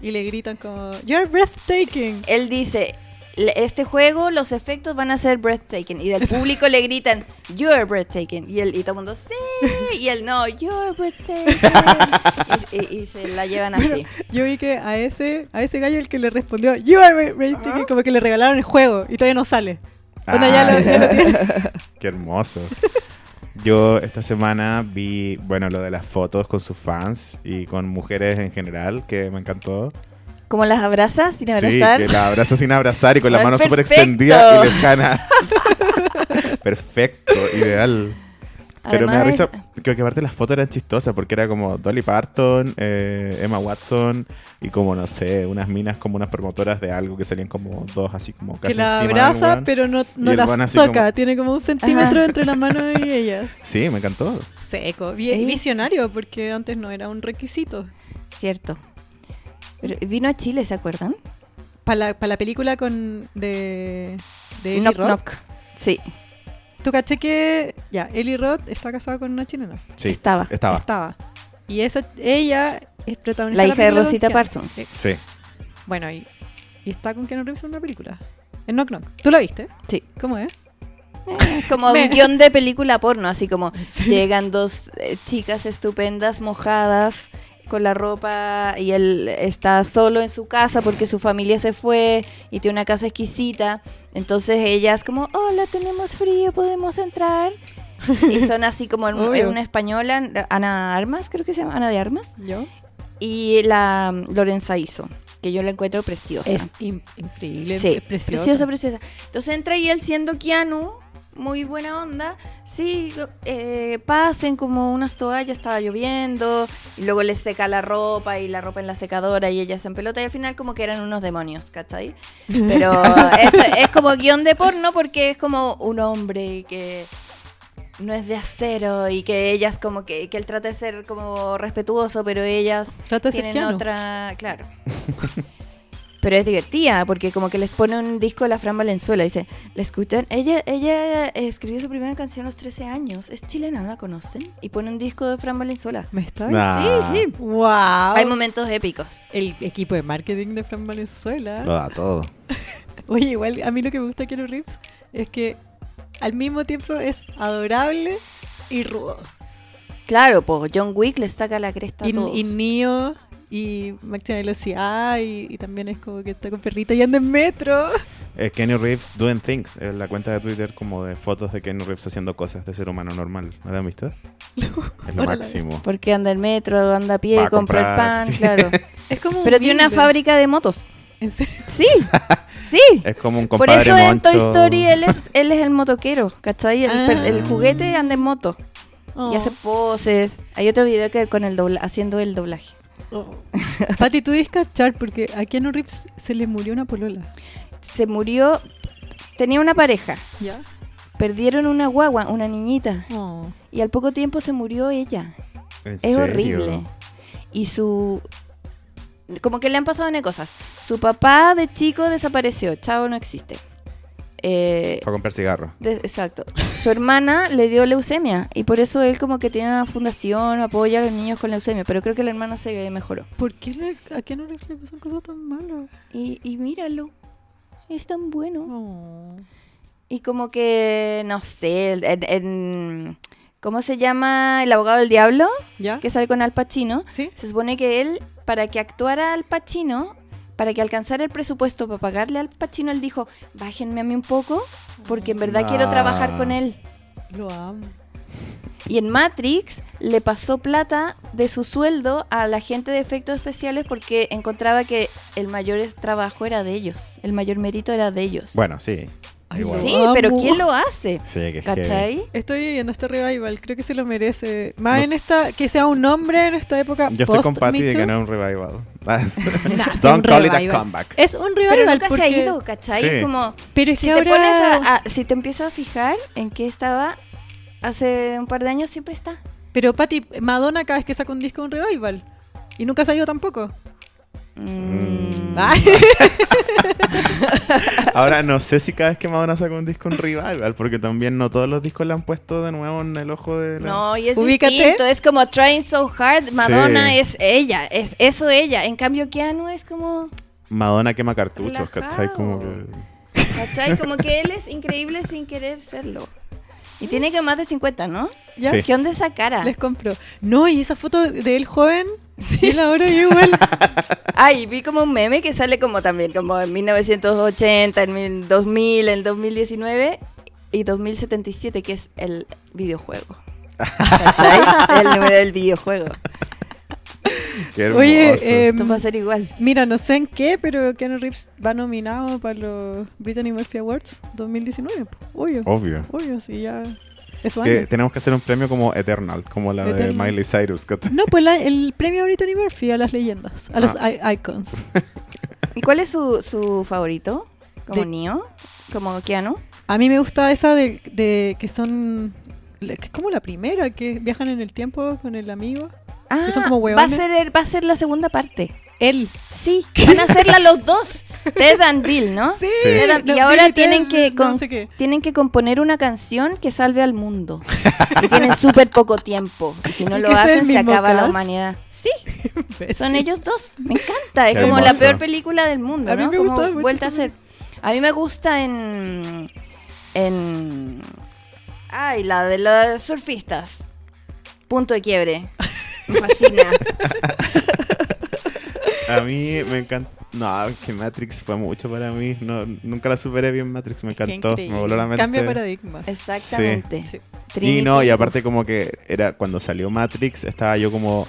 Speaker 2: y le gritan como You're breathtaking?
Speaker 4: Él dice. "Le- Este juego, los efectos van a ser breathtaking. Y del público le gritan, You're breathtaking. Y, él, y todo el mundo, Sí. Y él, No, You're breathtaking. Y, y- y se la llevan así.
Speaker 2: Yo vi que a ese, a ese gallo el que le respondió You are breathtaking, como que le regalaron el juego y todavía no sale. Bueno,
Speaker 4: Ah.
Speaker 2: ya lo- ya lo
Speaker 1: Ah, Qué hermoso. Yo esta semana vi, bueno, lo de las fotos con sus fans y con mujeres en general, que me encantó.
Speaker 4: Como las abrazas sin
Speaker 1: Sí,
Speaker 4: abrazar.
Speaker 1: que la abrazo sin abrazar y con la
Speaker 4: Ay,
Speaker 1: mano súper
Speaker 4: perfecto.
Speaker 1: extendida y lejanas. perfecto, ideal. Pero me da
Speaker 4: Además, ah.
Speaker 1: risa, creo que aparte las fotos eran chistosas porque era como Dolly Parton, eh, Emma Watson y como, no sé, unas minas como unas promotoras de algo que salían como dos así como casi
Speaker 2: que la
Speaker 1: encima del
Speaker 2: abraza,
Speaker 1: weón.
Speaker 2: pero no, no
Speaker 1: el
Speaker 2: la
Speaker 1: weón así
Speaker 2: toca.
Speaker 1: como-
Speaker 2: Tiene como un centímetro entre la mano y ellas.
Speaker 1: Sí, me encantó.
Speaker 2: Seco.
Speaker 4: Sí.
Speaker 2: Visionario, porque antes no era un requisito.
Speaker 4: Cierto. Pero vino a Chile, ¿se acuerdan?
Speaker 2: Para la, pa' la película con de, de Eli
Speaker 4: Knock
Speaker 2: Roth.
Speaker 4: Knock. Sí,
Speaker 2: Tú caché que ya, Eli Roth está casada con una chilena.
Speaker 1: Sí,
Speaker 4: Estaba.
Speaker 1: Estaba.
Speaker 2: Estaba. Y esa, ella es protagonista
Speaker 4: La hija de
Speaker 2: película con
Speaker 4: Rosita
Speaker 2: Keanu.
Speaker 4: Parsons.
Speaker 2: Eh,
Speaker 1: Sí.
Speaker 2: Bueno, y, y está con Keanu Reeves en una película. En Knock Knock. ¿Tú la viste?
Speaker 4: sí.
Speaker 2: ¿Cómo es?
Speaker 4: Como
Speaker 2: Me-
Speaker 4: un guión de película porno, así como
Speaker 2: Sí.
Speaker 4: llegan dos eh, chicas estupendas, mojadas, con la ropa, y él está solo en su casa porque su familia se fue y tiene una casa exquisita. Entonces ellas como, hola, tenemos frío, podemos entrar. Y son así como en, en
Speaker 2: Obvio.
Speaker 4: una española, Ana Armas, creo que se llama, Ana de Armas.
Speaker 2: Yo.
Speaker 4: y la mm, Lorenza hizo, que yo la encuentro preciosa.
Speaker 2: Es in- Ah, increíble.
Speaker 4: Sí,
Speaker 2: Es preciosa.
Speaker 4: preciosa, preciosa. Entonces entra y él siendo Keanu, muy buena onda. Sí, eh, pasen como unas toallas, estaba lloviendo, y luego le seca la ropa y la ropa en la secadora y ellas en pelota y al final como que eran unos demonios, ¿cachai? Pero eso es como guión de porno porque es como un hombre que no es de acero y que ellas como que, que él trata de ser como respetuoso, pero ellas
Speaker 2: Trata de ser
Speaker 4: tienen
Speaker 2: Keanu.
Speaker 4: otra, claro. Pero es divertida, porque como que les pone un disco de la Fran Valenzuela, dice, la escuchan, ella, ella escribió su primera canción a los 13 años, es chilena, ¿no la conocen? Y pone un disco de Fran Valenzuela.
Speaker 2: ¿Me está?
Speaker 1: Nah,
Speaker 4: Sí, sí.
Speaker 2: ¡Wow!
Speaker 4: Hay momentos épicos.
Speaker 2: el equipo de marketing de Fran Valenzuela.
Speaker 1: Lo da todo.
Speaker 2: Oye, igual a mí lo que me gusta de Keanu Reeves es que al mismo tiempo es adorable y rudo.
Speaker 4: Claro, pues John Wick le saca la cresta a
Speaker 2: Y,
Speaker 4: todos.
Speaker 2: y Neo y máxima velocidad y, y también es como que está con perrito y anda en metro.
Speaker 1: Eh, Kenny Reeves Doing Things, eh, la cuenta de Twitter como de fotos de Kenny Reeves haciendo cosas de ser humano normal. ¿No la han visto? Es lo
Speaker 2: Órale.
Speaker 1: máximo.
Speaker 4: Porque anda en metro, anda a pie,
Speaker 1: Va a
Speaker 4: compra el
Speaker 1: comprar,
Speaker 4: pan,
Speaker 1: sí.
Speaker 4: claro.
Speaker 2: Es como
Speaker 4: Pero tiene una
Speaker 2: humilde.
Speaker 4: fábrica de motos.
Speaker 2: En serio.
Speaker 4: Sí, sí.
Speaker 1: Es como un
Speaker 4: Por
Speaker 1: Eh, compadre
Speaker 4: eso en
Speaker 1: moncho.
Speaker 4: Toy Story él es, él es el motoquero, ¿cachai? El, per- el
Speaker 2: Ah.
Speaker 4: juguete anda en moto.
Speaker 2: Oh,
Speaker 4: Y hace poses. Hay otro video que con el dobla- haciendo el doblaje.
Speaker 2: oh. Pati, tú debes cachar porque a Keanu Reeves se le murió una polola.
Speaker 4: Se murió, tenía una pareja,
Speaker 2: ¿Ya?
Speaker 4: perdieron una guagua, una niñita,
Speaker 2: Oh.
Speaker 4: y al poco tiempo se murió ella.
Speaker 1: ¿En
Speaker 4: Es
Speaker 1: serio?
Speaker 4: horrible. Y su... Como que le han pasado N cosas. Su papá de chico desapareció. Chavo no existe. Eh,
Speaker 1: Fue a comprar cigarros.
Speaker 4: de- exacto. Su hermana le dio leucemia y por eso él como que tiene una fundación, apoya a los niños con leucemia, pero creo que la hermana se mejoró.
Speaker 2: ¿Por qué le- a quién no le pasan cosas tan malas?
Speaker 4: Y, y míralo, es tan bueno.
Speaker 2: Oh.
Speaker 4: Y como que, no sé, en- en- ¿cómo se llama el abogado del diablo?
Speaker 2: ¿Ya?
Speaker 4: Que sale con Al Pacino.
Speaker 2: ¿Sí?
Speaker 4: Se supone que él, para que actuara Al Pacino, para que alcanzara el presupuesto para pagarle al Pacino, él dijo, bájenme a mí un poco, porque en verdad quiero
Speaker 1: Ah.
Speaker 4: trabajar con él.
Speaker 2: Lo amo.
Speaker 4: Y en Matrix le pasó plata de su sueldo a la gente de efectos especiales porque encontraba que el mayor trabajo era de ellos, el mayor mérito era de ellos.
Speaker 1: Bueno, sí.
Speaker 2: Ay,
Speaker 1: Igual.
Speaker 4: sí,
Speaker 2: Lo
Speaker 4: pero
Speaker 2: amo.
Speaker 4: ¿quién lo hace?
Speaker 1: Sí, que heavy.
Speaker 4: ¿Cachai?
Speaker 2: Estoy viviendo este revival, creo que se lo merece. Más
Speaker 1: No
Speaker 2: en
Speaker 1: sé.
Speaker 2: esta, que sea un hombre en esta época.
Speaker 1: Yo estoy con
Speaker 2: post
Speaker 1: Patty
Speaker 2: Me
Speaker 1: de
Speaker 2: Too.
Speaker 1: que no es un revival. Ah.
Speaker 2: Nah, sí, un
Speaker 1: Don't call it a
Speaker 2: revival.
Speaker 1: comeback.
Speaker 2: Es un revival
Speaker 4: Pero nunca
Speaker 2: porque...
Speaker 4: se ha ido, ¿cachai?
Speaker 1: Sí.
Speaker 4: Es como,
Speaker 2: Pero es
Speaker 4: si
Speaker 2: que
Speaker 4: te,
Speaker 2: ahora...
Speaker 4: pones a- a- si te empiezas a fijar en qué estaba hace un par de años, siempre está.
Speaker 2: Pero Pati, Madonna cada vez que saca un disco es un revival. Y nunca se ha ido tampoco. Ah,
Speaker 4: Mm.
Speaker 1: Mm.
Speaker 2: Ay,
Speaker 1: Ahora no sé si cada vez que Madonna saca un disco un revival, porque también no todos los discos le han puesto de nuevo en el ojo de la...
Speaker 4: No, y es
Speaker 2: Ubícate.
Speaker 4: distinto, es como Trying So Hard, Madonna
Speaker 1: Sí.
Speaker 4: es ella, es eso ella. En cambio, Keanu es como,
Speaker 1: Madonna quema cartuchos,
Speaker 4: Relajado.
Speaker 1: ¿cachai? Como que...
Speaker 4: ¿cachai? Como que él es increíble sin querer serlo. Y tiene que más de 50, ¿no?
Speaker 2: ya,
Speaker 1: Sí.
Speaker 4: ¿Qué onda esa cara?
Speaker 2: les compro. No, y esa foto de él joven, sí, la hora igual.
Speaker 4: Ay, vi como un meme que sale como también, como en 1980, en mil- 2000, en 2019 y 2077, que es el videojuego. ¿Cachai? El número del videojuego.
Speaker 1: Qué hermoso.
Speaker 2: Oye, eh,
Speaker 4: Esto va a ser igual.
Speaker 2: mira, no sé en qué, pero Keanu Reeves va nominado para los Brittany Murphy Awards 2019. po. Obvio,
Speaker 1: Obvio.
Speaker 2: obvio, sí, ya. Eso
Speaker 1: Que tenemos que hacer un premio como Eternal, como la de
Speaker 2: Eternal.
Speaker 1: Miley Cyrus. ¿cachai?
Speaker 2: No, pues la- el premio Brittany Murphy a las leyendas, a los
Speaker 1: Ah.
Speaker 2: i- icons.
Speaker 4: ¿Y cuál es su, su favorito? ¿Como
Speaker 2: De-
Speaker 4: Neo? ¿Como Keanu?
Speaker 2: A mí me gusta esa de, de que son. la- que es como la primera, que viajan en el tiempo con el amigo.
Speaker 4: Ah,
Speaker 2: Que son como
Speaker 4: va a,
Speaker 2: hueones.
Speaker 4: ser, el- va a ser la segunda parte.
Speaker 2: Él.
Speaker 4: Sí, van a hacerla los dos. Ted and Bill, ¿no?
Speaker 2: Sí.
Speaker 4: Ted and- y ahora tienen que,
Speaker 2: con...
Speaker 4: con- tienen que componer una canción que salve al mundo. Y tienen súper poco tiempo. Y si no
Speaker 2: ¿Y
Speaker 4: lo
Speaker 2: que sea el
Speaker 4: hacen, se
Speaker 2: mismo
Speaker 4: acaba la
Speaker 2: cast?
Speaker 4: humanidad. Sí, son
Speaker 2: ellos
Speaker 4: ellos dos. Me encanta. Es
Speaker 1: Qué
Speaker 4: como la
Speaker 1: hermoso.
Speaker 4: peor película del mundo,
Speaker 2: A mí
Speaker 4: ¿no?
Speaker 2: me
Speaker 4: Como
Speaker 2: gustaba mucho
Speaker 4: vuelta a
Speaker 2: esa
Speaker 4: ser. A mí me gusta en. En. Ay, la de los surfistas. Punto de quiebre. Me fascina.
Speaker 1: A mí me encanta. No, es que Matrix fue mucho para mí. No, nunca la superé bien Matrix, me
Speaker 2: Es que
Speaker 1: encantó. Me
Speaker 2: increíble.
Speaker 1: voló la mente.
Speaker 2: Cambia paradigma.
Speaker 4: Exactamente.
Speaker 2: Sí.
Speaker 1: Y
Speaker 4: Trinity.
Speaker 1: no, y aparte como que era cuando salió Matrix, estaba yo como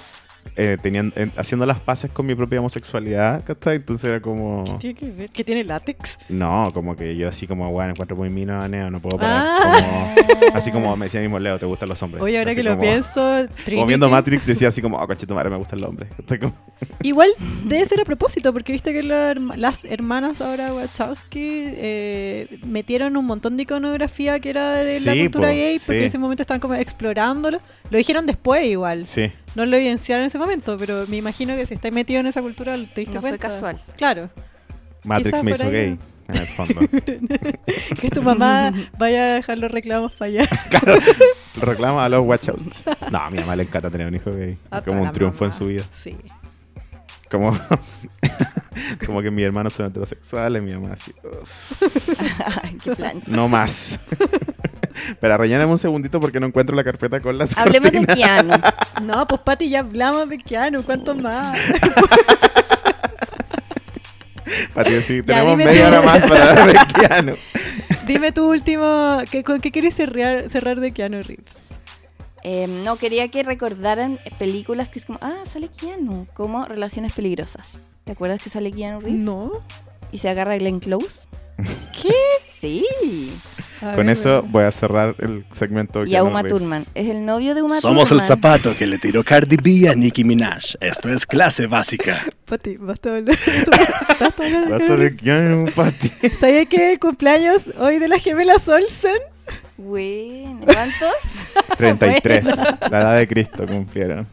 Speaker 1: eh, teniendo, en- haciendo las paces con mi propia homosexualidad, ¿cachai? Entonces era como...
Speaker 2: ¿Qué tiene que ver? ¿Qué tiene látex?
Speaker 1: Pues, No, como que yo así como, bueno, encuentro muy mina, neo, no puedo parar.
Speaker 2: Ah.
Speaker 1: Como- así como me decía mismo Leo, te gustan los hombres.
Speaker 2: Oye, ahora
Speaker 1: Así
Speaker 2: que lo
Speaker 1: como-
Speaker 2: pienso,
Speaker 1: Como
Speaker 2: Trinity-
Speaker 1: viendo Matrix decía así como, oh, coche tu madre, me gustan los hombres. ¿cachai? Como-
Speaker 2: Igual debe ser a propósito, porque viste que la herma- las hermanas ahora Wachowski eh, metieron un montón de iconografía que era de la
Speaker 1: Sí,
Speaker 2: cultura
Speaker 1: po,
Speaker 2: gay, porque
Speaker 1: sí.
Speaker 2: en ese momento estaban como explorándolo. Lo dijeron después igual,
Speaker 1: Sí.
Speaker 2: no lo evidenciaron en ese momento, pero me imagino que si estás metido en esa cultura te diste
Speaker 4: No fue
Speaker 2: cuenta.
Speaker 4: casual.
Speaker 2: Claro,
Speaker 1: Matrix
Speaker 2: Quizá
Speaker 1: me
Speaker 2: por
Speaker 1: hizo
Speaker 2: ahí
Speaker 1: gay, en el fondo.
Speaker 2: que tu mamá vaya a dejar los reclamos para allá.
Speaker 1: Reclama a los Wachowski. No, a mi mamá le encanta tener un hijo gay.
Speaker 2: A toda
Speaker 1: Como un
Speaker 2: la
Speaker 1: triunfo en
Speaker 2: mamá.
Speaker 1: su vida.
Speaker 2: Sí.
Speaker 1: Como, como que mis hermanos son heterosexuales, mi mamá así. "Uf,
Speaker 4: Ay, qué plan.
Speaker 1: No más. Pero relléname un segundito porque no encuentro la carpeta con las.
Speaker 4: Hablemos de Keanu.
Speaker 2: No, pues Pati, ya hablamos de Keanu, ¿cuánto más?
Speaker 1: Pati, sí,
Speaker 2: Ya,
Speaker 1: tenemos
Speaker 2: dime
Speaker 1: media
Speaker 2: tú.
Speaker 1: hora más para hablar de Keanu.
Speaker 2: Dime tu último, ¿qué, ¿con qué quieres cerrar, cerrar de Keanu Reeves?
Speaker 4: Eh, no, quería que recordaran películas que es como, ah, sale Keanu, como Relaciones Peligrosas. ¿Te acuerdas que sale Keanu Reeves?
Speaker 2: No.
Speaker 4: Y se agarra a Glenn Close.
Speaker 2: ¿Qué?
Speaker 4: Sí.
Speaker 2: A
Speaker 1: Con
Speaker 2: ver,
Speaker 1: eso
Speaker 2: bueno.
Speaker 1: voy a cerrar el segmento.
Speaker 4: Y a
Speaker 1: Keanu
Speaker 4: Uma
Speaker 1: Reeves.
Speaker 4: Thurman. Es el novio de Uma
Speaker 3: Somos el
Speaker 4: Thurman.
Speaker 3: zapato que le tiró Cardi B a Nicki Minaj. Esto es clase básica.
Speaker 2: Pati, basta hablar. Basta hablar de
Speaker 1: Basta
Speaker 2: Keanu
Speaker 1: de
Speaker 2: Reeves.
Speaker 1: Keanu, Pati.
Speaker 2: ¿Sabía que el cumpleaños hoy de la gemela Solsen?
Speaker 4: Bueno, ¿cuántos?
Speaker 1: 33. La edad de Cristo cumplieron.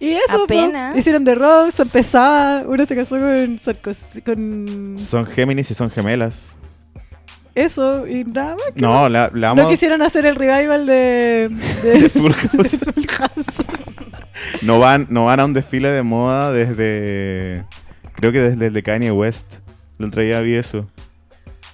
Speaker 2: Y eso, po,
Speaker 4: Apenas.
Speaker 2: hicieron de rock, son pesadas. Una se casó con Sarkozy, con
Speaker 1: Son Géminis y son gemelas.
Speaker 2: eso y nada más.
Speaker 1: No, la, la
Speaker 2: No
Speaker 1: vamos.
Speaker 2: quisieron hacer el revival de. de,
Speaker 1: De Full House.
Speaker 2: de Full House.
Speaker 1: No van, no van a un desfile de moda desde. Creo que desde el de Kanye West. El otro día vi eso.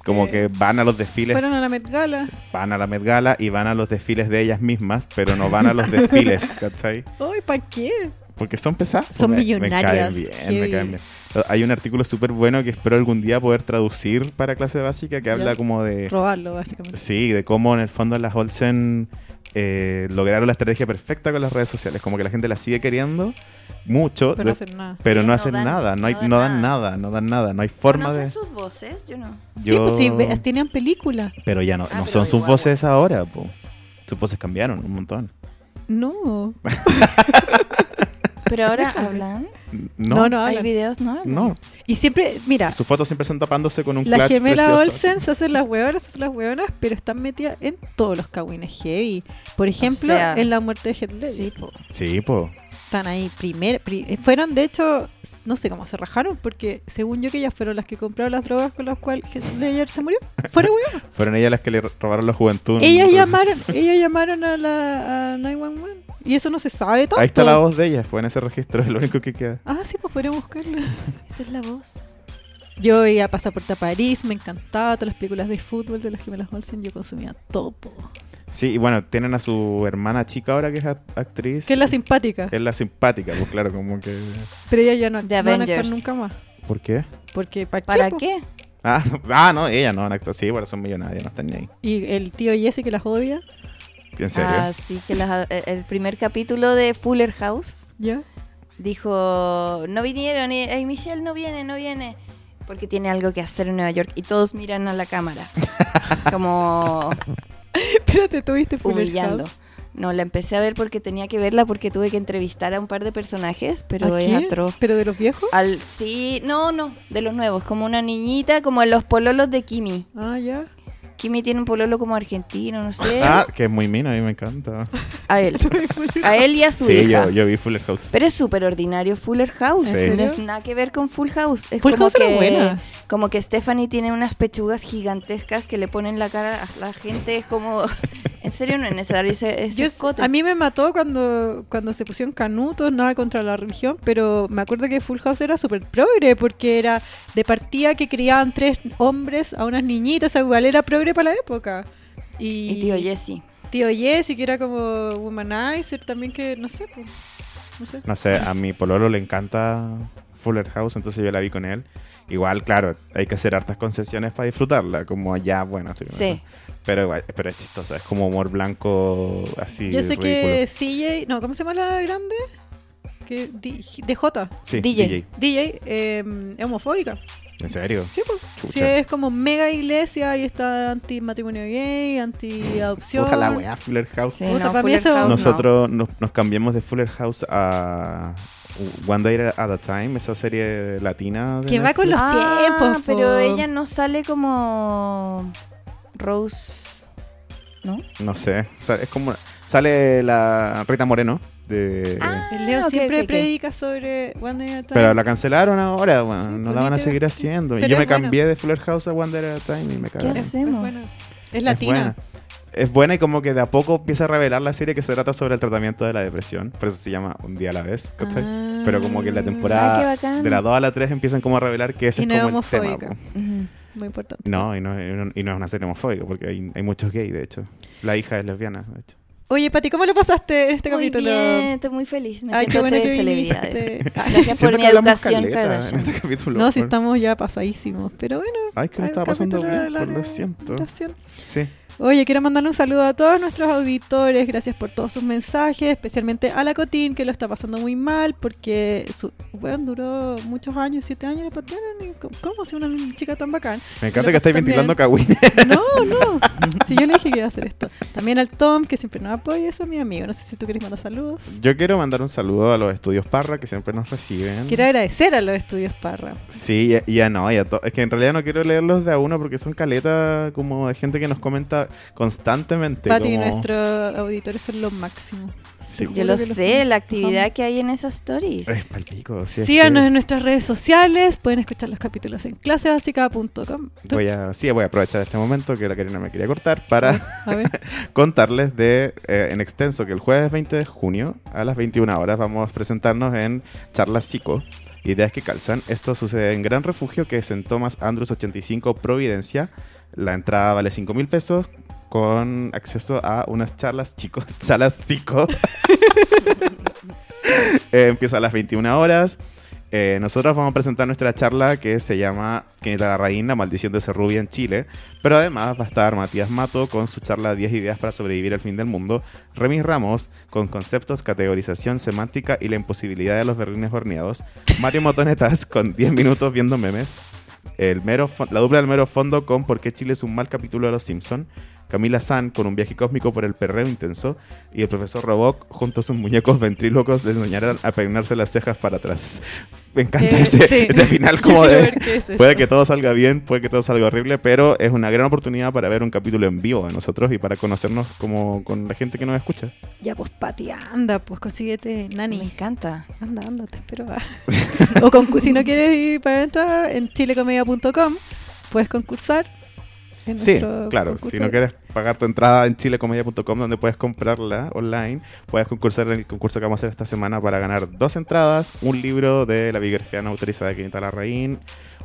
Speaker 1: Como
Speaker 2: Eh,
Speaker 1: que van a los desfiles,
Speaker 2: Fueron a la Met Gala.
Speaker 1: van a la Met Gala y van a los desfiles de ellas mismas, pero no van a los desfiles, ¿cachai?
Speaker 2: Ay, ¿para qué?
Speaker 1: Porque son pesadas. pues
Speaker 2: Son
Speaker 1: Me-
Speaker 2: millonarias,
Speaker 1: Me caen bien, me
Speaker 2: heavy.
Speaker 1: caen bien. Hay un artículo súper bueno que espero algún día poder traducir para clase básica que
Speaker 2: Ya.
Speaker 1: habla como de...
Speaker 2: Robarlo, básicamente.
Speaker 1: Sí, de cómo en el fondo las Olsen eh, lograron la estrategia perfecta con las redes sociales. Como que la gente la sigue queriendo mucho,
Speaker 2: Pero
Speaker 1: de-
Speaker 2: no hacer nada.
Speaker 1: pero
Speaker 4: Sí,
Speaker 1: no
Speaker 4: no
Speaker 1: hacen
Speaker 4: dan-
Speaker 1: nada, no, hay,
Speaker 4: no dan
Speaker 1: no dan
Speaker 4: nada.
Speaker 1: nada, no dan nada, no hay forma
Speaker 4: ¿Conocen
Speaker 1: de...
Speaker 4: sus voces? Yo no.
Speaker 2: Sí, pues sí, ve-
Speaker 1: Yo-
Speaker 2: tenían película.
Speaker 1: Pero ya no,
Speaker 4: Ah,
Speaker 1: no
Speaker 4: pero
Speaker 1: son sus
Speaker 4: igual,
Speaker 1: voces ahora, po. sus voces cambiaron un montón.
Speaker 2: No.
Speaker 1: ¿Ah,
Speaker 4: Pero ahora hablan. Ah,
Speaker 1: No,
Speaker 2: No, no,
Speaker 4: Hay
Speaker 2: hablan.
Speaker 4: videos, ¿no? Hablan.
Speaker 1: no.
Speaker 2: Y siempre, mira,
Speaker 1: sus fotos siempre están tapándose con un
Speaker 2: las
Speaker 1: clutch
Speaker 2: gemelas
Speaker 1: precioso.
Speaker 2: Olsen se hacen las hueonas, se hacen las hueonas, pero están metidas en todos los cagüines heavy. Por ejemplo,
Speaker 4: sea,
Speaker 2: en la muerte de Heath Ledger.
Speaker 4: Sí, po.
Speaker 1: Sí, po.
Speaker 2: Están ahí primero. fueron, de hecho, s- no sé cómo se rajaron, porque según yo que ellas fueron las que compraron las drogas con las cuales Heath Ledger se murió. Fuera hueón.
Speaker 1: Fueron ellas las que le robaron la juventud.
Speaker 2: Ellas
Speaker 1: Entonces,
Speaker 2: llamaron, ellas llamaron a la a 911. Y eso no se sabe tanto.
Speaker 1: Ahí está la voz de ellas, fue en ese registro, es lo único que queda.
Speaker 2: Ah, sí, pues podríamos buscarla.
Speaker 4: Esa es la voz.
Speaker 2: Yo iba Pasaporte a París, me encantaba todas las películas de fútbol de las gemelas Olsen, yo consumía todo.
Speaker 1: Sí, y bueno, tienen a su hermana chica ahora que es act- actriz.
Speaker 2: Que es la simpática,
Speaker 1: Es la simpática, pues claro, como que...
Speaker 2: pero ella ya no,
Speaker 4: The
Speaker 2: no van a actuar
Speaker 4: Avengers.
Speaker 2: nunca más.
Speaker 1: ¿Por qué?
Speaker 2: Porque ¿para qué?
Speaker 4: ¿Para
Speaker 2: po?
Speaker 4: qué?
Speaker 1: Ah, ah no, ella no, no actúa. Sí, bueno, son millonarios, no están ni ahí.
Speaker 2: Y el tío Jesse que las odia,
Speaker 1: ¿En serio?
Speaker 4: Ah, sí, que las- eh, el primer capítulo de Fuller House
Speaker 2: ¿ya?
Speaker 4: dijo, no vinieron, y, "Ay, Michelle no viene, no viene, porque tiene algo que hacer en Nueva York y todos miran a la cámara, como
Speaker 2: Espérate, tuviste Fuller
Speaker 4: humillando.
Speaker 2: House?
Speaker 4: No, la empecé a ver porque tenía que verla porque tuve que entrevistar a un par de personajes, pero
Speaker 2: ¿A
Speaker 4: es
Speaker 2: quién?
Speaker 4: atroz. Ah.
Speaker 2: ¿Pero de los viejos?
Speaker 4: Al, sí, no, no, de los nuevos, como una niñita, como los pololos de Kimi.
Speaker 2: Ah, ya.
Speaker 4: Kimi tiene un pololo como argentino, no sé.
Speaker 1: Ah, que es muy mina, a mí me encanta.
Speaker 4: A él, a él y a su
Speaker 1: Sí,
Speaker 4: hija.
Speaker 1: yo, yo vi Fuller House.
Speaker 4: Pero es súper ordinario Fuller House.
Speaker 1: ¿En serio?
Speaker 4: No es nada que ver con Full House. Es
Speaker 2: Full
Speaker 4: como
Speaker 2: House
Speaker 4: que,
Speaker 2: era buena.
Speaker 4: Como que Stephanie tiene unas pechugas gigantescas que le ponen la cara a la gente. Es como. En serio, no es necesario. Es, es
Speaker 2: Yo-
Speaker 4: escote.
Speaker 2: a mí me mató cuando, cuando se pusieron canutos, nada contra la religión, pero me acuerdo que Full House era súper progre, porque era de partida que criaban tres hombres a unas niñitas, o sea, igual era progre para la época. Y,
Speaker 4: Y tío Jesse.
Speaker 2: Tío Jesse, que era como womanizer, también que, no sé, pues, no sé.
Speaker 1: No sé, a mi pololo le encanta Fuller House, entonces yo la vi con él. Igual, claro, hay que hacer hartas concesiones para disfrutarla, como ya, bueno. estoy-
Speaker 4: Sí.
Speaker 1: Pero, igual- pero es chistosa, es como humor blanco así
Speaker 2: Yo sé
Speaker 1: ridículo.
Speaker 2: que CJ, no, ¿cómo se llama la grande? Que D- DJ,
Speaker 1: Sí,
Speaker 4: DJ.
Speaker 2: DJ eh, es homofóbica.
Speaker 1: ¿En serio?
Speaker 2: Sí, pues.
Speaker 1: Chucha.
Speaker 2: Sí, es como mega iglesia y está anti matrimonio gay, anti adopción.
Speaker 1: Puta la weá, Fuller House.
Speaker 4: Sí,
Speaker 2: Puta,
Speaker 4: no,
Speaker 2: para mí
Speaker 4: Fuller
Speaker 2: eso-
Speaker 4: House no.
Speaker 1: Nosotros nos, nos cambiamos de Fuller House a One Day at a Time, esa serie latina. de
Speaker 2: Que va
Speaker 1: Netflix.
Speaker 2: con los
Speaker 4: Ah,
Speaker 2: tiempos, po.
Speaker 4: pero ella no sale como. Rose. ¿No?
Speaker 1: No sé, sale- es como... Sale la Rita Moreno de...
Speaker 2: El Leo
Speaker 4: Ah, ok,
Speaker 2: siempre
Speaker 4: ok, ok.
Speaker 2: predica sobre One Day at a Time.
Speaker 1: Pero la cancelaron ahora, bueno,
Speaker 2: Sí,
Speaker 1: no
Speaker 2: pues,
Speaker 1: la van a
Speaker 2: ni te-
Speaker 1: seguir haciendo. Y
Speaker 2: Pero
Speaker 1: yo
Speaker 2: es
Speaker 1: me
Speaker 2: buena.
Speaker 1: cambié de Fuller House a One Day at a Time y me cagaron.
Speaker 4: ¿Qué
Speaker 1: Es
Speaker 4: hace? hacemos?
Speaker 2: buena. Es latina.
Speaker 1: buena. Es buena y como que de a poco empieza a revelar la serie que se trata sobre el tratamiento de la depresión. Por eso se llama Un día a la vez. ¿cachai?
Speaker 2: Ah.
Speaker 1: Pero como que en la
Speaker 4: qué
Speaker 1: temporada
Speaker 4: bacán.
Speaker 1: de la 2 a la 3 empiezan como a revelar que ese
Speaker 2: Y
Speaker 1: es
Speaker 2: no es
Speaker 1: como el tema.
Speaker 2: homofóbica.
Speaker 1: po.
Speaker 4: Ujú.
Speaker 2: Muy importante.
Speaker 1: No y, no, y no- y no es una serie homofóbica porque hay, hay muchos gays, de hecho. La hija es lesbiana, de hecho.
Speaker 2: Oye, Pati, ¿cómo lo pasaste en este
Speaker 4: Muy
Speaker 2: capítulo?
Speaker 4: bien, estoy muy feliz. Me
Speaker 2: Ay, qué
Speaker 4: siento
Speaker 2: bueno
Speaker 4: tres
Speaker 2: que
Speaker 4: celebridades.
Speaker 2: viniste.
Speaker 4: Gracias
Speaker 1: Siento
Speaker 4: por
Speaker 1: que
Speaker 4: mi
Speaker 1: hablamos
Speaker 4: educación,
Speaker 1: caleta
Speaker 4: Kardashian.
Speaker 1: En este capítulo.
Speaker 2: No, si
Speaker 1: por-
Speaker 2: estamos ya pasadísimos. Pero bueno,
Speaker 1: Ay, que me
Speaker 2: hay
Speaker 1: estaba
Speaker 2: un
Speaker 1: pasando
Speaker 2: capítulo
Speaker 1: bien,
Speaker 2: de la
Speaker 1: por lo siento.
Speaker 2: oración.
Speaker 1: Sí.
Speaker 2: Oye, quiero mandarle un saludo a todos nuestros auditores, gracias por todos sus mensajes, especialmente a la Cotín, que lo está pasando muy mal, porque su, bueno, duró muchos años, siete años la patearon, y co- ¿cómo si una chica tan bacán?
Speaker 1: Me
Speaker 2: Lo
Speaker 1: encanta que estáis
Speaker 2: pasaste
Speaker 1: ventilando
Speaker 2: bien.
Speaker 1: cagüines.
Speaker 2: No, no, si yo le dije que iba a hacer esto. También al Tom, que siempre nos apoya, eso es mi amigo, no sé si tú querés mandar saludos.
Speaker 1: Yo quiero mandar un saludo a los estudios Parra que siempre nos reciben.
Speaker 2: Quiero agradecer a los estudios Parra.
Speaker 1: Sí, ya, ya no, ya to- es que en realidad no quiero leerlos de a uno porque son caleta como de gente que nos comenta está constantemente.
Speaker 2: Pati,
Speaker 1: como-
Speaker 2: nuestros auditores son lo máximo.
Speaker 1: Sí.
Speaker 4: Yo
Speaker 2: Seguro
Speaker 4: lo
Speaker 2: que los
Speaker 4: sé, la actividad
Speaker 2: conozco.
Speaker 4: que hay en esas stories.
Speaker 1: Es palpico. sí, es
Speaker 2: Síganos
Speaker 1: que-
Speaker 2: en nuestras redes sociales, pueden escuchar los capítulos en clasebásica.com.
Speaker 1: Voy a, sí, voy a aprovechar este momento que la Karina me quería cortar para
Speaker 2: A ver,
Speaker 1: contarles de eh, en extenso que el jueves 20 de junio a las 21 horas vamos a presentarnos en Charlas Psico. Ideas que calzan. Esto sucede en Gran Refugio, que es en Thomas Andrews 85 Providencia. La entrada vale 5 mil pesos con acceso a unas charlas, chicos, charlas psico. Eh, empieza a las 21 horas. Eh, nosotros vamos a presentar nuestra charla que se llama Quinita Larraín, la maldición de ser rubia en Chile. Pero además va a estar Matías Mato con su charla 10 ideas para sobrevivir al fin del mundo. Remy Ramos con conceptos, categorización, semántica y la imposibilidad de los berlines horneados. Mario Motonetas con 10 minutos viendo memes. El mero fo- la dupla del mero fondo con Por qué Chile es un mal capítulo de Los Simpson. Camila San con un viaje cósmico por el perreo intenso. Y el profesor Roboc junto a sus muñecos ventrílocos les enseñarán a peinarse las cejas para atrás. Me encanta
Speaker 2: Eh,
Speaker 1: ese,
Speaker 2: sí.
Speaker 1: ese final como
Speaker 2: quiero
Speaker 1: de...
Speaker 2: ver qué es eso.
Speaker 1: Puede que todo salga bien, puede que todo salga horrible, pero es una gran oportunidad para ver un capítulo en vivo de nosotros y para conocernos como con la gente que nos escucha.
Speaker 4: Ya pues patia.
Speaker 2: Anda, pues consíguete,
Speaker 4: Me
Speaker 2: Nani.
Speaker 4: encanta.
Speaker 2: Anda, anda, te espero. va. o concu- si no quieres ir para adentro, en chilecomedia.com puedes concursar. en
Speaker 1: Sí,
Speaker 2: nuestro
Speaker 1: claro.
Speaker 2: concurso.
Speaker 1: Si no quieres pagar tu entrada en chilecomedia.com, donde puedes comprarla online, puedes concursar en el concurso que vamos a hacer esta semana para ganar dos entradas, un libro de la biografía no autorizada de Quinita Larraín,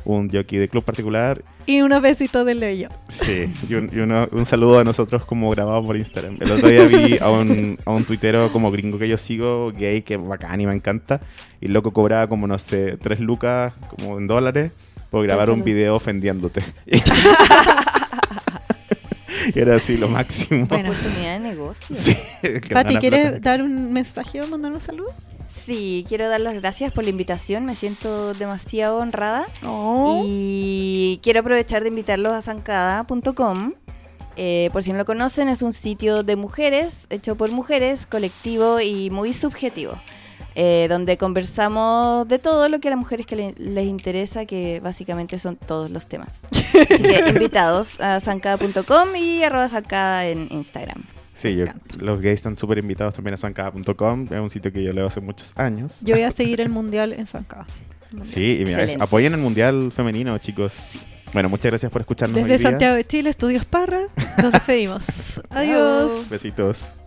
Speaker 1: un jockey de club particular.
Speaker 2: Y unos besitos de Leo.
Speaker 1: Sí, y, un, y uno- un saludo a nosotros como grabado por Instagram. El otro día vi a un, a un tuitero como gringo que yo sigo, gay, que bacán y me encanta. Y el loco cobraba como, no sé, tres lucas, como en dólares, por grabar un
Speaker 4: saludo.
Speaker 1: video ofendiéndote. y era así lo máximo.
Speaker 2: Bueno.
Speaker 4: Oportunidad de negocio.
Speaker 1: Sí,
Speaker 2: Pati,
Speaker 1: ganar
Speaker 2: ¿quieres
Speaker 1: plata.
Speaker 2: dar un mensaje o mandar un saludo?
Speaker 4: Sí, quiero dar las gracias por la invitación. Me siento demasiado honrada.
Speaker 2: No.
Speaker 4: Y quiero aprovechar de invitarlos a zancada.com. Eh, por si no lo conocen, es un sitio de mujeres, hecho por mujeres, colectivo y muy subjetivo. eh, donde conversamos de todo lo que a las mujeres que le- les interesa, que básicamente son todos los temas. Así que invitados a zancada.com y arroba zancada en Instagram.
Speaker 1: Sí, yo- los gays están súper invitados también a zancada.com. Es un sitio que yo leo hace muchos años.
Speaker 2: Yo voy a seguir el mundial en Zancada.
Speaker 1: Sí, y mira, es-
Speaker 4: Excelente.
Speaker 1: apoyen el Mundial Femenino, chicos. Bueno, muchas gracias por escucharnos. hoy
Speaker 2: Desde
Speaker 1: día.
Speaker 2: Santiago de Chile, Estudios Parra, nos despedimos. Adiós.
Speaker 4: Chao.
Speaker 1: Besitos.